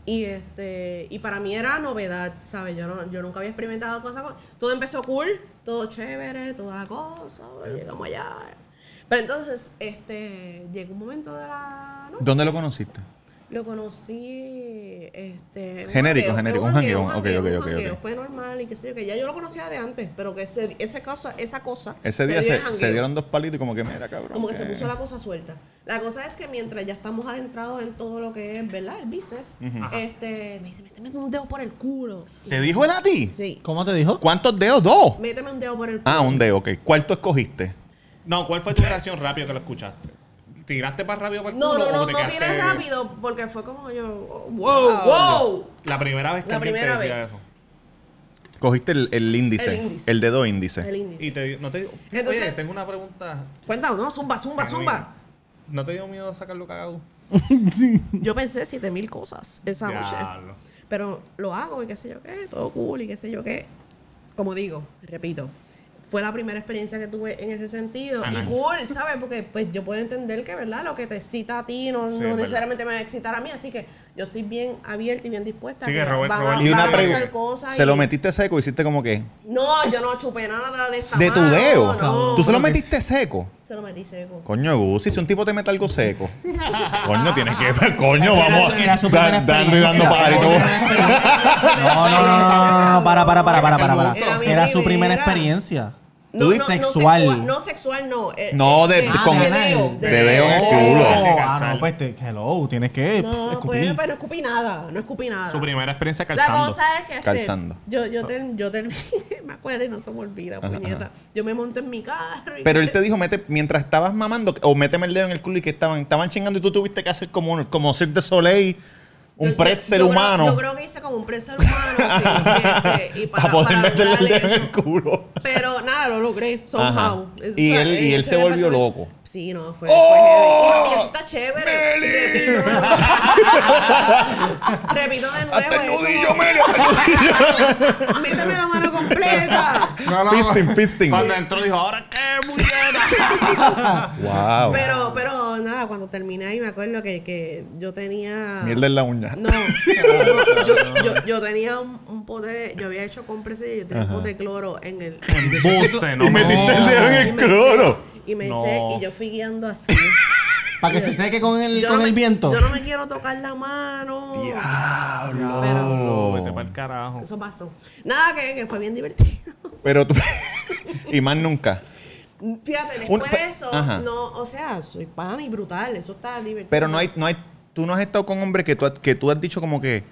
Speaker 3: Y este, y para mí era novedad, ¿sabes? Yo no, yo nunca había experimentado cosas con- Todo empezó cool, todo chévere, toda la cosa, llegamos allá. Pero entonces, este, llegó un momento de la noche,
Speaker 1: ¿Dónde lo conociste?
Speaker 3: lo conocí, este... un
Speaker 1: Genérico,
Speaker 3: jangueo,
Speaker 1: genérico, un jangueo, ok,
Speaker 3: jangueo,
Speaker 1: ok,
Speaker 3: un
Speaker 1: ok, ok.
Speaker 3: jangueo. Fue normal y qué sé yo, que ya yo lo conocía de antes, pero que ese, esa cosa, esa cosa
Speaker 1: Ese
Speaker 3: se
Speaker 1: día
Speaker 3: dio en
Speaker 1: se, se
Speaker 3: jangueo.
Speaker 1: dieron dos palitos y como que, mira, cabrón.
Speaker 3: Como que se
Speaker 1: eh.
Speaker 3: puso la cosa suelta. La cosa es que mientras ya estamos adentrados en todo lo que es, ¿verdad? El business, este, me dice, méteme un dedo por el culo.
Speaker 1: ¿Te dijo él a ti?
Speaker 3: Sí.
Speaker 2: ¿Cómo te dijo?
Speaker 1: ¿Cuántos dedos? Dos.
Speaker 3: Méteme un dedo por el culo.
Speaker 1: Ah, un dedo, ok. ¿Cuál tú escogiste?
Speaker 5: No, ¿cuál fue tu reacción rápido que lo escuchaste? ¿Tiraste más rápido para el
Speaker 3: No,
Speaker 5: culo
Speaker 3: no,
Speaker 5: o
Speaker 3: no,
Speaker 5: te
Speaker 3: no
Speaker 5: quedaste-
Speaker 3: tiré rápido porque fue como yo, oh, wow, wow.
Speaker 5: La primera vez que
Speaker 3: La
Speaker 5: alguien te
Speaker 3: primera
Speaker 5: decía
Speaker 3: vez.
Speaker 5: eso.
Speaker 1: Cogiste el, el índice, el
Speaker 3: El índice.
Speaker 1: dedo índice.
Speaker 3: El
Speaker 5: Y
Speaker 3: índice.
Speaker 5: te, no te,
Speaker 3: Entonces-
Speaker 5: oye, tengo una pregunta.
Speaker 3: Cuéntanos, no, zumba, zumba, zumba.
Speaker 5: ¿No te dio miedo sacarlo cagado?
Speaker 3: Yo pensé siete mil cosas esa noche.
Speaker 5: Diablo.
Speaker 3: Pero lo hago y qué sé yo qué, todo cool y qué sé yo qué. Como digo, repito, fue la primera experiencia que tuve en ese sentido.
Speaker 5: Ajá.
Speaker 3: Y cool, ¿sabes? Porque pues yo puedo entender que, ¿verdad? Lo que te excita a ti no, no
Speaker 5: Sí, es verdad.
Speaker 3: necesariamente me va a excitar a mí. Así que yo estoy bien abierta y bien dispuesta
Speaker 5: Sí,
Speaker 3: a
Speaker 5: que Robert-
Speaker 3: van a-
Speaker 5: Robert-
Speaker 1: Y
Speaker 3: van
Speaker 1: una
Speaker 3: a
Speaker 1: pregunta.
Speaker 3: pasar cosas.
Speaker 1: Se
Speaker 3: y-
Speaker 1: lo metiste seco, hiciste como que.
Speaker 3: No, yo no chupé nada de esta
Speaker 1: ¿De tu
Speaker 3: mano,
Speaker 1: dedo?
Speaker 3: no.
Speaker 1: ¿Tú se lo
Speaker 2: Como que-
Speaker 1: metiste seco?
Speaker 3: Se lo metí seco.
Speaker 1: Coño, Gusi, si un tipo te mete algo seco. coño, tienes que ver, coño, vamos.
Speaker 2: Era su
Speaker 1: da-
Speaker 2: primera
Speaker 1: dando y dando
Speaker 2: experiencia.
Speaker 1: palitos.
Speaker 2: No, no, no, no, no, no, no, para, para, para, para, para. para.
Speaker 3: Era mi
Speaker 2: Era su primera experiencia. Tú dices sexual.
Speaker 3: No sexual, no. eh,
Speaker 1: No, de-
Speaker 3: eh,
Speaker 1: con-
Speaker 3: de dedo.
Speaker 1: de dedo en el
Speaker 3: dedo.
Speaker 1: culo.
Speaker 2: Ah, no, pues te, hello, tienes que pff,
Speaker 3: Oh, No,
Speaker 2: escupir.
Speaker 3: pues, pero no escupí nada, no escupí nada.
Speaker 5: Su primera experiencia
Speaker 3: La
Speaker 5: calzando.
Speaker 3: cosa es que este,
Speaker 1: Calzando.
Speaker 3: yo yo ter- yo terminé, me acuerdo y no se me olvida, puñeta. Yo me monté en mi carro y
Speaker 1: Pero él te dijo, mete, mientras estabas mamando, o méteme el dedo en el culo y que estaban, estaban chingando y tú tuviste que hacer como, como Cirque de Soleil, un
Speaker 3: Yo- yo-
Speaker 1: pretzel
Speaker 3: yo creo-
Speaker 1: humano.
Speaker 3: yo creo que hice como un pretzel humano sí, este, y para,
Speaker 1: para, poder
Speaker 3: para
Speaker 1: meterle el
Speaker 3: lograr
Speaker 1: dedo en
Speaker 3: eso.
Speaker 1: el culo.
Speaker 3: Pero nada, lo logré, somehow. eh,
Speaker 1: Ajá. Y él- y él
Speaker 3: ese
Speaker 1: se volvió
Speaker 3: departamento-
Speaker 1: loco. ¡Oh!
Speaker 3: Sí, no, fue, fue heavy. Y, no, y eso está chévere. Repito, repito de nuevo.
Speaker 1: Hasta el
Speaker 3: es como,
Speaker 1: nudillo, Meli, hasta el nudillo.
Speaker 3: Méteme la mano completa.
Speaker 5: No, no,
Speaker 1: Fisting, fisting.
Speaker 5: Cuando entró dijo, ¿ahora qué, muñeca?
Speaker 1: Wow.
Speaker 3: Pero, pero nada, cuando terminé ahí me acuerdo que, que yo tenía.
Speaker 1: Mierda en la uña.
Speaker 3: No, no, yo, yo- yo tenía un, un pote, de- yo había hecho compras y yo tenía un pote de cloro en el.
Speaker 5: Buste, no
Speaker 1: Y metiste el dedo en
Speaker 3: y
Speaker 1: el
Speaker 3: me eché-
Speaker 1: cloro.
Speaker 3: Y me
Speaker 5: No.
Speaker 3: eché y yo fui guiando así.
Speaker 2: Para que se seque con el,
Speaker 3: Yo
Speaker 2: con
Speaker 3: no me-
Speaker 2: el viento.
Speaker 3: Yo no me quiero tocar la mano.
Speaker 5: Diablo, vete para el carajo.
Speaker 3: Eso pasó. Nada, que, que fue bien divertido.
Speaker 1: Pero tú. y más nunca.
Speaker 3: Fíjate, después
Speaker 1: Un-
Speaker 3: de eso,
Speaker 1: Ajá.
Speaker 3: no, o sea, soy pan y brutal. Eso está divertido.
Speaker 1: Pero no hay, no hay. Tú no has estado con hombres que tú, has- que tú has dicho como que.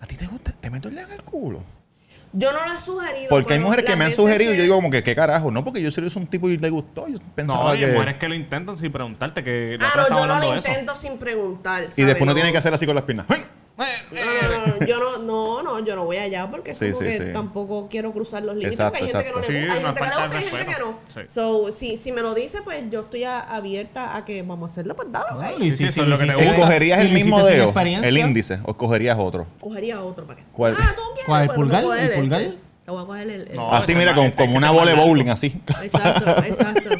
Speaker 1: ¿A ti te gusta? Te meto el dedo en el culo.
Speaker 3: Yo no lo he sugerido.
Speaker 1: Porque hay
Speaker 3: pero
Speaker 1: mujeres que
Speaker 3: las
Speaker 1: me han
Speaker 3: veces
Speaker 1: sugerido y
Speaker 3: que-
Speaker 1: yo digo como que qué carajo. No, porque yo soy un tipo y le gustó. Yo pensaba
Speaker 5: No, hay
Speaker 1: que.
Speaker 5: mujeres que lo intentan sin preguntarte que la
Speaker 3: Ah,
Speaker 5: otra
Speaker 3: no,
Speaker 5: estaba
Speaker 3: yo no
Speaker 5: hablando
Speaker 3: lo
Speaker 5: de eso.
Speaker 3: intento sin preguntar.
Speaker 1: Y
Speaker 3: ¿sabes?
Speaker 1: después uno
Speaker 3: No.
Speaker 1: tiene que hacer así con las piernas.
Speaker 5: Eh,
Speaker 3: No, no, no, yo no, no, no, yo no voy allá porque es
Speaker 1: Sí,
Speaker 3: como
Speaker 1: sí,
Speaker 3: que
Speaker 1: sí.
Speaker 3: tampoco quiero cruzar los límites.
Speaker 1: Exacto,
Speaker 3: porque hay gente que no le gusta, hay
Speaker 5: exacto. Sí,
Speaker 3: gente
Speaker 5: una
Speaker 3: que le
Speaker 5: falta
Speaker 3: gusta,
Speaker 5: de
Speaker 3: hay gente que no.
Speaker 5: respeto. Sí.
Speaker 3: So, si, si me lo dice, pues yo estoy a- abierta a que vamos a hacerlo, pues dale, ok.
Speaker 2: Y
Speaker 5: Sí, sí, eso es lo que te
Speaker 2: Ah, hiciste-
Speaker 5: gusta.
Speaker 1: ¿Escogerías
Speaker 2: si
Speaker 1: el
Speaker 2: lo hiciste
Speaker 1: mismo
Speaker 2: sin
Speaker 1: dedo?
Speaker 2: experiencia,
Speaker 1: El índice. ¿O escogería otro?
Speaker 3: Cogería otro para que.
Speaker 1: ¿Cuál?
Speaker 3: Ah, tú quieres.
Speaker 2: ¿Cuál, el
Speaker 3: pues, no
Speaker 2: pulgar?
Speaker 3: voy a
Speaker 2: ¿El
Speaker 3: coger
Speaker 2: pulgar?
Speaker 3: Te voy a coger el. el-
Speaker 5: No.
Speaker 1: Así, mira,
Speaker 5: que
Speaker 1: como,
Speaker 5: mal, que
Speaker 1: como una
Speaker 5: mal.
Speaker 1: bola de bowling, así.
Speaker 3: Exacto, exacto.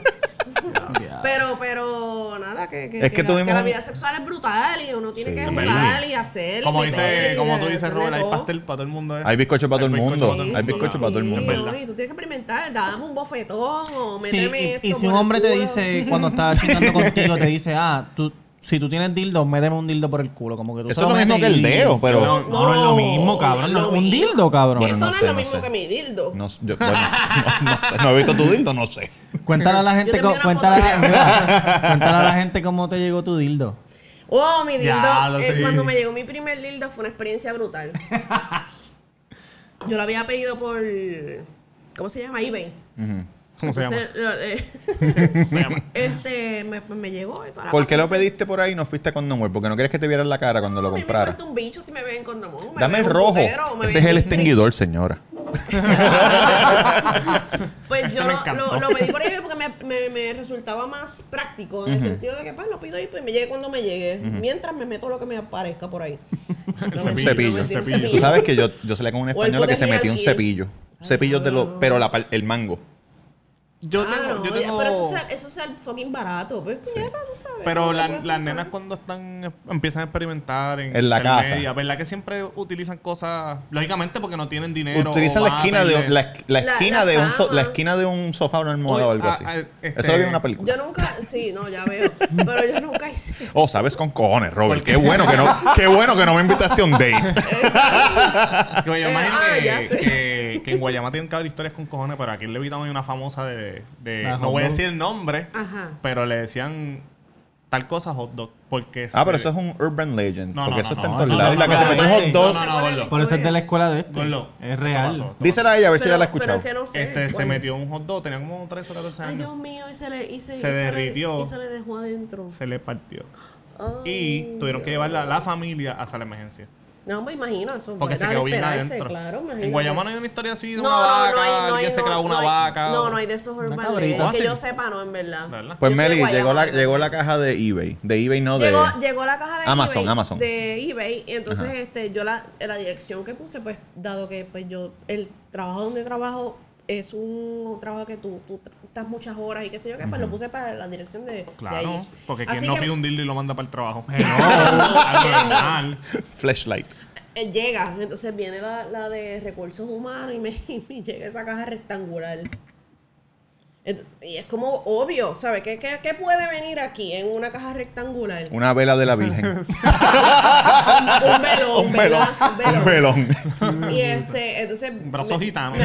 Speaker 3: pero, pero, nada, que, que,
Speaker 1: Es
Speaker 3: que
Speaker 1: que
Speaker 3: la,
Speaker 1: tuvimos
Speaker 3: que la
Speaker 1: un-
Speaker 3: vida sexual es brutal y uno tiene
Speaker 1: Sí.
Speaker 3: que
Speaker 1: En
Speaker 3: jugar y hacer.
Speaker 5: Como
Speaker 3: y
Speaker 5: dice,
Speaker 3: ver y
Speaker 5: como tú
Speaker 3: hacerle
Speaker 5: dices, Robert, hay
Speaker 3: todo.
Speaker 5: pastel para todo el mundo. ¿eh?
Speaker 1: Hay bizcocho para todo el
Speaker 5: bizcocho
Speaker 1: mundo,
Speaker 5: para todo el
Speaker 1: hay
Speaker 5: mundo.
Speaker 1: bizcocho para todo el mundo.
Speaker 5: Es verdad.
Speaker 3: no, y tú tienes que experimentar, dame un bofetón o
Speaker 2: Sí,
Speaker 3: méteme
Speaker 2: y-
Speaker 3: esto
Speaker 2: y, si
Speaker 3: por
Speaker 2: un
Speaker 3: el
Speaker 2: hombre te
Speaker 3: culo.
Speaker 2: dice, cuando está chingando contigo, te dice, ah, tú, si tú tienes dildo, méteme un dildo por el culo. Como que tú
Speaker 1: Eso
Speaker 2: se
Speaker 1: es lo mismo
Speaker 2: metes
Speaker 1: que el
Speaker 2: y-
Speaker 1: dedo, pero-
Speaker 2: No, no, no es lo mismo, cabrón.
Speaker 3: No,
Speaker 2: no,
Speaker 3: no,
Speaker 2: un
Speaker 3: no.
Speaker 2: dildo, cabrón.
Speaker 3: Esto
Speaker 1: Bueno,
Speaker 3: no,
Speaker 1: no
Speaker 3: es
Speaker 1: sé,
Speaker 3: lo
Speaker 1: no
Speaker 3: mismo
Speaker 1: sé.
Speaker 3: que mi dildo.
Speaker 1: No, yo- bueno, no, no sé, no he visto tu dildo, no sé.
Speaker 2: Cuéntale a la
Speaker 3: Yo
Speaker 2: gente,
Speaker 3: te
Speaker 2: co-
Speaker 3: envío una
Speaker 2: cuéntale, a
Speaker 3: foto.
Speaker 2: la- cuéntale a la gente cómo te llegó tu dildo.
Speaker 3: Oh, mi dildo.
Speaker 5: Ya, lo
Speaker 3: eh,
Speaker 5: sé.
Speaker 3: cuando me llegó mi primer dildo fue una experiencia brutal. Yo lo había pedido por. ¿Cómo se llama? eBay. Ah,
Speaker 5: ¿Cómo se llama?
Speaker 3: Entonces, lo- eh,
Speaker 5: Se llama.
Speaker 3: este, me, me llegó y toda la
Speaker 1: ¿Por qué
Speaker 3: cosa,
Speaker 1: lo
Speaker 3: pues sí.
Speaker 1: pediste por ahí y no fuiste con Web? Porque no quieres que te vieran la cara cuando lo
Speaker 3: A mí me
Speaker 1: compraras.
Speaker 3: importa un bicho si me ven con condón. me
Speaker 1: Dame el
Speaker 3: ven un
Speaker 1: rojo.
Speaker 3: putero, me
Speaker 1: Ese es
Speaker 3: ven
Speaker 1: el
Speaker 3: Disney.
Speaker 1: extinguidor, señora.
Speaker 3: Pues yo
Speaker 5: me
Speaker 3: lo, lo-
Speaker 5: encantó.
Speaker 3: lo pedí por ahí porque me, me- me resultaba más práctico en el sentido de que pues lo pido y pues me llegue cuando me llegue. Mientras me meto lo que me aparezca por ahí. No,
Speaker 1: Un
Speaker 3: mentira,
Speaker 1: cepillo.
Speaker 3: no, mentira, un
Speaker 5: Cepillo.
Speaker 1: Tú sabes que yo, yo salí con una
Speaker 3: el
Speaker 1: española que
Speaker 3: pote
Speaker 1: se metió un
Speaker 3: rialquil.
Speaker 1: cepillo. Cepillos de
Speaker 5: Ah.
Speaker 1: los. Pero la, par- el mango.
Speaker 5: Yo
Speaker 3: Ah,
Speaker 5: tengo,
Speaker 3: no,
Speaker 5: yo
Speaker 3: ya,
Speaker 5: tengo.
Speaker 3: Pero eso es, eso es el fucking barato. Pues puñeta, tú sabes.
Speaker 5: Pero
Speaker 3: no
Speaker 5: la-
Speaker 3: te puedes
Speaker 5: las
Speaker 3: comprar.
Speaker 5: nenas cuando están empiezan a experimentar en,
Speaker 1: En la casa.
Speaker 5: intermedia, ¿verdad que siempre utilizan cosas lógicamente porque no tienen dinero?
Speaker 1: Utiliza
Speaker 5: o
Speaker 1: la
Speaker 5: van a
Speaker 1: esquina de
Speaker 5: pedirle-
Speaker 1: la, la
Speaker 3: La-
Speaker 1: esquina
Speaker 3: la
Speaker 1: de un so-
Speaker 3: cama.
Speaker 1: la esquina de un sofá o una almohada o
Speaker 5: Uy,
Speaker 1: algo
Speaker 5: ah,
Speaker 1: así.
Speaker 5: ah, este-
Speaker 1: Eso lo vi en una película.
Speaker 3: Yo nunca, sí, no, ya veo. Pero yo nunca hice.
Speaker 1: Oh, sabes con cojones, Robert. Qué bueno que no, qué bueno que no me invitaste a un date.
Speaker 5: Que yo
Speaker 3: Eh,
Speaker 5: imagino
Speaker 3: ah,
Speaker 5: que,
Speaker 3: ya sé.
Speaker 5: que- que en Guayama tienen que haber historias con cojones, pero aquí en Levitown hay una famosa de. de-
Speaker 2: La
Speaker 5: no
Speaker 2: hot
Speaker 5: voy a
Speaker 2: dog.
Speaker 5: decir el nombre,
Speaker 3: Ajá.
Speaker 5: pero le decían tal cosa hot dog. Porque
Speaker 1: Ah, pero eso es un urban legend.
Speaker 5: No, no,
Speaker 1: porque eso
Speaker 5: no,
Speaker 1: está
Speaker 5: no,
Speaker 1: en todos
Speaker 5: no,
Speaker 1: lados.
Speaker 5: no,
Speaker 1: la
Speaker 5: no,
Speaker 1: que se
Speaker 2: no,
Speaker 1: metió
Speaker 2: no,
Speaker 1: en hot
Speaker 5: no,
Speaker 1: dog.
Speaker 5: no,
Speaker 3: sé cuál
Speaker 5: no,
Speaker 3: la
Speaker 5: Gordo.
Speaker 2: Por eso es de la
Speaker 3: historia.
Speaker 2: escuela de este.
Speaker 5: Gordo,
Speaker 2: Es
Speaker 5: eso
Speaker 2: real.
Speaker 5: pasó.
Speaker 1: Dísela a ella a ver si ella la ha
Speaker 3: Pero- pero
Speaker 1: escuchado.
Speaker 3: es que no sé,
Speaker 5: Este se
Speaker 3: ¿cuál?
Speaker 5: metió un hot dog, tenía como 13 o 14
Speaker 3: Ay, Dios
Speaker 5: años.
Speaker 3: mío, y se le, y se,
Speaker 5: Se
Speaker 3: y le-
Speaker 5: derritió.
Speaker 3: y se le dejó adentro.
Speaker 5: Se le partió.
Speaker 3: Ay,
Speaker 5: Y tuvieron que llevarla a la familia hasta la emergencia.
Speaker 3: No, me imagino eso.
Speaker 5: Porque se
Speaker 3: era de
Speaker 5: quedó bien
Speaker 3: Pues esperarse,
Speaker 5: adentro.
Speaker 3: Claro,
Speaker 5: en
Speaker 3: imagínate.
Speaker 5: Guayama no hay una historia así
Speaker 3: No,
Speaker 5: de una
Speaker 3: no,
Speaker 5: vaca,
Speaker 3: no hay, no hay,
Speaker 5: alguien se
Speaker 3: no,
Speaker 5: clavó una
Speaker 3: no hay-
Speaker 5: vaca.
Speaker 3: No,
Speaker 5: o-
Speaker 3: no hay de esos urban
Speaker 2: cabrita.
Speaker 3: legends, Que
Speaker 5: Fácil.
Speaker 3: yo sepa, no, en verdad.
Speaker 5: ¿Verdad?
Speaker 1: Pues
Speaker 3: Yo soy de
Speaker 1: Meli, llegó la,
Speaker 3: Guayama,
Speaker 1: llegó la caja de eBay. De eBay no de.
Speaker 3: Llegó, llegó la caja de
Speaker 1: Amazon,
Speaker 3: eBay,
Speaker 1: Amazon.
Speaker 3: de eBay y entonces
Speaker 1: Ajá.
Speaker 3: este yo la, la dirección que puse pues dado que pues yo el trabajo donde trabajo es un trabajo que tú, tú tra- estás muchas horas y qué sé yo qué pues lo puse para la dirección de, de
Speaker 5: Claro,
Speaker 3: ahí.
Speaker 5: porque quien
Speaker 3: Así
Speaker 5: no
Speaker 3: que,
Speaker 5: pide un dildo y lo manda para el trabajo. Anormal.
Speaker 1: Flashlight.
Speaker 3: eh, llega entonces viene la, la de recursos humanos y me, y me llega esa caja rectangular Ent- y es como obvio ¿sabes? ¿Qué, qué, qué puede venir aquí en una caja rectangular?
Speaker 1: Una vela de la Virgen.
Speaker 3: un melón
Speaker 1: un melón.
Speaker 3: ¿verdad?
Speaker 1: Un melón.
Speaker 3: Y este, entonces. Un
Speaker 5: Brazo gitano.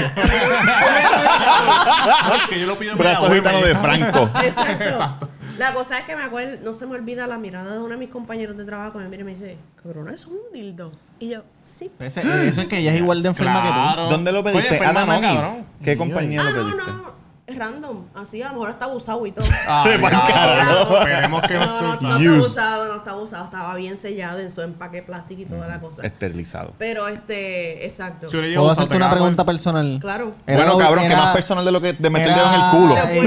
Speaker 3: Exacto.
Speaker 5: No, es que yo lo pido en
Speaker 1: Brazo
Speaker 5: Mayagüez,
Speaker 1: gitano de
Speaker 5: Mayagüez.
Speaker 1: Franco.
Speaker 3: La cosa es que me acuerdo, no se me olvida la mirada de uno de mis compañeros de trabajo que me mira y me dice, cabrón, eso es un dildo. Y yo, sí.
Speaker 2: Ese- eso es que ella es igual de enferma que
Speaker 5: Claro.
Speaker 1: ¿Dónde lo
Speaker 5: Oye,
Speaker 1: pediste?
Speaker 5: enferma
Speaker 1: Adam
Speaker 5: no,
Speaker 1: and Eve.
Speaker 5: cabrón.
Speaker 1: ¿Qué compañía
Speaker 3: Ah,
Speaker 1: lo
Speaker 3: no,
Speaker 1: pediste?
Speaker 3: no. Es random. Así a lo mejor está abusado y todo.
Speaker 5: Ay,
Speaker 1: Pa'l
Speaker 5: cabrón.
Speaker 1: carajo.
Speaker 5: Ah, Esperemos que no
Speaker 3: No, no, no
Speaker 5: esté
Speaker 3: está
Speaker 1: Used.
Speaker 3: abusado, no está abusado. Estaba bien sellado en su empaque plástico y toda la cosa.
Speaker 1: Esterilizado.
Speaker 3: Pero este, exacto.
Speaker 5: Si hubiera
Speaker 2: tú.
Speaker 5: llegado
Speaker 2: ¿Puedo
Speaker 5: usado,
Speaker 2: hacerte
Speaker 5: te
Speaker 2: una
Speaker 5: cago en-
Speaker 2: pregunta personal?
Speaker 3: Claro.
Speaker 2: Era-
Speaker 1: bueno, cabrón, que
Speaker 2: era-
Speaker 1: más personal de lo que de meter el dedo en
Speaker 2: era-
Speaker 1: el culo.
Speaker 3: Pero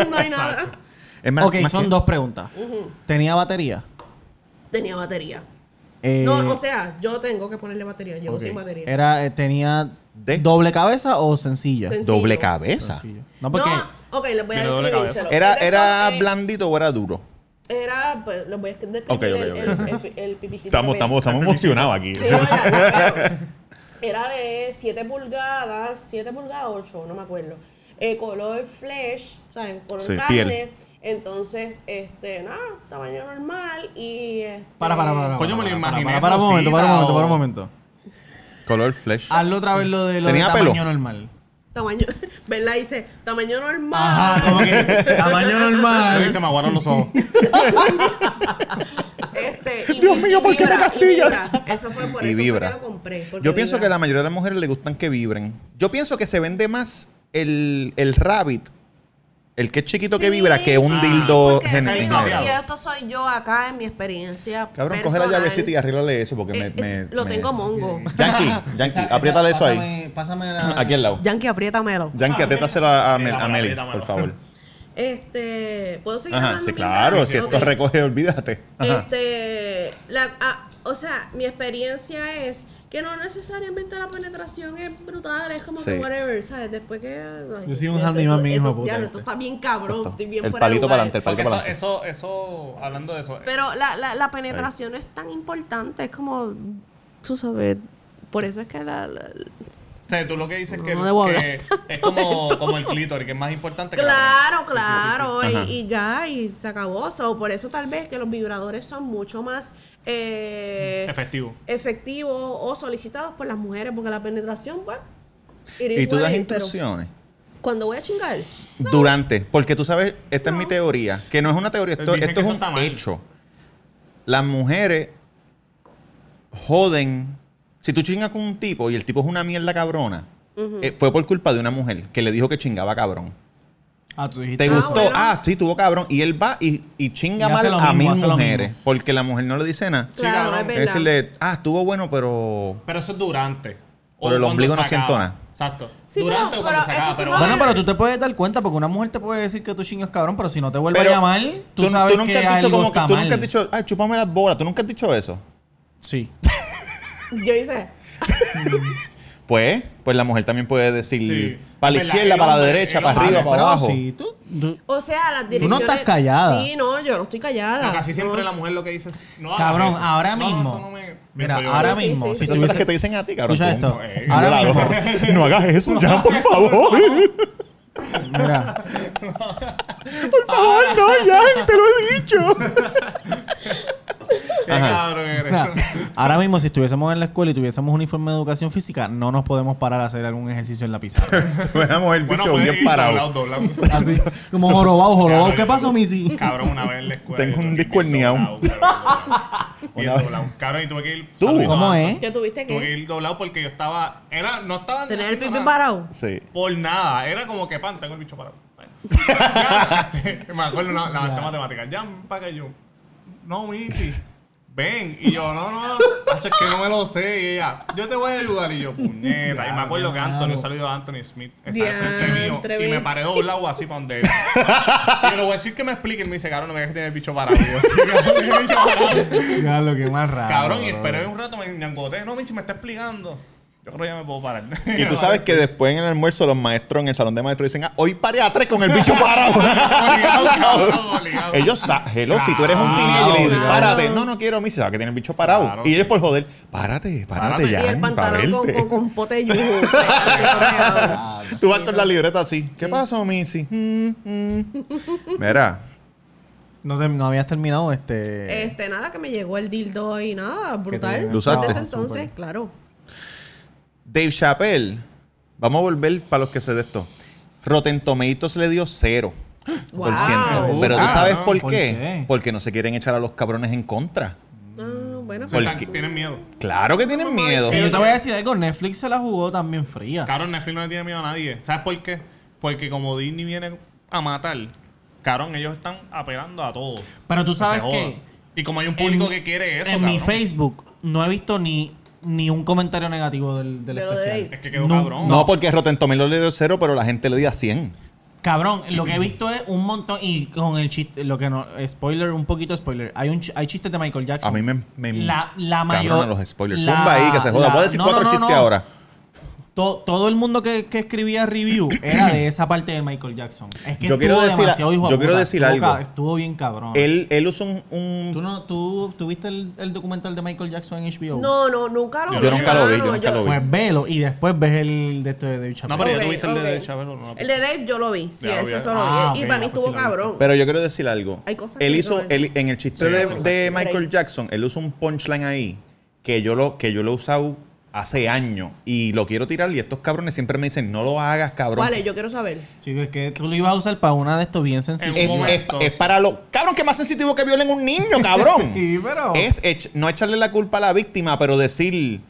Speaker 3: eso, no hay nada.
Speaker 1: Es más,
Speaker 2: Ok,
Speaker 1: más
Speaker 2: son
Speaker 1: que-
Speaker 2: dos preguntas. ¿Tenía batería?
Speaker 3: Tenía batería.
Speaker 2: Eh,
Speaker 3: No, o sea, yo tengo que ponerle batería. Llevo sin batería.
Speaker 2: Era, eh, ¿Tenía
Speaker 1: De-
Speaker 2: doble cabeza o sencilla?
Speaker 3: Sencilla.
Speaker 1: Doble
Speaker 3: Sencillo.
Speaker 1: cabeza.
Speaker 2: Sencilla. No, porque...
Speaker 3: No, ok, les voy a
Speaker 5: Tiene doble cabeza.
Speaker 3: describírselo.
Speaker 1: ¿Era,
Speaker 3: Yo tengo,
Speaker 1: era
Speaker 3: eh,
Speaker 1: blandito o era duro?
Speaker 3: Era, pues, los voy a describir
Speaker 1: Ok, ok,
Speaker 3: el,
Speaker 1: ok, ok.
Speaker 3: el- el- el pipicito
Speaker 1: Estamos,
Speaker 3: que-
Speaker 1: estamos, estamos emocionados aquí.
Speaker 3: Sí, vaya, claro. Era de 7 pulgadas, 7 pulgadas 8, no me acuerdo. Eh, color flesh, o sea, en color
Speaker 1: Sí,
Speaker 3: carne.
Speaker 1: piel.
Speaker 3: Entonces, este, nada, tamaño normal y... este-
Speaker 2: Para, para, para. para,
Speaker 5: Coño, me lo
Speaker 2: para,
Speaker 5: imaginé,
Speaker 2: Para, para, para un momento, para un momento,
Speaker 5: Rosita,
Speaker 2: para un
Speaker 5: o-
Speaker 2: momento.
Speaker 1: Color flesh.
Speaker 2: Hazlo otra vez lo de lo de
Speaker 1: ¿Tenía
Speaker 2: tamaño
Speaker 1: pelo?
Speaker 2: normal.
Speaker 3: Tamaño, ¿verdad? Dice, tamaño normal.
Speaker 2: Ajá, como que tamaño
Speaker 5: Ahí
Speaker 2: normal.
Speaker 5: se me aguaron los ojos.
Speaker 3: Este, y
Speaker 8: Dios
Speaker 3: vi-
Speaker 8: mío,
Speaker 3: y
Speaker 8: ¿por qué me
Speaker 3: vibra, y
Speaker 8: castigas?
Speaker 3: vibra. Eso fue por
Speaker 1: Y
Speaker 3: eso fue
Speaker 1: vibra.
Speaker 3: que lo compré. porque
Speaker 1: Yo pienso
Speaker 3: vibra.
Speaker 1: que a la mayoría de las mujeres le gustan que vibren. Yo pienso que se vende más el, el rabbit, el que es chiquito que
Speaker 3: Sí,
Speaker 1: vibra, que un
Speaker 3: sí,
Speaker 1: dildo
Speaker 3: porque
Speaker 1: gen-
Speaker 3: digo,
Speaker 1: en
Speaker 5: no,
Speaker 1: general.
Speaker 3: Y esto soy yo acá en mi experiencia
Speaker 1: Cabrón, coge la
Speaker 3: personal.
Speaker 1: llavecita y arréglale eso porque me,
Speaker 3: Eh,
Speaker 1: me-
Speaker 3: eh, Lo
Speaker 1: me-
Speaker 3: tengo mongo.
Speaker 1: Yankee, Yankee, apriétale eso ahí.
Speaker 2: Pásame la...
Speaker 1: Aquí al lado.
Speaker 3: Yankee, apriétamelo.
Speaker 1: Yankee, apriétaselo a, a, Mel- a
Speaker 5: Apriétamelo,
Speaker 1: Meli, por
Speaker 5: apriétamelo.
Speaker 1: favor.
Speaker 3: Este, ¿puedo seguir
Speaker 1: Ajá,
Speaker 3: hablando
Speaker 1: sí,
Speaker 3: mientras?
Speaker 1: claro. Si esto
Speaker 3: Ok. Eh,
Speaker 1: recoge, olvídate. Ajá.
Speaker 3: Este, la, ah, o sea, mi experiencia es que no necesariamente la penetración es brutal, es como
Speaker 1: Sí.
Speaker 3: que whatever, ¿sabes? Después que... ay,
Speaker 2: Yo soy un
Speaker 3: esto-
Speaker 2: handyman
Speaker 3: esto-
Speaker 2: bien hijo de
Speaker 3: esto-
Speaker 2: puta, este.
Speaker 3: diablo, esto está bien cabrón,
Speaker 1: Esto.
Speaker 3: estoy bien
Speaker 1: El
Speaker 3: fuera de
Speaker 1: palito
Speaker 3: lugar.
Speaker 1: pa'lante, el palito
Speaker 5: Porque eso,
Speaker 1: pa'lante.
Speaker 5: eso, eso, hablando de eso.
Speaker 3: Pero la, la, la penetración no es tan importante, es como, tú sabes, por eso es que la... la-
Speaker 5: O sea, tú lo que dices es que,
Speaker 3: No debo
Speaker 5: que
Speaker 3: hablar
Speaker 5: es como, como el clítoris, que es más importante que
Speaker 3: Claro,
Speaker 5: la penetración.
Speaker 3: claro,
Speaker 1: sí, sí.
Speaker 3: y- Y, ya, y se acabó. So, por eso tal vez que los vibradores son mucho más...
Speaker 5: Sí, sí,
Speaker 3: Eh,
Speaker 5: sí. Efectivo.
Speaker 3: efectivos o solicitados por las mujeres, porque la penetración, pues. it is
Speaker 1: Y tú
Speaker 3: what
Speaker 1: das
Speaker 3: it is, pero
Speaker 1: instrucciones.
Speaker 3: Cuando voy a chingar.
Speaker 1: Durante, porque tú sabes, esta es mi teoría, que no es una teoría, esto,
Speaker 5: Dicen
Speaker 1: esto
Speaker 5: que
Speaker 1: es
Speaker 5: eso está
Speaker 1: un
Speaker 5: mal.
Speaker 1: hecho. Las mujeres joden. Si tú chingas con un tipo y el tipo es una mierda cabrona, eh, fue por culpa de una mujer que le dijo que chingaba cabrón.
Speaker 2: Ah, tú
Speaker 1: ¿Te
Speaker 2: dijiste.
Speaker 1: gustó?
Speaker 3: bueno.
Speaker 1: Ah, sí, tuvo cabrón. Y él va y, y chinga
Speaker 2: Y hace
Speaker 1: mal
Speaker 2: lo
Speaker 1: a
Speaker 2: mismo,
Speaker 1: mil
Speaker 2: hace lo
Speaker 1: mujeres.
Speaker 2: mismo.
Speaker 1: Porque la mujer no le dice nada.
Speaker 5: Sí,
Speaker 3: claro,
Speaker 5: cabrón.
Speaker 3: es
Speaker 1: Es
Speaker 3: verdad.
Speaker 1: decirle, ah, estuvo bueno, pero.
Speaker 5: Pero eso es durante. O
Speaker 1: Por el
Speaker 5: cuando
Speaker 1: ombligo
Speaker 5: se
Speaker 1: no siento
Speaker 5: acaba.
Speaker 1: nada.
Speaker 5: Exacto.
Speaker 3: Sí,
Speaker 5: durante
Speaker 3: pero-
Speaker 5: o cuando
Speaker 3: pero
Speaker 5: se acaba.
Speaker 3: es que si
Speaker 5: pero
Speaker 3: no-
Speaker 2: Bueno, pero tú te puedes dar cuenta porque una mujer te puede decir que tú chingas cabrón, pero si no te vuelve
Speaker 1: Pero
Speaker 2: a llamar, tú, sabes
Speaker 1: nunca
Speaker 2: que
Speaker 1: has dicho
Speaker 2: algo
Speaker 1: como que-
Speaker 2: está
Speaker 1: tú
Speaker 2: mal.
Speaker 1: nunca has dicho, ay, chúpame las bolas. Tú nunca has dicho eso.
Speaker 2: Sí.
Speaker 3: Yo hice.
Speaker 1: Pues, pues la mujer también puede decir
Speaker 5: Sí.
Speaker 1: para la
Speaker 5: Verdad,
Speaker 1: izquierda,
Speaker 5: el
Speaker 1: para la
Speaker 5: hombre,
Speaker 1: derecha,
Speaker 5: el
Speaker 1: para
Speaker 5: hombre.
Speaker 1: arriba, para
Speaker 2: Pero
Speaker 1: abajo.
Speaker 2: sí, tú- tú-
Speaker 3: O sea, las
Speaker 2: Tú no
Speaker 3: direcciones.
Speaker 2: estás callada.
Speaker 3: Sí, no, yo no estoy callada.
Speaker 5: No, casi siempre
Speaker 3: No.
Speaker 5: la mujer lo que dice es. No hagas
Speaker 2: Cabrón,
Speaker 5: eso.
Speaker 2: ahora
Speaker 5: No,
Speaker 2: mismo.
Speaker 5: eso no me-
Speaker 2: Mira,
Speaker 5: eso yo-
Speaker 2: ahora
Speaker 3: Sí, sí,
Speaker 2: mismo.
Speaker 3: sí,
Speaker 2: si
Speaker 3: sí.
Speaker 1: Esas son las
Speaker 2: tuviese-
Speaker 1: que te dicen a ti, cabrón.
Speaker 2: Escucha
Speaker 1: tú,
Speaker 2: esto.
Speaker 1: eh,
Speaker 2: Ahora
Speaker 1: violado.
Speaker 2: mismo.
Speaker 1: No hagas eso, Jan, por favor.
Speaker 2: Mira,
Speaker 1: Por favor, no, Jan, te lo he dicho.
Speaker 5: Qué
Speaker 1: Ajá.
Speaker 5: cabrón eres.
Speaker 2: mira, ahora mismo, si estuviésemos en la escuela y tuviésemos un uniforme de educación física, no nos podemos parar a hacer algún ejercicio en la pizarra.
Speaker 1: Te dejamos el
Speaker 5: Bueno,
Speaker 1: bicho
Speaker 5: pues,
Speaker 1: bien
Speaker 5: y
Speaker 1: parado.
Speaker 5: doblado, doblado.
Speaker 2: Así, como jorobado, jorobado. ¿Qué pasó, Missy?
Speaker 5: Cabrón, una vez en la escuela.
Speaker 1: Tengo un
Speaker 5: yo
Speaker 1: disco
Speaker 5: bien
Speaker 1: herniado.
Speaker 5: doblado, cabrón, bien
Speaker 1: Una-
Speaker 5: doblado. Cabrón, y tuve que ir.
Speaker 1: ¿Tú?
Speaker 5: saludito
Speaker 2: ¿Cómo
Speaker 5: a-
Speaker 2: es?
Speaker 3: ¿Qué tuviste
Speaker 5: Tuve que
Speaker 3: que?
Speaker 5: ir doblado porque yo estaba. Era, no estaba ni
Speaker 3: Tener el
Speaker 5: haciendo
Speaker 3: pipí
Speaker 5: nada.
Speaker 3: parado.
Speaker 1: Sí.
Speaker 5: Por nada. Era como que pan, tengo el bicho parado. Me acuerdo una, la esta matemática. Ya, para que yo. No, Missy. Ven. Y yo, no, no. Eso es que no me lo sé. Y ella, yo te voy a ayudar. Y yo, puñeta. Y me acuerdo que Anthony, un saludo a Anthony Smith. Está
Speaker 3: Diantre,
Speaker 5: enfrente mío. Y me
Speaker 3: ves.
Speaker 5: paré doblado así para donde él. Y yo le voy a decir que me explique. Y me dice, cabrón, no me dejes tener el bicho parado. Y yo, "Sí, cabrón, tengo el bicho parado".
Speaker 2: Ya, lo que más
Speaker 1: Ah,
Speaker 2: raro.
Speaker 5: Cabrón, y
Speaker 2: bro.
Speaker 5: esperé un rato, me me angoté. No, Missy, me está explicando. Yo creo que ya me puedo parar.
Speaker 1: Y tú sabes que después en el almuerzo los maestros en el salón de maestros dicen, ah, hoy paré a tres con el bicho parado.
Speaker 5: Obligado, cabrón, obligado.
Speaker 1: Ellos, sa- hello, si tú eres un teenager, le dices,
Speaker 3: Claro.
Speaker 1: párate. No, no quiero, misa, que tiene el bicho parado.
Speaker 5: Claro.
Speaker 1: Y ellos por joder, párate, párate,
Speaker 5: Párate.
Speaker 1: ya,
Speaker 3: Y el
Speaker 1: para
Speaker 3: pantalón con,
Speaker 1: verte.
Speaker 3: con, con pote de yugo. Así torreado.
Speaker 1: Tú vas con la libreta así. ¿Qué pasó, Missy? Mm, mm. Mira,
Speaker 2: No, te- no habías terminado este.
Speaker 3: este, nada, que me llegó el dildo y nada, brutal.
Speaker 2: bien.
Speaker 1: Lo usaste.
Speaker 3: Desde ese entonces,
Speaker 2: Súper.
Speaker 3: claro.
Speaker 1: Dave Chappelle. Vamos a volver para los que se de esto. Rotten Tomatoes le dio cero.
Speaker 3: Wow.
Speaker 1: Por ciento. Pero tú
Speaker 5: Ah,
Speaker 1: sabes
Speaker 5: no,
Speaker 1: por,
Speaker 2: ¿por
Speaker 1: qué?
Speaker 2: qué?
Speaker 1: Porque no se quieren echar a los cabrones en contra.
Speaker 3: Ah, bueno,
Speaker 1: Por-
Speaker 3: pues,
Speaker 5: Están- Tienen miedo.
Speaker 1: Claro que tienen miedo.
Speaker 2: Y yo te voy a decir algo, Netflix se la jugó también fría.
Speaker 5: Cabrón, Netflix no le tiene miedo a nadie. ¿Sabes por qué? Porque como Disney viene a matar, cabrón, ellos están apelando a todos.
Speaker 2: Pero tú
Speaker 5: Que
Speaker 2: sabes
Speaker 5: se joda.
Speaker 2: que
Speaker 5: Y como hay un público
Speaker 2: en-
Speaker 5: que quiere eso,
Speaker 2: en mi
Speaker 5: cabrón,
Speaker 2: Facebook no he visto ni, ni un comentario negativo del, del
Speaker 3: Pero de
Speaker 2: especial.
Speaker 3: ahí.
Speaker 5: Es que quedó
Speaker 2: No,
Speaker 5: cabrón.
Speaker 1: No, porque Rotten Tomatoes le dio cero, pero la gente le dio 100.
Speaker 2: Cabrón, lo que he visto es un montón. Y con el chiste, lo que no. Spoiler, un poquito spoiler. Hay un chi- hay chistes de Michael Jackson.
Speaker 1: A mí me, me
Speaker 2: La, la
Speaker 1: cabronan
Speaker 2: mayor.
Speaker 1: los spoilers.
Speaker 2: la-
Speaker 1: Zumba ahí, que se joda.
Speaker 2: la-
Speaker 1: Voy a decir
Speaker 2: no,
Speaker 1: cuatro
Speaker 2: no, no,
Speaker 1: chistes
Speaker 2: no.
Speaker 1: ahora.
Speaker 2: To- todo el mundo que, que escribía review era de esa parte de Michael Jackson. Es que
Speaker 1: Yo
Speaker 2: estuvo
Speaker 1: quiero decir-
Speaker 2: demasiado hijo de
Speaker 1: yo quiero
Speaker 2: puta.
Speaker 1: decir
Speaker 2: Estuvo
Speaker 1: algo.
Speaker 2: ca- Estuvo bien cabrón.
Speaker 1: Él, él usa un... un-
Speaker 2: ¿Tú, no, tú, tú viste el, el documental de Michael Jackson en HBO?
Speaker 3: No, no, nunca lo
Speaker 1: Yo
Speaker 3: vi,
Speaker 1: nunca lo vi, yo
Speaker 3: hermano,
Speaker 1: nunca lo vi.
Speaker 2: Pues velo y después ves el de este de Dave Chappelle.
Speaker 5: No,
Speaker 3: Ok,
Speaker 5: pero ya tuviste el
Speaker 3: ok.
Speaker 5: de Dave Chappelle, ¿no?
Speaker 3: El de Dave yo lo vi, sí,
Speaker 5: Ya lo vi,
Speaker 3: ese
Speaker 5: ya.
Speaker 3: solo
Speaker 2: Ah,
Speaker 3: vi.
Speaker 2: ok,
Speaker 3: Y para mí
Speaker 5: ah, pues
Speaker 3: estuvo
Speaker 5: sí lo vi.
Speaker 3: cabrón.
Speaker 1: Pero yo quiero decir algo.
Speaker 3: Hay cosas
Speaker 1: él
Speaker 3: que
Speaker 1: hizo,
Speaker 3: no-
Speaker 1: él- en el chiste
Speaker 5: Sí,
Speaker 1: de,
Speaker 5: hay cosas
Speaker 1: de
Speaker 3: que-
Speaker 1: Michael Jackson, él usa un punchline ahí que yo lo, que yo lo he usado hace años y lo quiero tirar y estos cabrones siempre me dicen, no lo hagas, cabrón.
Speaker 3: Vale, yo quiero saber.
Speaker 2: Chico, es que tú lo ibas a usar para una de estos bien
Speaker 5: En
Speaker 1: Es,
Speaker 5: un
Speaker 2: sencillos.
Speaker 1: es-
Speaker 5: momento.
Speaker 1: es para lo. Cabrón, que más sensitivo que violen un niño, cabrón.
Speaker 2: Sí, pero-
Speaker 1: Es ech- no echarle la culpa a la víctima, pero decir.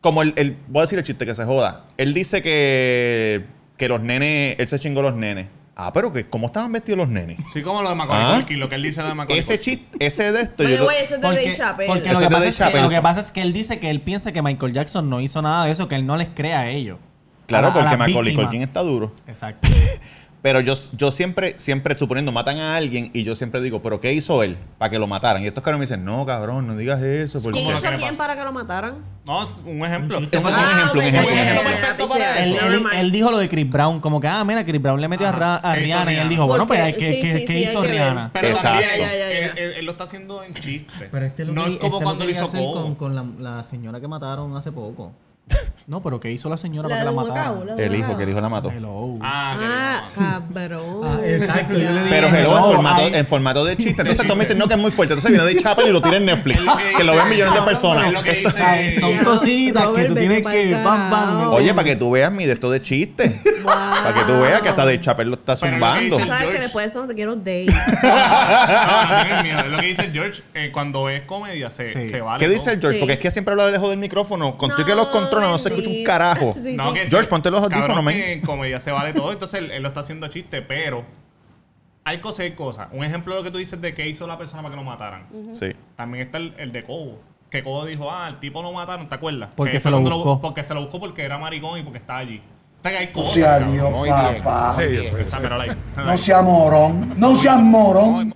Speaker 1: Como el, el- Voy a decir el chiste que se joda. Él dice que. Que los nenes. Él se chingó los nenes. Ah, pero que ¿cómo estaban vestidos los nenes?
Speaker 5: Sí, como lo de Macaulay
Speaker 1: Ah.
Speaker 5: Culkin, lo que él dice de Macaulay
Speaker 1: Ese
Speaker 5: Culkin.
Speaker 1: chiste, ese de esto.
Speaker 3: By
Speaker 1: yo
Speaker 3: the
Speaker 1: lo-
Speaker 3: way, eso es de Dave
Speaker 2: Porque,
Speaker 3: Chappelle.
Speaker 2: porque
Speaker 1: Eso
Speaker 2: lo,
Speaker 1: es
Speaker 2: que
Speaker 1: de
Speaker 2: pasa
Speaker 1: Dave
Speaker 2: es que,
Speaker 1: Chappelle.
Speaker 2: lo que pasa es que él dice que él piensa que Michael Jackson no hizo nada de eso, que él no les cree a ellos.
Speaker 1: claro,
Speaker 2: A- a
Speaker 1: porque
Speaker 2: las
Speaker 1: Macaulay
Speaker 2: víctimas.
Speaker 1: Culkin está duro.
Speaker 2: Exacto.
Speaker 1: Pero yo, yo siempre, siempre, suponiendo, matan a alguien y yo siempre digo, ¿pero qué hizo él para que lo mataran? Y estos cabrones me dicen, no, cabrón, no digas eso. porque-
Speaker 3: ¿Quién
Speaker 5: ¿Cómo lo
Speaker 3: hizo
Speaker 5: que le
Speaker 3: quién
Speaker 5: pasa?
Speaker 3: para que lo mataran?
Speaker 5: No, es un ejemplo. Ah,
Speaker 1: Es un ejemplo, un ejemplo,
Speaker 3: ok, ya,
Speaker 1: un
Speaker 3: ya, ya,
Speaker 1: ejemplo.
Speaker 5: perfecto
Speaker 3: ya,
Speaker 5: para
Speaker 3: ya,
Speaker 2: él,
Speaker 5: eso.
Speaker 3: ya,
Speaker 2: él-
Speaker 3: never mind.
Speaker 2: él dijo lo de Chris Brown, como que, ah, mira, Chris Brown le metió a, Ra- a
Speaker 5: que hizo
Speaker 2: Rihanna. Y él
Speaker 5: Rihanna.
Speaker 2: dijo, bueno, pues,
Speaker 3: Porque-
Speaker 2: hay que-
Speaker 3: sí,
Speaker 2: que-
Speaker 3: sí,
Speaker 2: ¿qué
Speaker 3: sí, hay
Speaker 2: hizo
Speaker 3: que ver.
Speaker 2: Rihanna?
Speaker 5: Pero
Speaker 1: Exacto.
Speaker 5: también,
Speaker 3: Ya, ya, ya,
Speaker 5: él,
Speaker 3: ya.
Speaker 5: él- él lo está haciendo en chiste.
Speaker 2: este
Speaker 5: no es como cuando lo hizo Cobo.
Speaker 2: la, señora que mataron hace poco. No, pero ¿qué hizo la señora
Speaker 3: La
Speaker 2: para
Speaker 3: de
Speaker 2: que la
Speaker 3: Humacao,
Speaker 2: mataron?
Speaker 3: la de
Speaker 1: El hijo,
Speaker 3: Humacao.
Speaker 1: que el hijo la mató.
Speaker 2: Hello.
Speaker 5: Ah, que
Speaker 3: Ah,
Speaker 5: no.
Speaker 3: cabrón.
Speaker 5: Ah,
Speaker 2: exacto, yo le dije-
Speaker 1: Pero hello en
Speaker 2: No,
Speaker 1: formato,
Speaker 2: hay-
Speaker 1: en formato de chiste. Entonces tú me dices, no, que es muy fuerte. Entonces viene de Chapel y lo tira en Netflix.
Speaker 5: Es lo que
Speaker 1: que lo ven
Speaker 5: dice.
Speaker 1: millones de
Speaker 5: Es lo
Speaker 1: personas.
Speaker 5: que dice-
Speaker 2: Ay, son
Speaker 3: Ya,
Speaker 2: cositas que
Speaker 3: Robert,
Speaker 2: tú
Speaker 3: vete
Speaker 2: tienes
Speaker 3: pa'l
Speaker 2: que- bam, bam.
Speaker 3: carajo.
Speaker 1: Oye, para que tú veas mi de esto de chiste. Para que tú veas que hasta de Chapel lo está
Speaker 5: Pero lo que
Speaker 1: zumbando.
Speaker 3: Tú
Speaker 5: dice-
Speaker 3: sabes que
Speaker 5: George.
Speaker 3: después de eso te quiero date.
Speaker 5: No, también es miedo. Es lo que dice George. eh, cuando es comedia, se,
Speaker 2: Sí.
Speaker 5: se vale.
Speaker 1: ¿Qué
Speaker 5: todo.
Speaker 1: dice el George?
Speaker 3: Sí.
Speaker 1: Porque es que siempre habla de lejos del micrófono. Con tú que los controla no se escucha un carajo.
Speaker 3: Sí,
Speaker 5: No,
Speaker 3: sí.
Speaker 5: que
Speaker 1: George,
Speaker 5: sí.
Speaker 1: ponte los audífonos,
Speaker 5: Cabrón,
Speaker 1: man.
Speaker 5: que En comedia se vale todo. Entonces él, él lo está haciendo a chiste, pero hay cosas y cosas. Un ejemplo de lo que tú dices de qué hizo la persona para que lo mataran.
Speaker 1: Sí.
Speaker 5: También está el, el de Cobo. Que Cobo dijo, ah, el tipo lo mataron, ¿te acuerdas?
Speaker 2: Porque
Speaker 5: Que
Speaker 2: se
Speaker 5: fue
Speaker 2: lo
Speaker 5: cuando
Speaker 2: buscó.
Speaker 5: porque se lo buscó porque era maricón y porque estaba allí. O sea que hay cosas.
Speaker 8: O sea,
Speaker 5: cabrón.
Speaker 8: Dios,
Speaker 7: Muy bien.
Speaker 8: papá.
Speaker 5: Sí, esa, pero la-
Speaker 8: No seas morón. No seas morón.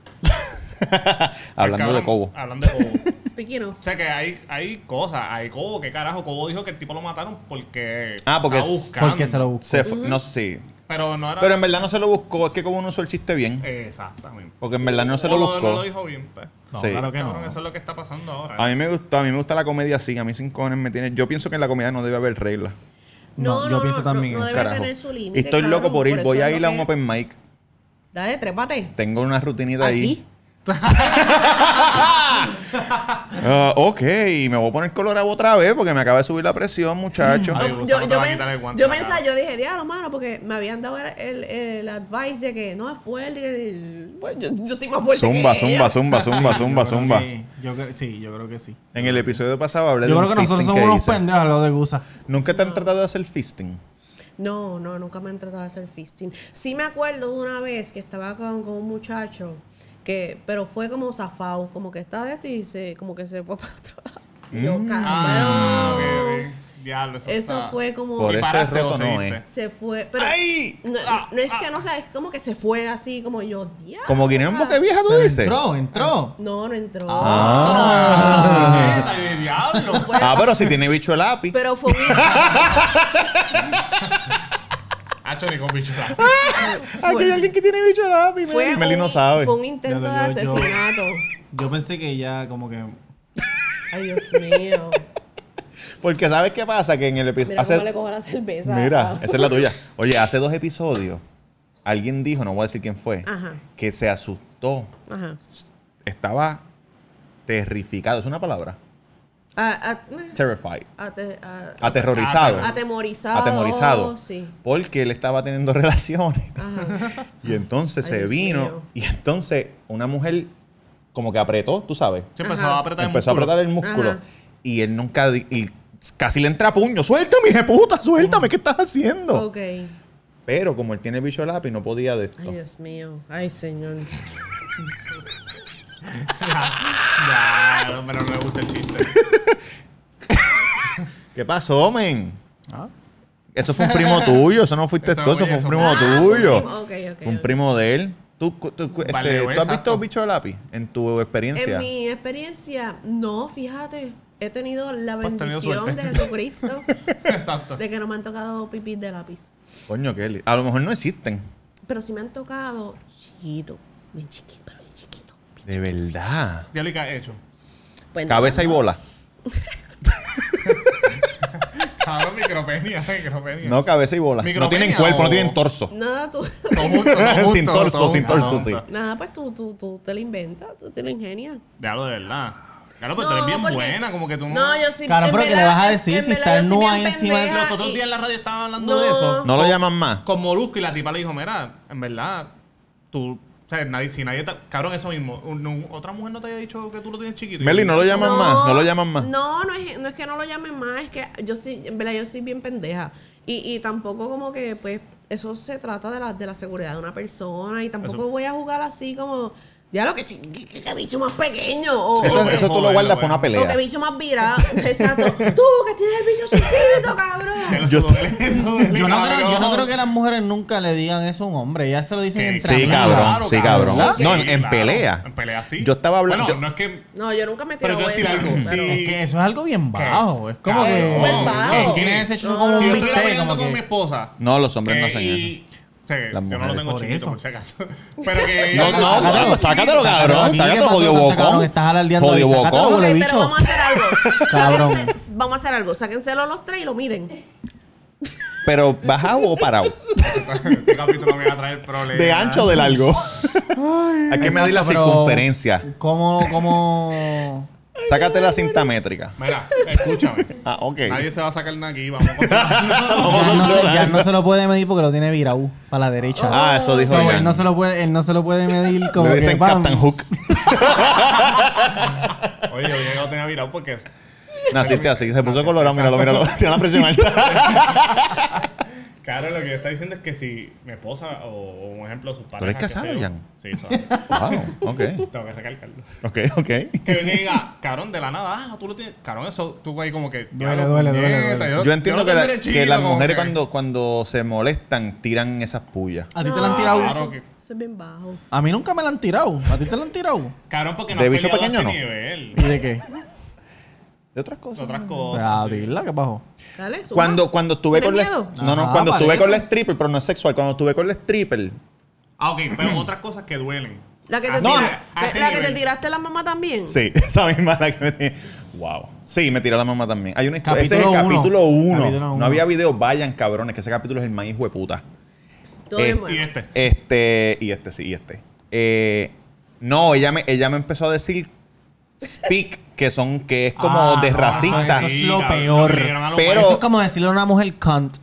Speaker 1: Hablando de
Speaker 5: Cabrón,
Speaker 1: Cobo.
Speaker 5: Hablando de Cobo.
Speaker 3: Speaking of.
Speaker 5: O sea que hay, hay cosas, hay Cobo, que carajo, Cobo dijo que el tipo lo mataron porque
Speaker 1: Ah, porque
Speaker 5: estaba
Speaker 1: es-
Speaker 5: buscando.
Speaker 2: Porque se lo buscó.
Speaker 1: Se fue- No sé.
Speaker 5: Pero no era
Speaker 1: Pero en verdad no se lo buscó. Es que Cobo no usó el chiste bien.
Speaker 5: exactamente.
Speaker 1: Porque en verdad no se
Speaker 5: O
Speaker 1: lo
Speaker 5: no- No
Speaker 1: buscó.
Speaker 5: lo dijo bien, pues.
Speaker 2: No,
Speaker 1: Sí.
Speaker 2: claro que no.
Speaker 5: Cabrón, eso es lo que está pasando ahora.
Speaker 1: A mí me gustó, a mí me gusta la comedia así. A mí sin cojones me tiene. Yo pienso que en la comedia no debe haber reglas.
Speaker 2: No, yo pienso también en
Speaker 3: no, no
Speaker 1: Pues,
Speaker 2: eso.
Speaker 3: debe
Speaker 1: carajo.
Speaker 3: tener su límite.
Speaker 1: Estoy
Speaker 3: claro,
Speaker 1: loco por ir.
Speaker 3: eso
Speaker 1: Voy a
Speaker 3: es
Speaker 1: ir
Speaker 3: lo
Speaker 1: a un
Speaker 3: que-
Speaker 1: open mic.
Speaker 3: Dale, trépate.
Speaker 1: Tengo una rutinita
Speaker 3: Aquí.
Speaker 1: ahí. Ah, ok, me voy a poner colorado otra vez porque me acaba de subir la presión, muchacho.
Speaker 5: Ay,
Speaker 3: Yo,
Speaker 5: Gonzalo,
Speaker 3: yo,
Speaker 5: te va a
Speaker 3: pens-
Speaker 5: quitar el guante
Speaker 3: yo
Speaker 5: de la
Speaker 3: pensaba,
Speaker 5: cara.
Speaker 3: yo dije, diablo, mano, porque me habían dado el, el, el advice de que no es fuerte. que- bueno, yo, yo estoy más fuerte.
Speaker 1: Zumba,
Speaker 3: que
Speaker 1: zumba,
Speaker 3: ella.
Speaker 1: zumba, zumba, zumba,
Speaker 2: Yo creo
Speaker 1: zumba.
Speaker 2: que- yo creo- sí, yo creo que sí.
Speaker 1: En el episodio pasado hablé de
Speaker 2: Yo creo que
Speaker 1: un
Speaker 2: nosotros
Speaker 1: fisting
Speaker 2: somos
Speaker 1: que
Speaker 2: unos
Speaker 1: hice.
Speaker 2: pendejos los de Gusa.
Speaker 1: Nunca te han tratado de hacer fisting.
Speaker 3: No, no, nunca me han tratado de hacer fisting. Sí me acuerdo una vez que estaba con, con un muchacho que, pero fue como zafado, como que estaba de esto y se, como que se fue para otro lado. Y
Speaker 1: Mm.
Speaker 3: yo, cabrón.
Speaker 5: Ah, ok, ok. Diablo, eso,
Speaker 3: Eso
Speaker 5: está-
Speaker 3: fue como.
Speaker 1: Por e-
Speaker 5: ¿Y
Speaker 1: eso es
Speaker 5: paraste o
Speaker 1: roto, no
Speaker 5: seguiste?
Speaker 1: es.
Speaker 3: Se fue. Pero
Speaker 1: ¡Ay!
Speaker 3: No, no
Speaker 5: Ah,
Speaker 3: es que no sea, es como que se fue así, como yo, diablo.
Speaker 1: Como Guineón Boca Vieja, tú dices.
Speaker 2: entró.
Speaker 3: No, no entró.
Speaker 5: Ah, ah, de diablo.
Speaker 1: Ah, pero si tiene bicho el lápiz.
Speaker 3: Pero fue un.
Speaker 5: Hacho ni con bicho.
Speaker 1: Aquí hay
Speaker 3: fue-
Speaker 1: alguien que tiene bicho el lápiz.
Speaker 3: fue,
Speaker 1: Meli
Speaker 3: un,
Speaker 1: no sabe.
Speaker 3: fue un intento
Speaker 2: Ya
Speaker 3: de
Speaker 2: lo yo- yo-
Speaker 3: asesinato.
Speaker 2: Yo pensé que ya como que...
Speaker 3: Ay, Dios mío.
Speaker 1: Porque ¿sabes qué pasa? Que en el episodio...
Speaker 3: Mira cómo le cojo la cerveza.
Speaker 1: Pues Mira, esa es la tuya. Oye, hace dos episodios alguien dijo, no voy a decir quién fue,
Speaker 3: Ajá.
Speaker 1: que se asustó.
Speaker 3: Ajá.
Speaker 1: Estaba terrificado. ¿Es una palabra?
Speaker 3: A,
Speaker 1: Terrified.
Speaker 3: a- a te- a-
Speaker 1: Aterrorizado.
Speaker 3: atemorizado.
Speaker 1: Ah. Atemorizado.
Speaker 3: Sí.
Speaker 1: Porque él estaba teniendo relaciones.
Speaker 3: Ajá.
Speaker 1: Y entonces
Speaker 3: Ay,
Speaker 1: se
Speaker 3: Dios
Speaker 1: vino.
Speaker 3: mío.
Speaker 1: Y entonces una mujer como que apretó, tú sabes.
Speaker 5: Se empezó a apretar el
Speaker 1: Empezó a
Speaker 5: músculo.
Speaker 1: apretar el músculo.
Speaker 3: Ajá.
Speaker 1: Y él nunca... di- Y casi le entra a puño. Suéltame, hija de puta, suéltame. ¿Qué estás haciendo?
Speaker 3: Ok. Ay,
Speaker 1: Pero como él tiene el bicho lápiz, no podía de esto.
Speaker 3: Dios mío. Ay, señor.
Speaker 5: Ya, no, pero no me gusta el chiste.
Speaker 1: ¿Qué pasó, men?
Speaker 2: Ah,
Speaker 1: Eso fue un primo tuyo, eso no fuiste
Speaker 5: Eso
Speaker 1: tú, eso fue un
Speaker 5: fue- eso
Speaker 1: primo
Speaker 3: fue- Ah, fue un
Speaker 1: tuyo.
Speaker 3: primo, ok, ok,
Speaker 1: Fue un
Speaker 3: ok.
Speaker 1: primo de él. ¿Tú, cu- tú, cu- este,
Speaker 5: Valeo,
Speaker 1: ¿tú has
Speaker 5: exacto.
Speaker 1: visto bicho de lápiz en tu experiencia?
Speaker 3: En mi experiencia, no, fíjate, he tenido la
Speaker 5: Pues has tenido
Speaker 3: bendición de
Speaker 5: suerte.
Speaker 3: Jesucristo
Speaker 5: Exacto.
Speaker 3: de que no me han tocado pipis de lápiz.
Speaker 1: Coño, Kelly. A lo mejor no existen.
Speaker 3: Pero sí me han tocado chiquito, bien chiquito, pero bien chiquito. bien
Speaker 1: De verdad.
Speaker 5: Diablo, ¿y ¿qué has hecho?
Speaker 3: chiquito. Pues nada,
Speaker 1: Cabeza y bola.
Speaker 5: Cabrón, micropenia, micropenia.
Speaker 1: No, cabeza y bola. No
Speaker 5: Micropenia
Speaker 1: tienen cuerpo,
Speaker 5: o-
Speaker 1: no tienen torso.
Speaker 3: Nada, tú,
Speaker 5: Todo junto, todo junto,
Speaker 1: sin torso,
Speaker 5: todo
Speaker 1: sin
Speaker 5: junto,
Speaker 1: torso,
Speaker 5: todo
Speaker 1: sí.
Speaker 5: junto.
Speaker 3: nada, pues tú, tú, tú te lo inventas, tú te lo ingenias.
Speaker 5: Diablo, de verdad. Claro, pero tú eres bien
Speaker 3: porque-
Speaker 5: buena, como que tú
Speaker 3: No, yo sí.
Speaker 2: Claro,
Speaker 3: en
Speaker 2: pero ¿qué le
Speaker 3: verdad-
Speaker 2: vas a decir
Speaker 3: en
Speaker 2: si
Speaker 3: verdad
Speaker 2: está
Speaker 3: yo soy
Speaker 2: nua
Speaker 3: bien
Speaker 2: encima de-
Speaker 3: pendeja
Speaker 5: Los otros
Speaker 3: y-
Speaker 5: días en la radio estaban hablando
Speaker 3: No.
Speaker 5: de eso.
Speaker 1: No lo llaman más.
Speaker 5: Con Molusco y la tipa le dijo, mira, en verdad, tú... O sea, nadie, si nadie... te- Cabrón, eso mismo. Un- un- otra mujer no te había dicho que tú lo tienes chiquito.
Speaker 1: Meli, no lo llaman más. No lo llaman más.
Speaker 3: No, no es, no es que no lo llamen más, es que yo sí, en verdad, yo soy bien pendeja. Y, y tampoco como que, pues, eso se trata de la, de la seguridad de una persona y tampoco
Speaker 5: Eso-
Speaker 3: voy a jugar así como, ya lo que, chi- que, que- que bicho más pequeño o,
Speaker 1: Eso,
Speaker 3: o que-
Speaker 1: eso tú lo
Speaker 5: Joder,
Speaker 1: guardas
Speaker 5: joder.
Speaker 1: para una
Speaker 3: o que
Speaker 1: pelea.
Speaker 3: bicho más virado. Exacto. Tú, que tienes el bicho chiquito, cabrón.
Speaker 5: Yo,
Speaker 1: Yo-
Speaker 2: Yo no, creo, yo no creo que las mujeres nunca le digan eso a un hombre. Ya se lo dicen en
Speaker 1: Sí,
Speaker 2: trabajo.
Speaker 1: cabrón, sí, cabrón. No, en- en
Speaker 5: claro.
Speaker 1: pelea.
Speaker 5: En pelea, sí.
Speaker 1: Yo estaba hablando-
Speaker 5: Bueno,
Speaker 1: yo-
Speaker 5: no es que...
Speaker 3: No, yo nunca me
Speaker 5: Pero
Speaker 3: tiro
Speaker 5: te voy a decir algo.
Speaker 3: hueso,
Speaker 5: Sí.
Speaker 3: pero-
Speaker 2: Es que eso es algo bien bajo. Es como
Speaker 5: Cabrón,
Speaker 2: que.
Speaker 3: Es súper bajo.
Speaker 2: que Tienen ese chucho
Speaker 3: No,
Speaker 2: como
Speaker 5: Si
Speaker 2: un
Speaker 5: yo estuviera
Speaker 2: bistec.
Speaker 5: peleando
Speaker 2: Como
Speaker 5: con mi
Speaker 2: que.
Speaker 5: esposa...
Speaker 1: No, los hombres no
Speaker 5: que-
Speaker 1: hacen
Speaker 5: y-
Speaker 1: eso.
Speaker 5: sí, yo
Speaker 1: Las
Speaker 5: no lo
Speaker 1: mujeres.
Speaker 5: tengo
Speaker 2: Por
Speaker 5: chiquito,
Speaker 2: eso.
Speaker 5: por si acaso. Pero que...
Speaker 1: No, no,
Speaker 2: Sácatelo.
Speaker 1: no, sácatelo,
Speaker 2: Sácatelo
Speaker 1: cabrón.
Speaker 2: aquí,
Speaker 1: Sácatelo,
Speaker 2: ¿qué pasó
Speaker 1: jodido
Speaker 2: con este cabrón
Speaker 1: bocón.
Speaker 2: que estás alardeando
Speaker 1: Jodido
Speaker 2: ahí? Sácatelo.
Speaker 1: bocón.
Speaker 3: Ok,
Speaker 2: Pobre bicho.
Speaker 3: pero vamos a hacer algo.
Speaker 2: Cabrón.
Speaker 3: Sáquense- vamos a hacer algo. Sáquenselo los tres y lo miden.
Speaker 1: Pero bajado o parado.
Speaker 5: Este capítulo me va a traer problemas.
Speaker 1: De ancho o de largo. Hay que medir la
Speaker 2: Exacto, pero-
Speaker 1: circunferencia.
Speaker 2: ¿Cómo, cómo.
Speaker 1: Sácate la cinta métrica.
Speaker 5: Mira, escúchame.
Speaker 1: Ah, ok.
Speaker 5: Nadie se va a sacar nada aquí. Vamos a continuar.
Speaker 2: Ya no, se,
Speaker 1: controlar.
Speaker 2: ya no se lo puede medir porque lo tiene virado para la derecha.
Speaker 1: Ah, eso dijo
Speaker 2: Oh, So, él,
Speaker 1: Jan.
Speaker 2: no se lo puede, él no se lo puede medir como
Speaker 1: Le
Speaker 2: que,
Speaker 1: dicen
Speaker 2: pam.
Speaker 1: Captain Hook.
Speaker 5: Oye, yo ya lo tenía virado porque...
Speaker 1: Naciste así. Se puso colorado. Míralo, míralo. Tiene la presión alta.
Speaker 5: Claro, lo que yo está diciendo es que si mi esposa o, o un ejemplo, sus padres.
Speaker 1: eres casado, Jan?
Speaker 5: Sí, soy.
Speaker 1: Wow. Ok.
Speaker 5: Tengo que recalcarlo.
Speaker 1: Ok, ok.
Speaker 5: Que venga y diga, cabrón, de la nada, ah, tú lo tienes. Cabrón, eso tú ahí como que.
Speaker 2: Duele,
Speaker 5: diablo,
Speaker 2: duele, duele,
Speaker 5: puñeta,
Speaker 2: duele.
Speaker 5: lo-
Speaker 1: Yo entiendo
Speaker 5: lo
Speaker 1: que, la-
Speaker 5: tendré
Speaker 1: que
Speaker 5: chido,
Speaker 1: las
Speaker 5: como
Speaker 1: mujeres
Speaker 5: que-
Speaker 1: cuando, cuando se molestan tiran esas pullas.
Speaker 2: A ti te la han tirado.
Speaker 5: Claro que-
Speaker 3: Eso es bien bajo.
Speaker 2: A mí nunca me la han tirado. A ti te la han tirado.
Speaker 5: Cabrón, porque no
Speaker 1: ¿De
Speaker 5: has
Speaker 1: bicho
Speaker 5: peleado
Speaker 1: pequeño
Speaker 5: ese
Speaker 1: no?
Speaker 5: nivel.
Speaker 2: ¿Y de qué?
Speaker 1: De otras cosas.
Speaker 5: Otras
Speaker 2: Pues
Speaker 5: cosas.
Speaker 2: a
Speaker 5: sí.
Speaker 2: dirla, ¿qué pasó?
Speaker 3: Dale, suma.
Speaker 1: Cuando, cuando estuve
Speaker 3: ¿Tienes
Speaker 1: con la,
Speaker 3: miedo?
Speaker 1: no, no,
Speaker 2: Ajá,
Speaker 1: cuando estuve
Speaker 2: parece.
Speaker 1: con la stripper, pero no es sexual, cuando estuve con la stripper,
Speaker 5: Ah, ok, pero otras cosas que duelen.
Speaker 3: La que te,
Speaker 5: Así-
Speaker 1: No,
Speaker 3: tira-
Speaker 5: a ese
Speaker 3: la que te
Speaker 5: nivel.
Speaker 3: tiraste la mamá también.
Speaker 1: sí, esa misma la que me tiré. Wow. Sí, me tiró la mamá también. Hay una historia. Ese es el
Speaker 2: Capítulo uno.
Speaker 1: capítulo 1.
Speaker 2: Capítulo
Speaker 1: No
Speaker 2: uno.
Speaker 1: había video, vayan cabrones, que ese capítulo es el maíz hijo de puta.
Speaker 3: Todo es
Speaker 1: Eh,
Speaker 5: Y
Speaker 3: bueno.
Speaker 5: este.
Speaker 1: Este, y este, sí, y este. Eh, no, ella me, ella me empezó a decir speak, que son, que es como
Speaker 2: Ah,
Speaker 1: de
Speaker 2: no,
Speaker 1: racista.
Speaker 2: eso es lo
Speaker 5: cabrón,
Speaker 2: peor.
Speaker 5: le dieron a los
Speaker 1: Pero-
Speaker 5: güeyes.
Speaker 2: Eso es como decirle a una mujer cunt.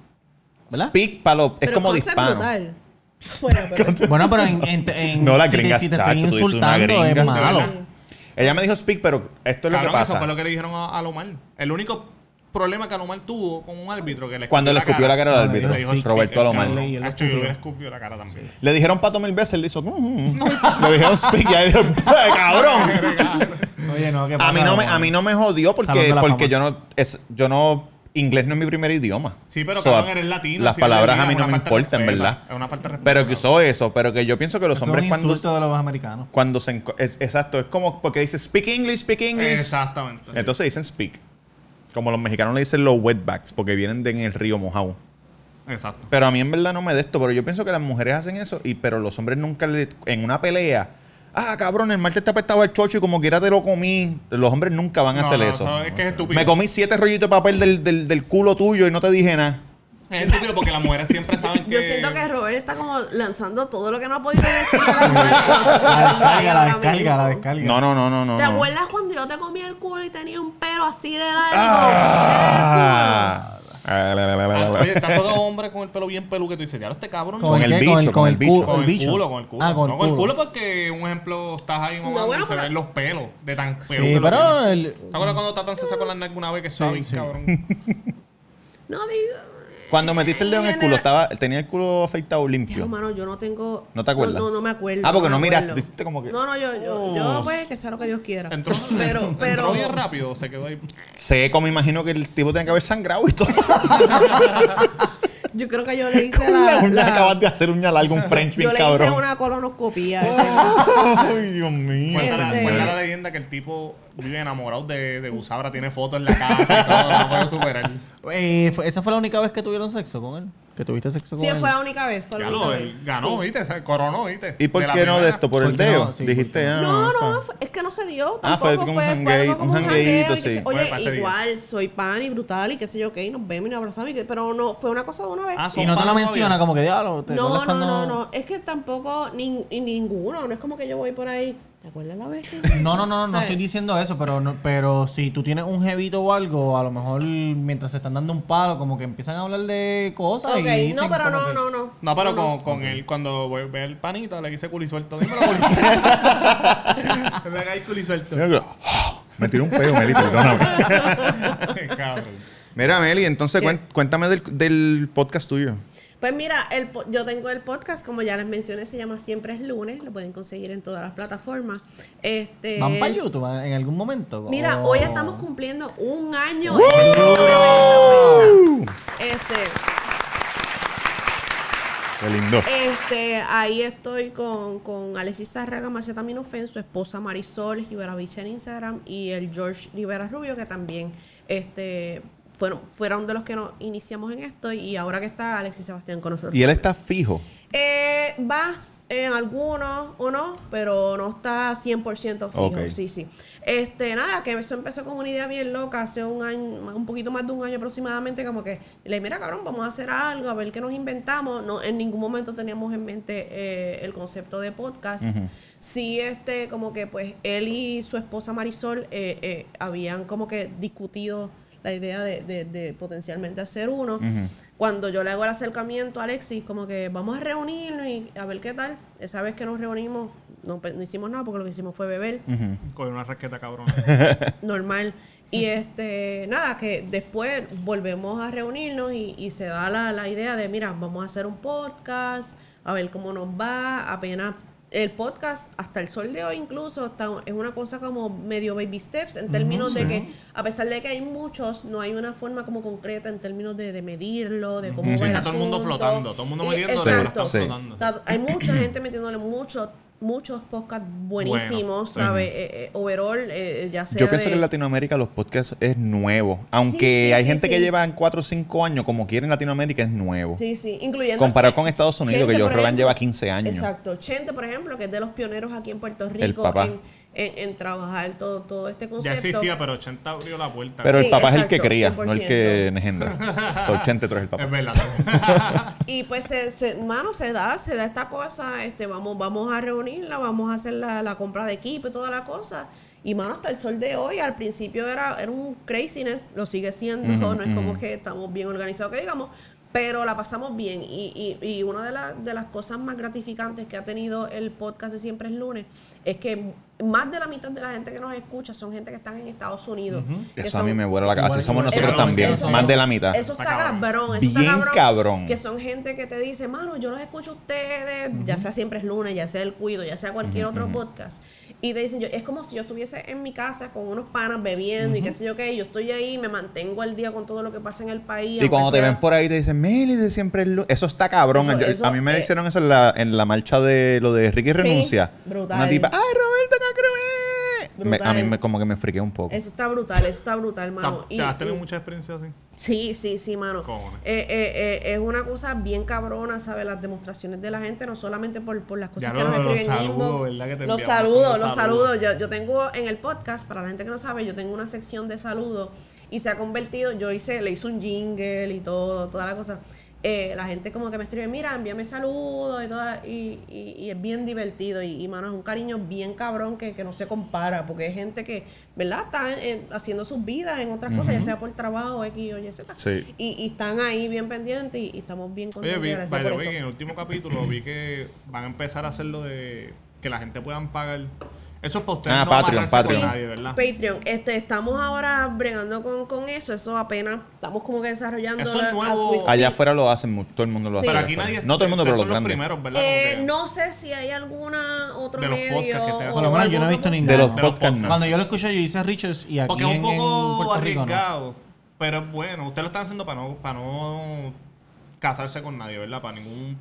Speaker 2: ¿Verdad?
Speaker 1: speak pa' lo- es
Speaker 3: Pero
Speaker 1: como
Speaker 3: concha
Speaker 1: disparo.
Speaker 3: brutal. Bueno, pero
Speaker 2: Bueno, pero en, en- en-
Speaker 1: No, la
Speaker 2: si,
Speaker 1: gringa,
Speaker 2: te, si te
Speaker 1: chacho,
Speaker 2: están
Speaker 1: tú dices una
Speaker 2: insultando es
Speaker 1: gringa.
Speaker 2: malo.
Speaker 5: Sí.
Speaker 1: Ella me dijo speak, pero esto es lo que
Speaker 5: Cabrón,
Speaker 1: pasa.
Speaker 5: eso fue lo que le dijeron a, a Lomar. El único problema que Lomar tuvo con un árbitro que le
Speaker 1: Cuando le escupió la cara al
Speaker 2: No, le
Speaker 1: árbitro,
Speaker 2: dijo
Speaker 5: speak,
Speaker 1: Roberto
Speaker 5: el
Speaker 1: Alomar.
Speaker 5: cabrón.
Speaker 2: Y él le
Speaker 5: Hacho, yo
Speaker 2: escupió.
Speaker 5: le escupió la cara también.
Speaker 1: Le dijeron pato mil veces, él hizo. "Mm, mm". Le dijeron speak y ahí dijo, cabrón.
Speaker 2: Oye, no, ¿qué pasa?
Speaker 1: A mí no me, a mí no me jodió
Speaker 2: Salón de
Speaker 1: porque,
Speaker 2: la
Speaker 1: porque
Speaker 2: fama.
Speaker 1: yo no. es- yo no. Inglés no es mi primer idioma.
Speaker 5: Sí, pero
Speaker 1: So,
Speaker 5: cabrón, eres latino.
Speaker 1: Las
Speaker 5: al final del
Speaker 1: palabras
Speaker 5: día,
Speaker 1: a mí
Speaker 5: es
Speaker 1: no
Speaker 5: una
Speaker 1: me
Speaker 5: falta de
Speaker 1: importan,
Speaker 5: respeto,
Speaker 1: ¿verdad?
Speaker 5: Es una falta de respeto.
Speaker 1: Pero que
Speaker 5: cabrón.
Speaker 1: usó eso, pero que yo pienso que los
Speaker 2: Eso es
Speaker 1: hombres
Speaker 2: un
Speaker 1: cuando,
Speaker 2: insulto de los americanos.
Speaker 1: cuando se. enco- es- exacto, es como porque dice speak English, speak English.
Speaker 5: Exactamente. sí.
Speaker 1: Entonces dicen speak. Como los mexicanos le dicen los wetbacks porque vienen de en el río mojado.
Speaker 5: Exacto.
Speaker 1: Pero a mí en verdad no me de esto, pero yo pienso que las mujeres hacen eso, y pero los hombres nunca le, en una pelea. Ah, cabrón, el martes te apestaba el chocho y como quiera te lo comí. Los hombres nunca van a
Speaker 5: No,
Speaker 1: hacer
Speaker 5: no,
Speaker 1: eso.
Speaker 5: eso es que es estúpido.
Speaker 1: Me comí siete rollitos de papel del, del- del culo tuyo y no te dije nada.
Speaker 5: Es estúpido porque las mujeres siempre saben que.
Speaker 3: Yo siento que Robert está como lanzando todo lo que no ha podido decir a la mujer.
Speaker 2: la descarga, la descarga, la descarga.
Speaker 1: No, no, no, no, no.
Speaker 3: ¿Te
Speaker 1: no.
Speaker 3: acuerdas cuando yo te comí el culo y tenía un pelo así de largo?
Speaker 1: Ah. Ah, la, la, la, la,
Speaker 5: Ah,
Speaker 1: la.
Speaker 5: Oye, está todo hombre con el pelo bien peludo que tú dices, ya este cabrón.
Speaker 1: Con
Speaker 5: no-
Speaker 1: el bicho, con el bicho.
Speaker 2: cu-
Speaker 5: con el
Speaker 2: bicho.
Speaker 5: culo, con el culo.
Speaker 2: Ah, con
Speaker 5: no,
Speaker 2: el
Speaker 5: con el
Speaker 2: culo.
Speaker 5: culo porque, un ejemplo, estás ahí mamando
Speaker 3: No, bueno,
Speaker 5: y se
Speaker 3: pero-
Speaker 5: ven los pelos de tan peludo
Speaker 2: Sí,
Speaker 5: que lo
Speaker 2: pero
Speaker 5: tienes.
Speaker 2: el-
Speaker 5: ¿Te acuerdas cuando Tatán se sacó la nalga una vez que estaba bien
Speaker 2: sí.
Speaker 5: cabrón?
Speaker 3: No digas.
Speaker 1: Cuando metiste el dedo en el culo, estaba, tenía el culo afeitado
Speaker 3: Ya,
Speaker 1: limpio.
Speaker 3: hermano, yo no tengo.
Speaker 1: ¿No te acuerdas?
Speaker 3: No, no, no me acuerdo.
Speaker 1: Ah, porque no
Speaker 3: me
Speaker 1: miraste,
Speaker 3: acuerdo.
Speaker 1: tú hiciste como que-
Speaker 3: No, no, yo, yo, yo, pues, que sea lo que Dios quiera.
Speaker 5: Oh. Entró,
Speaker 3: pero, pero.
Speaker 5: entró bien
Speaker 2: Este
Speaker 5: rápido, se quedó ahí.
Speaker 1: Sé como imagino que el tipo tenía que haber sangrado y todo.
Speaker 3: Yo creo que yo le hice
Speaker 1: La
Speaker 3: la.
Speaker 1: uña,
Speaker 3: la-
Speaker 1: acabas de hacer uña larga, un French bien
Speaker 3: yo le
Speaker 1: cabrón.
Speaker 3: hice una colonoscopía.
Speaker 5: Oh,
Speaker 1: Ay, Dios mío.
Speaker 5: Cuenta,
Speaker 3: Este-
Speaker 5: cuenta la leyenda que el tipo vive enamorado de, de Usabra, tiene fotos en la casa y todo, no lo puede superar.
Speaker 2: Eh, fue- esa fue la única vez que tuvieron sexo con él. Que tuviste sexo con
Speaker 3: Sí,
Speaker 2: él.
Speaker 3: fue la única vez. Fue la
Speaker 5: Ya
Speaker 3: única
Speaker 5: lo,
Speaker 3: vez.
Speaker 5: él ganó, ¿viste? O sea, coronó, ¿viste?
Speaker 1: ¿Y por
Speaker 5: la
Speaker 1: qué no de
Speaker 5: primera.
Speaker 1: esto? ¿Por el
Speaker 2: ¿Por qué no?
Speaker 1: dedo?
Speaker 2: Sí,
Speaker 1: Dijiste.
Speaker 2: ¿por
Speaker 1: ah,
Speaker 3: No, no,
Speaker 1: está.
Speaker 3: fue- es que no se dio.
Speaker 1: Ah, fue
Speaker 3: Tampoco
Speaker 1: como
Speaker 3: fue,
Speaker 1: un
Speaker 3: fue
Speaker 1: jangue-
Speaker 3: algo como
Speaker 1: un
Speaker 3: un jangueo,
Speaker 1: jangueíto,
Speaker 3: y que
Speaker 1: sí.
Speaker 3: se-
Speaker 5: Puede
Speaker 3: Oye,
Speaker 5: pasar
Speaker 3: igual, soy pan y brutal y qué sé yo qué, y nos vemos y nos abrazamos, y que- pero no, fue una cosa de una vez.
Speaker 5: Ah, sí.
Speaker 2: Y no te lo menciona como que diablo. ¿te
Speaker 3: no,
Speaker 2: acuerdas
Speaker 3: no,
Speaker 2: cuando-
Speaker 3: no, no, es que tampoco, nin- y ninguno, no es como que yo voy por ahí, ¿te acuerdas la vez que...?
Speaker 2: No, no, no, no, no
Speaker 3: ¿Sabes?
Speaker 2: estoy diciendo eso, pero, no- pero si tú tienes un jevito o algo, a lo mejor mientras se están dando un palo, como que empiezan a hablar de cosas.
Speaker 3: Ok,
Speaker 2: y
Speaker 3: no,
Speaker 2: dicen
Speaker 3: pero
Speaker 2: como
Speaker 3: no,
Speaker 2: que-
Speaker 3: no, no.
Speaker 5: No, pero
Speaker 3: no.
Speaker 5: con, con él, cuando voy- ve el panita, le hice culisuelto. Dímelo, culisuelto. Me hagáis culisuelto.
Speaker 1: Me tiró un peo, Meli, perdóname.
Speaker 5: Cabrón.
Speaker 1: Mira, Meli, entonces
Speaker 3: ¿Qué?
Speaker 1: cuen- cuéntame del, del podcast tuyo.
Speaker 3: Pues mira, el po- yo tengo el podcast, como ya les mencioné, se llama Siempre es Lunes, lo pueden conseguir en todas las plataformas. Este,
Speaker 2: ¿Van para YouTube Oh. en algún momento?
Speaker 3: Mira,
Speaker 2: O-
Speaker 3: hoy estamos cumpliendo un año. Es una tremenda fecha. Este...
Speaker 1: Qué lindo.
Speaker 3: Este, ahí estoy con, con Alexis Sarraga Maceta Minofen, su esposa Marisol Giberavich en Instagram y el George Rivera Rubio, que también este, fueron, fueron de los que nos iniciamos en esto y ahora que está Alexis Sebastián con nosotros.
Speaker 1: Y él está fijo.
Speaker 3: Eh, va en algunos o no, pero no está 100% fijo.
Speaker 1: Ok.
Speaker 3: Sí, sí. Este, nada, que eso empezó con una idea bien loca hace un año, un poquito más de un año aproximadamente, como que le mira, cabrón, vamos a hacer algo, a ver qué nos inventamos. No, en ningún momento teníamos en mente eh, el concepto de podcast. Sí, este, como que pues él y su esposa Marisol eh, eh, habían como que discutido la idea de, de- de potencialmente hacer uno. Cuando yo le hago el acercamiento a Alexis, como que vamos a reunirnos y a ver qué tal. Esa vez que nos reunimos, no, pe- no hicimos nada porque lo que hicimos fue beber,
Speaker 5: Con una raqueta, cabrón.
Speaker 3: normal. Y este, nada, que después volvemos a reunirnos y, y se da la, la idea de, mira, vamos a hacer un podcast, a ver cómo nos va, apenas... El podcast, hasta el sol de hoy incluso, está, es una cosa como medio baby steps, en términos de que, a pesar de que hay muchos, no hay una forma como concreta en términos de, de medirlo, de cómo
Speaker 5: Sí,
Speaker 3: va el
Speaker 5: está todo el mundo
Speaker 3: asunto.
Speaker 5: flotando, todo el mundo
Speaker 3: Y-
Speaker 5: metiendo,
Speaker 1: pero
Speaker 3: Exacto.
Speaker 1: está Sí.
Speaker 5: flotando.
Speaker 3: Está- Hay mucha gente metiéndole muchos muchos podcasts buenísimos,
Speaker 5: Bueno, sí.
Speaker 3: ¿sabes? Eh, eh, overall, eh, ya sea
Speaker 1: Yo pienso
Speaker 3: de-
Speaker 1: que en Latinoamérica los podcasts es nuevo. Aunque
Speaker 3: sí,
Speaker 1: hay
Speaker 3: sí,
Speaker 1: gente que
Speaker 3: sí.
Speaker 1: lleva 4 o 5 años, como quiere en Latinoamérica, es nuevo.
Speaker 3: Sí, sí, incluyendo...
Speaker 1: Comparado
Speaker 3: Ch-
Speaker 1: con Estados Unidos,
Speaker 3: Chente,
Speaker 1: que yo
Speaker 3: por
Speaker 1: creo que
Speaker 3: ejemplo.
Speaker 1: lleva 15 años.
Speaker 3: Exacto. Chente, por ejemplo, que es de los pioneros aquí en Puerto Rico
Speaker 1: papá.
Speaker 3: En, en- en trabajar todo, todo este
Speaker 5: Ya
Speaker 3: concepto.
Speaker 5: existía, pero 80 abrió la puerta.
Speaker 1: Pero el
Speaker 3: Sí,
Speaker 1: papá es el que
Speaker 3: exacto,
Speaker 1: cría, no el que
Speaker 3: 100%.
Speaker 1: engendra. Soy 83 el papá.
Speaker 5: Es verdad.
Speaker 3: Y pues, se, se- mano, se da, se da esta cosa, este, vamos, vamos a reunirla, vamos a hacer la, la compra de equipo y toda la cosa. Y, mano, hasta el sol de hoy, al principio era, era un craziness, lo sigue siendo, no es como que estamos bien organizados, que digamos, pero la pasamos bien. Y, y, y una de, la- de las cosas más gratificantes que ha tenido el podcast de Siempre es Lunes es que más de la mitad de la gente que nos escucha son gente que están en Estados Unidos. que
Speaker 1: Eso a
Speaker 3: son-
Speaker 1: mí me vuela la cabeza. Así
Speaker 2: Igual-
Speaker 1: somos
Speaker 2: igual-
Speaker 1: nosotros
Speaker 5: eso-
Speaker 1: también.
Speaker 5: eso-
Speaker 1: Más de la mitad.
Speaker 3: eso está
Speaker 5: Está cabrón.
Speaker 3: cabrón, eso está
Speaker 1: Bien
Speaker 3: cabrón.
Speaker 1: cabrón.
Speaker 3: Que son gente que te dice, mano, yo los escucho a ustedes, ya sea siempre es lunes, ya sea el cuido, ya sea cualquier otro podcast. Y te dicen, yo, es como si yo estuviese en mi casa con unos panas bebiendo y qué sé yo qué, y yo estoy ahí, me mantengo al día con todo lo que pasa en el país.
Speaker 1: Y cuando
Speaker 3: aunque
Speaker 1: te
Speaker 3: sea-
Speaker 1: ven por ahí te dicen, Meli, de siempre es lu-". Eso está cabrón.
Speaker 3: Eso-
Speaker 1: Yo-
Speaker 3: eso,
Speaker 1: a mí me
Speaker 3: eh,
Speaker 1: hicieron eso en la, en la marcha de lo de Ricky Renuncia.
Speaker 3: brutal.
Speaker 1: Una tipa, ¡ay, Roberto, no creo! Me- a mí
Speaker 3: Brutal.
Speaker 1: me, como que me friqué un poco.
Speaker 3: Eso está brutal, eso está brutal, mano.
Speaker 5: ¿Te has tenido mucha experiencia así?
Speaker 3: Sí, sí, sí, mano.
Speaker 5: Cojones.
Speaker 3: Eh, eh, eh, es una cosa bien cabrona, ¿sabes? Las demostraciones de la gente, no solamente por, por las cosas
Speaker 5: Ya
Speaker 3: que
Speaker 5: lo-
Speaker 3: nos
Speaker 5: los
Speaker 3: escriben en
Speaker 5: saludos,
Speaker 3: inbox.
Speaker 5: ¿verdad? Que te
Speaker 3: los
Speaker 5: enviamos
Speaker 3: saludos,
Speaker 5: tantos
Speaker 3: los
Speaker 5: saludos.
Speaker 3: saludos. Yo, yo tengo en el podcast, para la gente que no sabe, yo tengo una sección de saludos y se ha convertido, yo hice, le hice un jingle y todo, toda la cosa. Eh, la gente como que me escribe, mira, envíame saludos y todo, y, y- y es bien divertido y, y, mano, es un cariño bien cabrón que, que no se compara, porque es gente que, ¿verdad? Está eh, haciendo sus vidas en otras cosas, ya sea por trabajo, X o Y, Z.
Speaker 1: Sí.
Speaker 3: Y, y están ahí bien pendientes y, y estamos bien
Speaker 5: Oye,
Speaker 3: contentos. y
Speaker 5: vi, by
Speaker 3: agradecidos
Speaker 5: the
Speaker 3: por
Speaker 5: way,
Speaker 3: eso.
Speaker 5: en el último capítulo vi que van a empezar a hacer lo de que la gente puedan pagar. Eso es para ustedes.
Speaker 1: Ah,
Speaker 5: no
Speaker 1: Patreon,
Speaker 5: amarrarse con
Speaker 1: Patreon.
Speaker 5: nadie, ¿verdad?
Speaker 3: Patreon, este, estamos ahora bregando con, con eso, eso apenas estamos como que desarrollando.
Speaker 5: Eso es
Speaker 3: la-
Speaker 5: nuevo.
Speaker 3: as we speak.
Speaker 1: Allá afuera lo hacen, mu- todo el mundo lo hace.
Speaker 3: Sí.
Speaker 5: Pero
Speaker 1: allá
Speaker 5: aquí
Speaker 1: afuera.
Speaker 5: nadie.
Speaker 1: no todo el mundo, pero los
Speaker 5: ustedes son
Speaker 1: grandes.
Speaker 5: primeros, ¿verdad?
Speaker 3: Eh,
Speaker 5: Como que-
Speaker 3: no sé si hay alguna otro
Speaker 5: De los
Speaker 3: medio.
Speaker 5: podcasts que te
Speaker 3: o
Speaker 5: hacen.
Speaker 2: Por lo menos yo no he
Speaker 3: algún
Speaker 2: visto
Speaker 3: otro-
Speaker 2: ninguno.
Speaker 1: De los
Speaker 5: Pero
Speaker 1: podcasts.
Speaker 5: podcast.
Speaker 1: no.
Speaker 2: Cuando yo lo escucho, yo hice Richards y aquí
Speaker 5: Porque es
Speaker 2: en-
Speaker 5: un
Speaker 2: en
Speaker 5: poco
Speaker 2: Puerto Rico no.
Speaker 5: arriesgado. Pero es bueno, ustedes lo están haciendo para no, para no casarse con nadie, ¿verdad? Para ningún.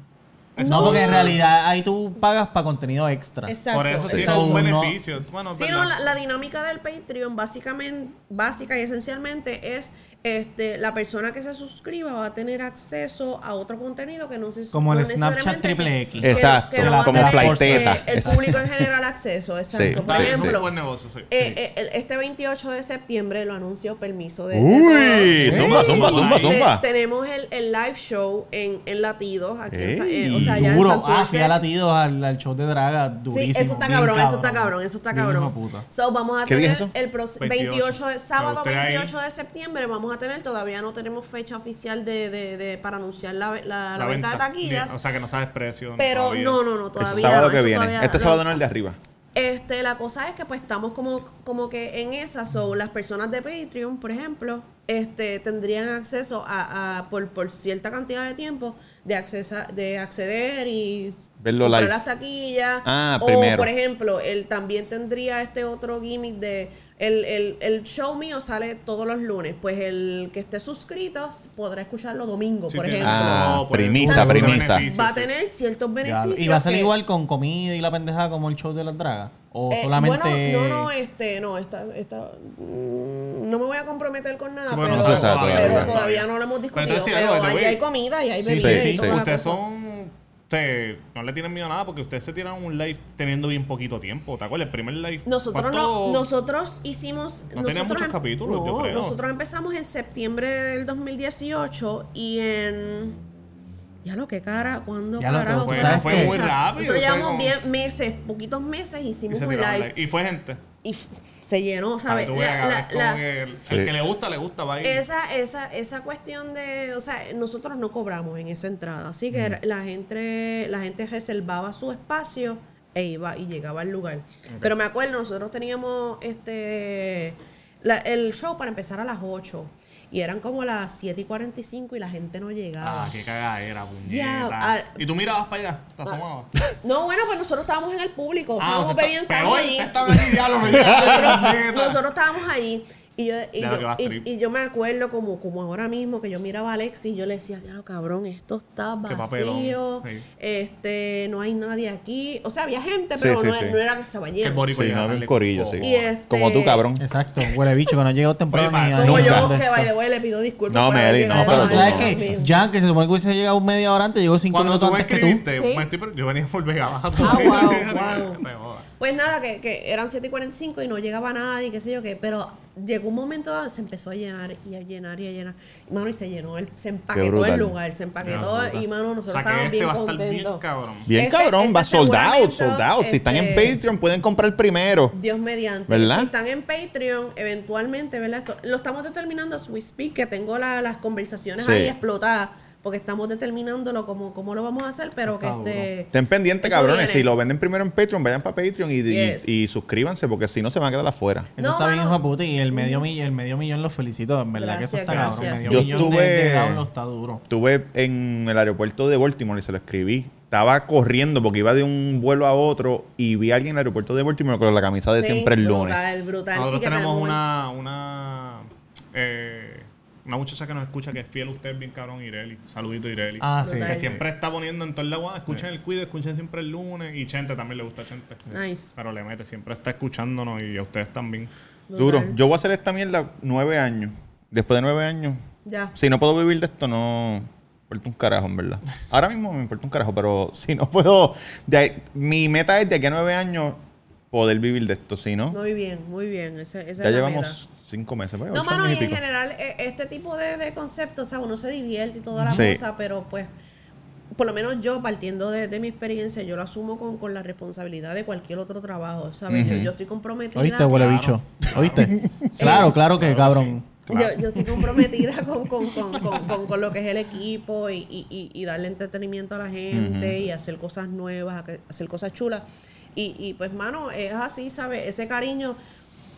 Speaker 2: No, porque en
Speaker 5: sponsor.
Speaker 2: realidad ahí tú pagas para contenido extra.
Speaker 3: Exacto.
Speaker 5: Por eso sí es
Speaker 2: exacto.
Speaker 5: un
Speaker 2: No.
Speaker 5: beneficio. Bueno, es
Speaker 3: Sí,
Speaker 5: verdad.
Speaker 3: no, la, la dinámica del Patreon básicamente, básica y esencialmente es este, la persona que se suscriba va a tener acceso a otro contenido que no se
Speaker 2: Como el
Speaker 3: no necesariamente
Speaker 2: Snapchat triple X.
Speaker 1: Exacto,
Speaker 3: va a
Speaker 2: como
Speaker 3: tener,
Speaker 1: Flighteta.
Speaker 3: eh, El
Speaker 1: Exacto.
Speaker 3: público en general acceso, exacto. Por
Speaker 5: Está bien, es un
Speaker 3: ejemplo,
Speaker 5: buen negocio, sí.
Speaker 3: eh, eh, el- este 28 de septiembre lo anunció permiso de. de
Speaker 1: Uy,
Speaker 3: todos.
Speaker 1: zumba, zumba, zumba,
Speaker 3: Este,
Speaker 1: zumba.
Speaker 3: tenemos el, el live show en, en Latidos. Aquí en Sa-
Speaker 1: Ey.
Speaker 3: eh, o sea, ya en
Speaker 2: Duro. Ah,
Speaker 3: Santurce.
Speaker 2: sí, ha latido al, al show de Draga. Durísimo.
Speaker 3: Sí, eso está
Speaker 2: bien
Speaker 3: cabrón, eso está cabrón, eso está
Speaker 2: Bien hijo
Speaker 3: cabrón.
Speaker 2: de puta.
Speaker 3: So, vamos a
Speaker 1: ¿Qué
Speaker 3: tener
Speaker 1: día es eso?
Speaker 3: el proce-
Speaker 5: 28.
Speaker 3: 28 de, sábado
Speaker 5: Pero usted ahí-
Speaker 3: 28 de septiembre vamos a tener, todavía no tenemos fecha oficial de, de- de- para anunciar la, ve- la- la venta de taquillas.
Speaker 5: Bien, O sea, que no sabes precio.
Speaker 3: pero
Speaker 5: todavía.
Speaker 3: no, no, no, todavía
Speaker 1: Este sábado
Speaker 3: no,
Speaker 1: que
Speaker 3: eso
Speaker 1: viene.
Speaker 3: todavía
Speaker 1: Este
Speaker 3: no.
Speaker 1: sábado no el de arriba.
Speaker 3: Este, la cosa es que pues estamos como, como que en esa, so, las personas de Patreon, por ejemplo, este, tendrían acceso a, a- por, por cierta cantidad de tiempo de, accesa, de acceder y
Speaker 1: Verlo
Speaker 3: comprar
Speaker 1: live.
Speaker 3: las taquillas.
Speaker 1: Ah,
Speaker 3: o,
Speaker 1: primero.
Speaker 3: por ejemplo, él también tendría este otro gimmick de el, el, el show mío sale todos los lunes, pues el que esté suscrito podrá escucharlo domingo,
Speaker 5: Sí,
Speaker 3: por
Speaker 5: tiene-
Speaker 3: ejemplo.
Speaker 1: Ah,
Speaker 5: No, por el-
Speaker 1: premisa,
Speaker 5: por el
Speaker 1: premisa.
Speaker 5: beneficio,
Speaker 3: va a
Speaker 5: sí.
Speaker 3: tener ciertos
Speaker 2: Ya,
Speaker 3: beneficios.
Speaker 2: Y va a ser
Speaker 3: que-
Speaker 2: igual con comida y la pendejada como el show de las dragas. O
Speaker 3: eh,
Speaker 2: solamente.
Speaker 3: Bueno, no, no, este, no, esta, esta, mm, no me voy a comprometer con nada,
Speaker 5: Sí, bueno,
Speaker 3: pero,
Speaker 1: no se sabe todavía,
Speaker 3: pero
Speaker 1: no se sabe.
Speaker 3: todavía no lo hemos
Speaker 5: Pero
Speaker 3: discutido.
Speaker 5: entonces,
Speaker 3: Pero,
Speaker 5: sí, algo, by the
Speaker 3: ahí
Speaker 5: way.
Speaker 3: hay comida y hay
Speaker 2: Sí,
Speaker 3: bebida
Speaker 1: sí,
Speaker 3: y
Speaker 1: sí.
Speaker 3: toda la
Speaker 5: Ustedes
Speaker 3: cosa.
Speaker 5: son. Ustedes no le tienen miedo a nada porque ustedes se tiran un live teniendo bien poquito tiempo. ¿Te acuerdas? El primer live.
Speaker 3: Nosotros, no,
Speaker 5: ¿cuánto?
Speaker 3: nosotros hicimos...
Speaker 5: No tenía
Speaker 3: nosotros
Speaker 5: muchos
Speaker 3: em-
Speaker 5: capítulos, yo
Speaker 3: no,
Speaker 5: creo.
Speaker 3: nosotros empezamos en septiembre del 2018 y en... Ya lo que cara, ¿cuándo
Speaker 2: Ya lo que
Speaker 3: carajo?
Speaker 2: fue,
Speaker 3: tú sabes
Speaker 2: fue
Speaker 3: fecha.
Speaker 2: muy
Speaker 5: rápido,
Speaker 3: Nosotros
Speaker 5: fue
Speaker 3: llevamos
Speaker 5: como-
Speaker 3: bien meses, poquitos meses,
Speaker 5: Y,
Speaker 3: hicimos
Speaker 5: se
Speaker 3: un
Speaker 5: tiraron
Speaker 3: live
Speaker 5: live. y fue gente.
Speaker 3: y f- se llenó,
Speaker 5: Para que
Speaker 3: ¿sabes?
Speaker 5: tú
Speaker 3: La-
Speaker 5: veas, cabrón,
Speaker 3: la-
Speaker 5: es como
Speaker 3: la-
Speaker 5: que el,
Speaker 1: Sí.
Speaker 5: el que le gusta, le gusta, va a ir.
Speaker 3: Esa, esa, esa cuestión de, o sea, nosotros no cobramos en esa entrada, así que era- la gente, la gente reservaba su espacio e iba y llegaba al lugar. Pero me acuerdo, nosotros teníamos este la- el show para empezar a las 8 y eran como las 7 y 45 y la gente no llegaba.
Speaker 5: Ah, qué cagada era,
Speaker 3: Ya,
Speaker 5: puñeta.
Speaker 3: ah,
Speaker 5: y tú mirabas para allá, te asomabas.
Speaker 3: No, bueno, pues nosotros estábamos en el público,
Speaker 5: Ah,
Speaker 3: estábamos
Speaker 5: usted
Speaker 3: bebiendo
Speaker 5: está- pero
Speaker 3: ahí.
Speaker 5: hoy te estaban ahí, diablo, me
Speaker 3: nosotros,
Speaker 5: diablo, puñeta.
Speaker 3: nosotros estábamos ahí y yo, y,
Speaker 5: Ya lo que
Speaker 3: yo,
Speaker 5: va a
Speaker 3: y-
Speaker 5: strip.
Speaker 3: y yo me acuerdo como, como ahora mismo que yo miraba a Alexis y yo le decía, diablo cabrón, esto está
Speaker 5: Qué papelón,
Speaker 3: vacío,
Speaker 5: sí.
Speaker 3: este, no hay nadie aquí. O sea, había gente,
Speaker 1: Sí,
Speaker 3: pero
Speaker 1: sí,
Speaker 3: no,
Speaker 1: sí.
Speaker 3: no era que estaba
Speaker 5: Que el
Speaker 3: lleno.
Speaker 5: boricua
Speaker 1: Sí,
Speaker 5: llegaba
Speaker 1: no,
Speaker 5: tarde.
Speaker 1: un corillo, sí.
Speaker 3: Y este-
Speaker 1: Como tú, cabrón.
Speaker 2: Exacto, huele bicho que no ha llegado temprano
Speaker 5: Oye,
Speaker 2: ni
Speaker 5: para-
Speaker 2: a-
Speaker 3: Como
Speaker 2: ni a-
Speaker 3: yo
Speaker 1: Nunca.
Speaker 3: que by the way le pido disculpas.
Speaker 1: No,
Speaker 3: por
Speaker 1: me
Speaker 3: haber
Speaker 1: di-
Speaker 3: llegado
Speaker 1: no,
Speaker 2: pero tú
Speaker 1: Ay,
Speaker 2: sabes
Speaker 1: no.
Speaker 2: que
Speaker 3: conmigo.
Speaker 2: Jan, que se supone que hubiese llegado media hora antes, llegó cinco
Speaker 5: Cuando
Speaker 2: minutos
Speaker 5: tú me
Speaker 2: antes que tú.
Speaker 5: escribiste,
Speaker 3: Sí.
Speaker 5: me estoy per- yo venía por Vega Baja.
Speaker 3: Ah, wow, wow.
Speaker 5: Me joda.
Speaker 3: Pues nada, que, que eran 7 y 45 y no llegaba nadie, qué sé yo qué, pero llegó un momento donde se empezó a llenar y a llenar y a llenar. Y, mano, y se llenó, el- se empaquetó
Speaker 1: brutal.
Speaker 3: el lugar, se empaquetó
Speaker 5: Ya, puta.
Speaker 3: y mano, nosotros
Speaker 5: Ah, O sea, que
Speaker 3: estábamos
Speaker 5: este
Speaker 3: bien
Speaker 5: va a estar
Speaker 3: contentos.
Speaker 5: bien cabrón.
Speaker 1: Bien
Speaker 3: Este-
Speaker 1: cabrón,
Speaker 3: este
Speaker 1: va sold out,
Speaker 3: seguramente,
Speaker 1: sold out. Si están en
Speaker 3: este,
Speaker 1: Patreon, pueden comprar primero.
Speaker 3: Dios mediante.
Speaker 1: ¿Verdad?
Speaker 3: Si están en Patreon, eventualmente, ¿verdad? Esto- lo estamos determinando as we speak, que tengo la- las conversaciones
Speaker 1: Sí.
Speaker 3: ahí explotadas, porque estamos determinándolo como, cómo lo vamos a hacer, pero que
Speaker 2: Está duro.
Speaker 3: este.
Speaker 1: Estén pendientes,
Speaker 3: Eso
Speaker 1: cabrones.
Speaker 3: viene.
Speaker 1: Si lo venden primero en Patreon, vayan para Patreon y, y-
Speaker 3: Yes.
Speaker 1: y suscríbanse, porque si no se van a quedar afuera.
Speaker 2: Eso
Speaker 3: No,
Speaker 2: está bien,
Speaker 3: mano. Mm.
Speaker 2: hijo de puta, y el medio, mi- el medio millón los felicito, en verdad que eso
Speaker 3: Gracias,
Speaker 2: está cabrón.
Speaker 3: gracias.
Speaker 2: Medio
Speaker 1: Yo
Speaker 2: millón
Speaker 1: estuve-
Speaker 2: de, de downloads está duro.
Speaker 1: Estuve en el aeropuerto de Baltimore y se lo escribí. Estaba corriendo porque iba de un vuelo a otro y vi a alguien en el aeropuerto de Baltimore con la camisa de siempre el lunes.
Speaker 3: Brutal, brutal. Sí
Speaker 5: Nosotros
Speaker 3: que
Speaker 5: tenemos una, una, eh, una muchacha que nos escucha que es fiel a usted, bien cabrón, Ireli. Saludito, Ireli.
Speaker 2: Ah, sí.
Speaker 5: Que
Speaker 3: Brutal.
Speaker 5: siempre está poniendo en todo el agua. Escuchen el cuido, escuchen siempre el lunes. Y Chente también le gusta a Chente.
Speaker 3: Nice.
Speaker 5: Pero le mete, siempre está escuchándonos y a ustedes también.
Speaker 1: Duro.
Speaker 3: Brutal.
Speaker 1: Yo voy a hacer esta mierda nueve años. Después de nueve años.
Speaker 3: Ya.
Speaker 1: Si no puedo vivir de esto, no me importa un carajo, en verdad. Ahora mismo me importa un carajo, pero si no puedo. de- mi meta es de aquí a nueve años poder vivir de esto. Si no,
Speaker 3: Muy bien, muy bien. Esa, esa
Speaker 1: ya
Speaker 3: es la
Speaker 1: llevamos cinco meses. pues,
Speaker 3: meta. No,
Speaker 1: ocho
Speaker 3: mano,
Speaker 1: años
Speaker 3: y
Speaker 1: y
Speaker 3: en
Speaker 1: pico.
Speaker 3: general, eh, este tipo de, de conceptos, o sea, uno se divierte y toda la
Speaker 1: Sí.
Speaker 3: cosa, pero pues, por lo menos yo, partiendo de, de mi experiencia, yo lo asumo con, con la responsabilidad de cualquier otro trabajo, ¿sabes? yo, yo estoy comprometida.
Speaker 2: ¿Oíste, huele bicho? ¿Oíste? Claro, claro que, cabrón.
Speaker 3: Yo, yo estoy comprometida con, con, con, con, con- con lo que es el equipo y, y- y- y darle entretenimiento a la gente y hacer cosas nuevas, hacer- hacer cosas chulas. Y, y, pues, mano, es así, ¿sabes? Ese cariño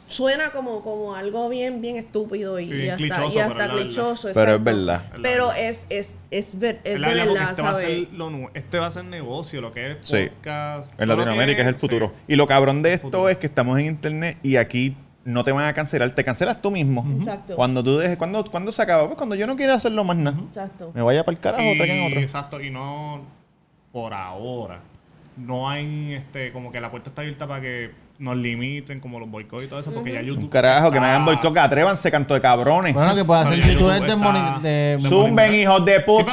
Speaker 3: suena como, como algo bien, bien estúpido y,
Speaker 5: Y bien
Speaker 3: y hasta,
Speaker 5: clichoso,
Speaker 3: y
Speaker 5: pero
Speaker 3: hasta
Speaker 5: es la verdad.
Speaker 3: clichoso.
Speaker 1: Pero es
Speaker 3: exacto.
Speaker 1: verdad.
Speaker 3: Pero es, es, es, ver- es
Speaker 5: Es
Speaker 3: de
Speaker 5: la verdad, porque
Speaker 3: verdad,
Speaker 5: este va, a
Speaker 3: ¿sabes?
Speaker 5: ser lo nu- este va a ser negocio, lo que es
Speaker 1: Sí.
Speaker 5: podcast.
Speaker 1: En
Speaker 5: todo lo
Speaker 1: Latinoamérica
Speaker 5: que
Speaker 1: es el futuro. Y lo cabrón de esto
Speaker 5: Futuro.
Speaker 1: es que estamos en internet y aquí no te van a cancelar, te cancelas tú mismo.
Speaker 3: Exacto.
Speaker 1: Cuando tú dejes, cuando, cuando se acaba, pues cuando yo no quiera hacerlo más nada.
Speaker 3: Exacto.
Speaker 1: Me vaya para el
Speaker 3: Ah,
Speaker 1: carajo,
Speaker 5: Y-
Speaker 1: traigan otra.
Speaker 5: Exacto, y no por ahora. No hay este como que la puerta está abierta para que nos limiten como los boicots y todo eso, porque ya YouTube
Speaker 1: Un carajo, que me hagan
Speaker 5: está-
Speaker 1: boicot, que atrévanse, canto de cabrones.
Speaker 2: Bueno, que puede
Speaker 5: No,
Speaker 2: hacer
Speaker 5: ya
Speaker 2: YouTube
Speaker 5: YouTube
Speaker 2: es de
Speaker 5: está-
Speaker 2: moni- de-
Speaker 5: Sí,
Speaker 1: Zumben, hijos de
Speaker 5: Sí, pero la-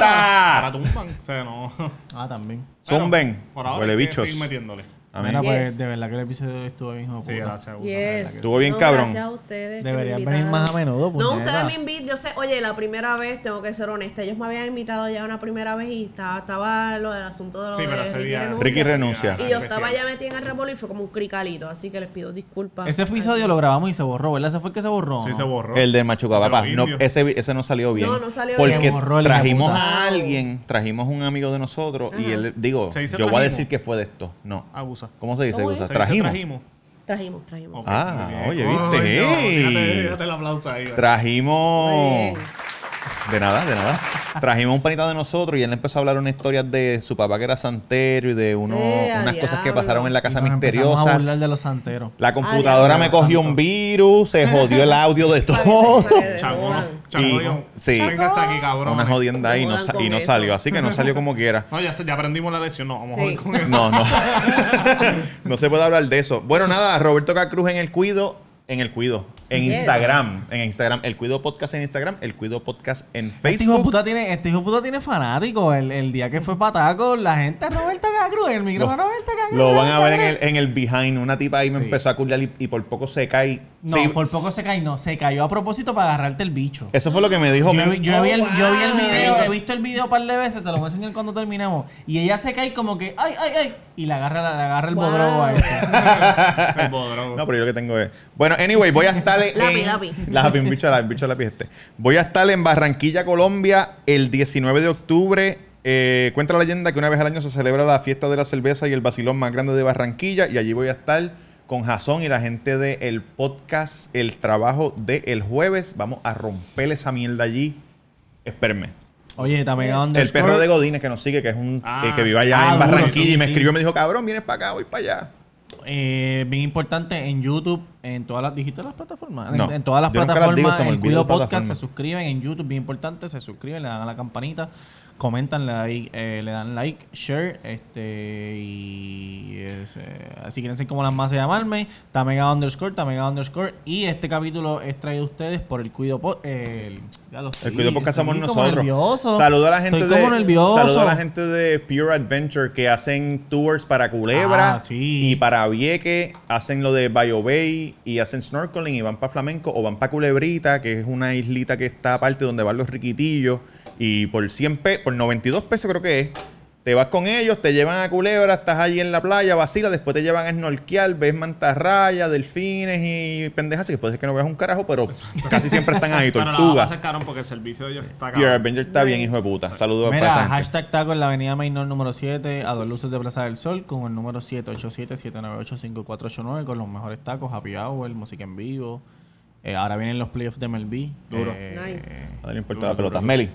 Speaker 1: puta.
Speaker 5: la tumban, o sea, no.
Speaker 2: Ah, también.
Speaker 1: Zumben.
Speaker 5: Pero por ahora
Speaker 1: Huele
Speaker 5: hay que seguir
Speaker 1: bichos.
Speaker 5: metiéndole.
Speaker 1: Amén.
Speaker 2: Mira, pues,
Speaker 3: Yes.
Speaker 2: de verdad que el episodio estuvo bien, hijo de
Speaker 5: Sí,
Speaker 2: puta.
Speaker 5: gracias. Gus, la verdad
Speaker 3: Yes.
Speaker 5: que sí.
Speaker 1: Estuvo bien
Speaker 3: No,
Speaker 1: cabrón.
Speaker 3: Gracias a ustedes. que me
Speaker 2: Deberían venir
Speaker 3: invitaron.
Speaker 2: más a menudo,
Speaker 3: No,
Speaker 2: puñeta.
Speaker 3: ustedes me invitan. Yo sé, oye, la primera vez, tengo que ser honesta. Ellos me habían invitado ya una primera vez y estaba, estaba lo del asunto de lo
Speaker 5: Sí,
Speaker 3: de
Speaker 5: pero ese
Speaker 3: Ricky
Speaker 5: día.
Speaker 3: renuncia.
Speaker 1: Ricky renuncia.
Speaker 3: Y yo estaba ya metida en el revolver y fue como un cricalito, así que les pido disculpas.
Speaker 2: Ese episodio lo grabamos y se borró, ¿verdad? Ese fue el que se borró.
Speaker 5: Sí,
Speaker 2: ¿no?
Speaker 5: se borró.
Speaker 1: El del Machuca, papá.
Speaker 5: Pero
Speaker 1: No,
Speaker 5: indio.
Speaker 1: ese, ese no salió bien.
Speaker 3: No, no salió
Speaker 1: porque
Speaker 2: bien. Morro, el hijo de
Speaker 1: trajimos
Speaker 2: puta.
Speaker 1: a alguien, trajimos un amigo de nosotros y él, digo, yo
Speaker 5: Se dice
Speaker 1: voy a
Speaker 5: trajimos. Ah.
Speaker 1: decir que fue de esto. No.
Speaker 5: Abusa.
Speaker 1: ¿Cómo se dice?
Speaker 3: ¿Cómo
Speaker 1: Gusa?
Speaker 5: Se dice
Speaker 1: Trajimos.
Speaker 3: Trajimos, trajimos.
Speaker 5: Ok,
Speaker 1: Ah,
Speaker 5: muy
Speaker 1: oye,
Speaker 5: bien.
Speaker 1: viste,
Speaker 5: Coño,
Speaker 1: ey.
Speaker 5: fíjate, fíjate el aplauso ahí.
Speaker 3: Muy
Speaker 1: Trajimos.
Speaker 3: bien.
Speaker 1: De nada, de nada. Trajimos un panita de nosotros y él empezó a hablar una historia de su papá que era santero y de uno,
Speaker 3: Eh, a
Speaker 1: unas cosas que
Speaker 3: diablo.
Speaker 1: pasaron en la casa
Speaker 2: Y nos empezamos A burlar
Speaker 1: misteriosas.
Speaker 2: de los santeros.
Speaker 1: La computadora
Speaker 2: diablo,
Speaker 1: me cogió un
Speaker 2: santo.
Speaker 1: virus, se jodió el audio de
Speaker 3: Para que-
Speaker 1: todo.
Speaker 3: para que-
Speaker 5: Chacón,
Speaker 3: jodan.
Speaker 1: Y-
Speaker 5: chacón.
Speaker 1: sí.
Speaker 5: Véngase aquí, cabrón.
Speaker 1: Una jodienda ahí y
Speaker 3: No
Speaker 1: no,
Speaker 3: jodan
Speaker 1: sa-
Speaker 3: con
Speaker 1: y no
Speaker 3: eso.
Speaker 1: salió. Así que no salió como quiera.
Speaker 5: No, ya, se- ya aprendimos la lección. No, vamos a
Speaker 3: Sí.
Speaker 5: joder con eso.
Speaker 1: No, no. no se puede hablar de eso. Bueno, nada, Roberto Cacruz en el Cuido. En el Cuido. En
Speaker 3: Yes.
Speaker 1: Instagram. En Instagram. El Cuido Podcast en Instagram. El Cuido Podcast en
Speaker 2: Este hijo, de
Speaker 1: Facebook.
Speaker 2: puta tiene, este hijo de puta tiene fanáticos. El, el día que fue Pataco, la gente Roberto Cacruz, el micrófono
Speaker 1: Lo-
Speaker 2: Roberto Cacruz.
Speaker 1: Lo van a
Speaker 2: Roberto
Speaker 1: ver en
Speaker 2: Cacruz.
Speaker 1: el, en el behind. Una tipa ahí me empezó a culiar y, y por poco se cae.
Speaker 2: No,
Speaker 1: Sí,
Speaker 2: por poco se cayó. No, se cayó a propósito para agarrarte el bicho.
Speaker 1: Eso fue lo que me dijo.
Speaker 2: Yo,
Speaker 1: mi-
Speaker 2: vi- yo vi el, yo vi el
Speaker 3: Oh, wow.
Speaker 2: video, he visto el video un par de veces, te lo voy a enseñar cuando terminemos. Y ella se cae como que, ay, ay, ay. Y le agarra, la- le agarra el
Speaker 3: Wow.
Speaker 2: bodrobo a este.
Speaker 5: El bodrón.
Speaker 1: No, pero yo lo que tengo es. Bueno, anyway, voy a estar en.
Speaker 3: Lápiz, lápiz.
Speaker 1: Lápiz, un bicho de lápiz, un bicho de lápiz este. Voy a estar en Barranquilla, Colombia, el 19 de octubre. Eh, cuenta la leyenda que una vez al año se celebra la fiesta de la cerveza y el vacilón más grande de Barranquilla. Y allí voy a estar con Jason y la gente del podcast El Trabajo de El Jueves. Vamos a romper esa mierda allí. Espérenme.
Speaker 2: Oye, también a
Speaker 1: El
Speaker 2: underscore.
Speaker 1: perro de Godínez que nos sigue, que es un
Speaker 5: Ah,
Speaker 1: eh, que vive
Speaker 5: sí.
Speaker 1: allá
Speaker 2: Ah,
Speaker 1: en
Speaker 2: duro,
Speaker 1: Barranquilla
Speaker 2: sí,
Speaker 1: y me
Speaker 2: sí.
Speaker 1: escribió y me dijo, cabrón, vienes para acá, voy para allá.
Speaker 2: eh, bien importante en YouTube, en todas las dijiste las plataformas, En-
Speaker 1: No,
Speaker 2: en, todas las
Speaker 1: yo nunca las
Speaker 2: plataformas,
Speaker 1: digo, se me
Speaker 2: el
Speaker 1: olvidó
Speaker 2: Cuido Podcast
Speaker 1: plataforma.
Speaker 2: se suscriben en YouTube, bien importante, se suscriben, le dan a la campanita, comentan, le, dan- eh, le dan like, share, este y es, eh, así quieren ser como las más de llamarme, tamega underscore, tamega underscore y este capítulo es traído a ustedes por el Cuido Podcast, el, ya lo sé,
Speaker 1: El Cuido Podcast
Speaker 2: estoy
Speaker 1: somos
Speaker 2: como
Speaker 1: nosotros.
Speaker 2: nervioso.
Speaker 1: Saludo a la gente
Speaker 2: Estoy
Speaker 1: de
Speaker 2: como nervioso.
Speaker 1: saludo a la gente de Pure Adventure que hacen tours para Culebra
Speaker 2: Ah, sí.
Speaker 1: y para Vieque, hacen lo de Bio Bay y hacen snorkeling y van para Flamenco o van para Culebrita, que es una islita que está aparte donde van los riquitillos y por 100 pe- por 92 pesos creo que es. Te vas con ellos, te llevan a Culebra, estás allí en la playa, vacila, después te llevan a snorkear, ves mantarrayas, delfines y pendejas, que puede ser que no veas un carajo, pero casi siempre están ahí,
Speaker 5: Pero la
Speaker 1: tortugas.
Speaker 5: vamos a sacar, cabrón, porque el servicio de ellos está
Speaker 1: Pierre
Speaker 5: cabrón.
Speaker 1: Avenger está bien,
Speaker 3: Nice.
Speaker 1: hijo de puta. Saludos para
Speaker 2: Mira,
Speaker 1: esa gente.
Speaker 2: hashtag taco en la avenida Mainor número 7, a dos luces de Plaza del Sol, con el número 787-798-5489, con los mejores tacos, happy hour, música en vivo. Eh, ahora vienen los playoffs de MLB.
Speaker 5: Duro.
Speaker 2: Eh,
Speaker 3: Nice.
Speaker 1: No le importa la pelota. Meli.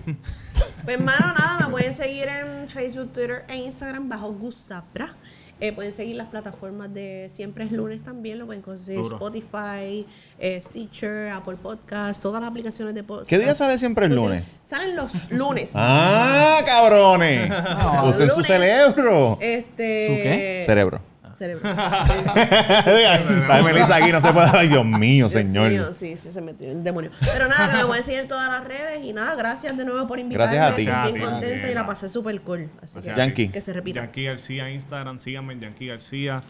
Speaker 3: Pues hermano, nada, me pueden seguir en Facebook, Twitter e Instagram bajo Gustapra. Eh, pueden seguir las plataformas de Siempre es lunes también, lo pueden conseguir
Speaker 5: Duro.
Speaker 3: Spotify, eh, Stitcher, Apple Podcast, todas las aplicaciones de podcast.
Speaker 1: ¿Qué día sale siempre el
Speaker 3: Ustedes-
Speaker 1: lunes?
Speaker 3: Salen los lunes.
Speaker 1: ¡Ah, cabrones! Usen su
Speaker 3: Lunes.
Speaker 1: cerebro.
Speaker 3: Este, Ah.
Speaker 2: ¿Su qué?
Speaker 1: Cerebro.
Speaker 3: Cerebro.
Speaker 1: Está Melissa aquí, no se puede Ay, Dios mío,
Speaker 3: Dios
Speaker 1: señor.
Speaker 3: mío, sí, sí, se metió el demonio. Pero nada, que me voy a seguir en todas las redes y nada, gracias de nuevo por invitarme.
Speaker 1: Gracias a ti.
Speaker 3: Estoy bien
Speaker 5: Gracias a ti.
Speaker 3: contenta y la pasé súper cool. Así
Speaker 5: Gracias
Speaker 3: que,
Speaker 5: a
Speaker 1: Yankee.
Speaker 5: ti.
Speaker 3: que se repita.
Speaker 5: Yankee García, Instagram, síganme, Yankee García.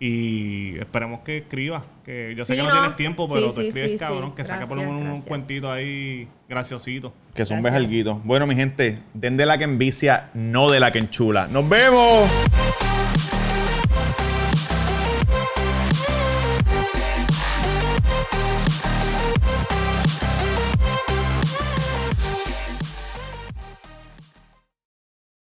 Speaker 5: Y esperemos que escribas. Que yo sé
Speaker 3: Sí,
Speaker 5: que no,
Speaker 3: no.
Speaker 5: tienes tiempo, pero
Speaker 3: Sí,
Speaker 5: te
Speaker 3: sí,
Speaker 5: escribes,
Speaker 3: sí, sí.
Speaker 5: cabrón. Que saque por lo
Speaker 3: Gracias,
Speaker 5: menos un
Speaker 3: gracias.
Speaker 5: cuentito ahí graciosito.
Speaker 1: Que son
Speaker 3: Gracias.
Speaker 1: bejalguitos. Bueno, mi gente, den de la que envicia, no de la que enchula. ¡Nos vemos!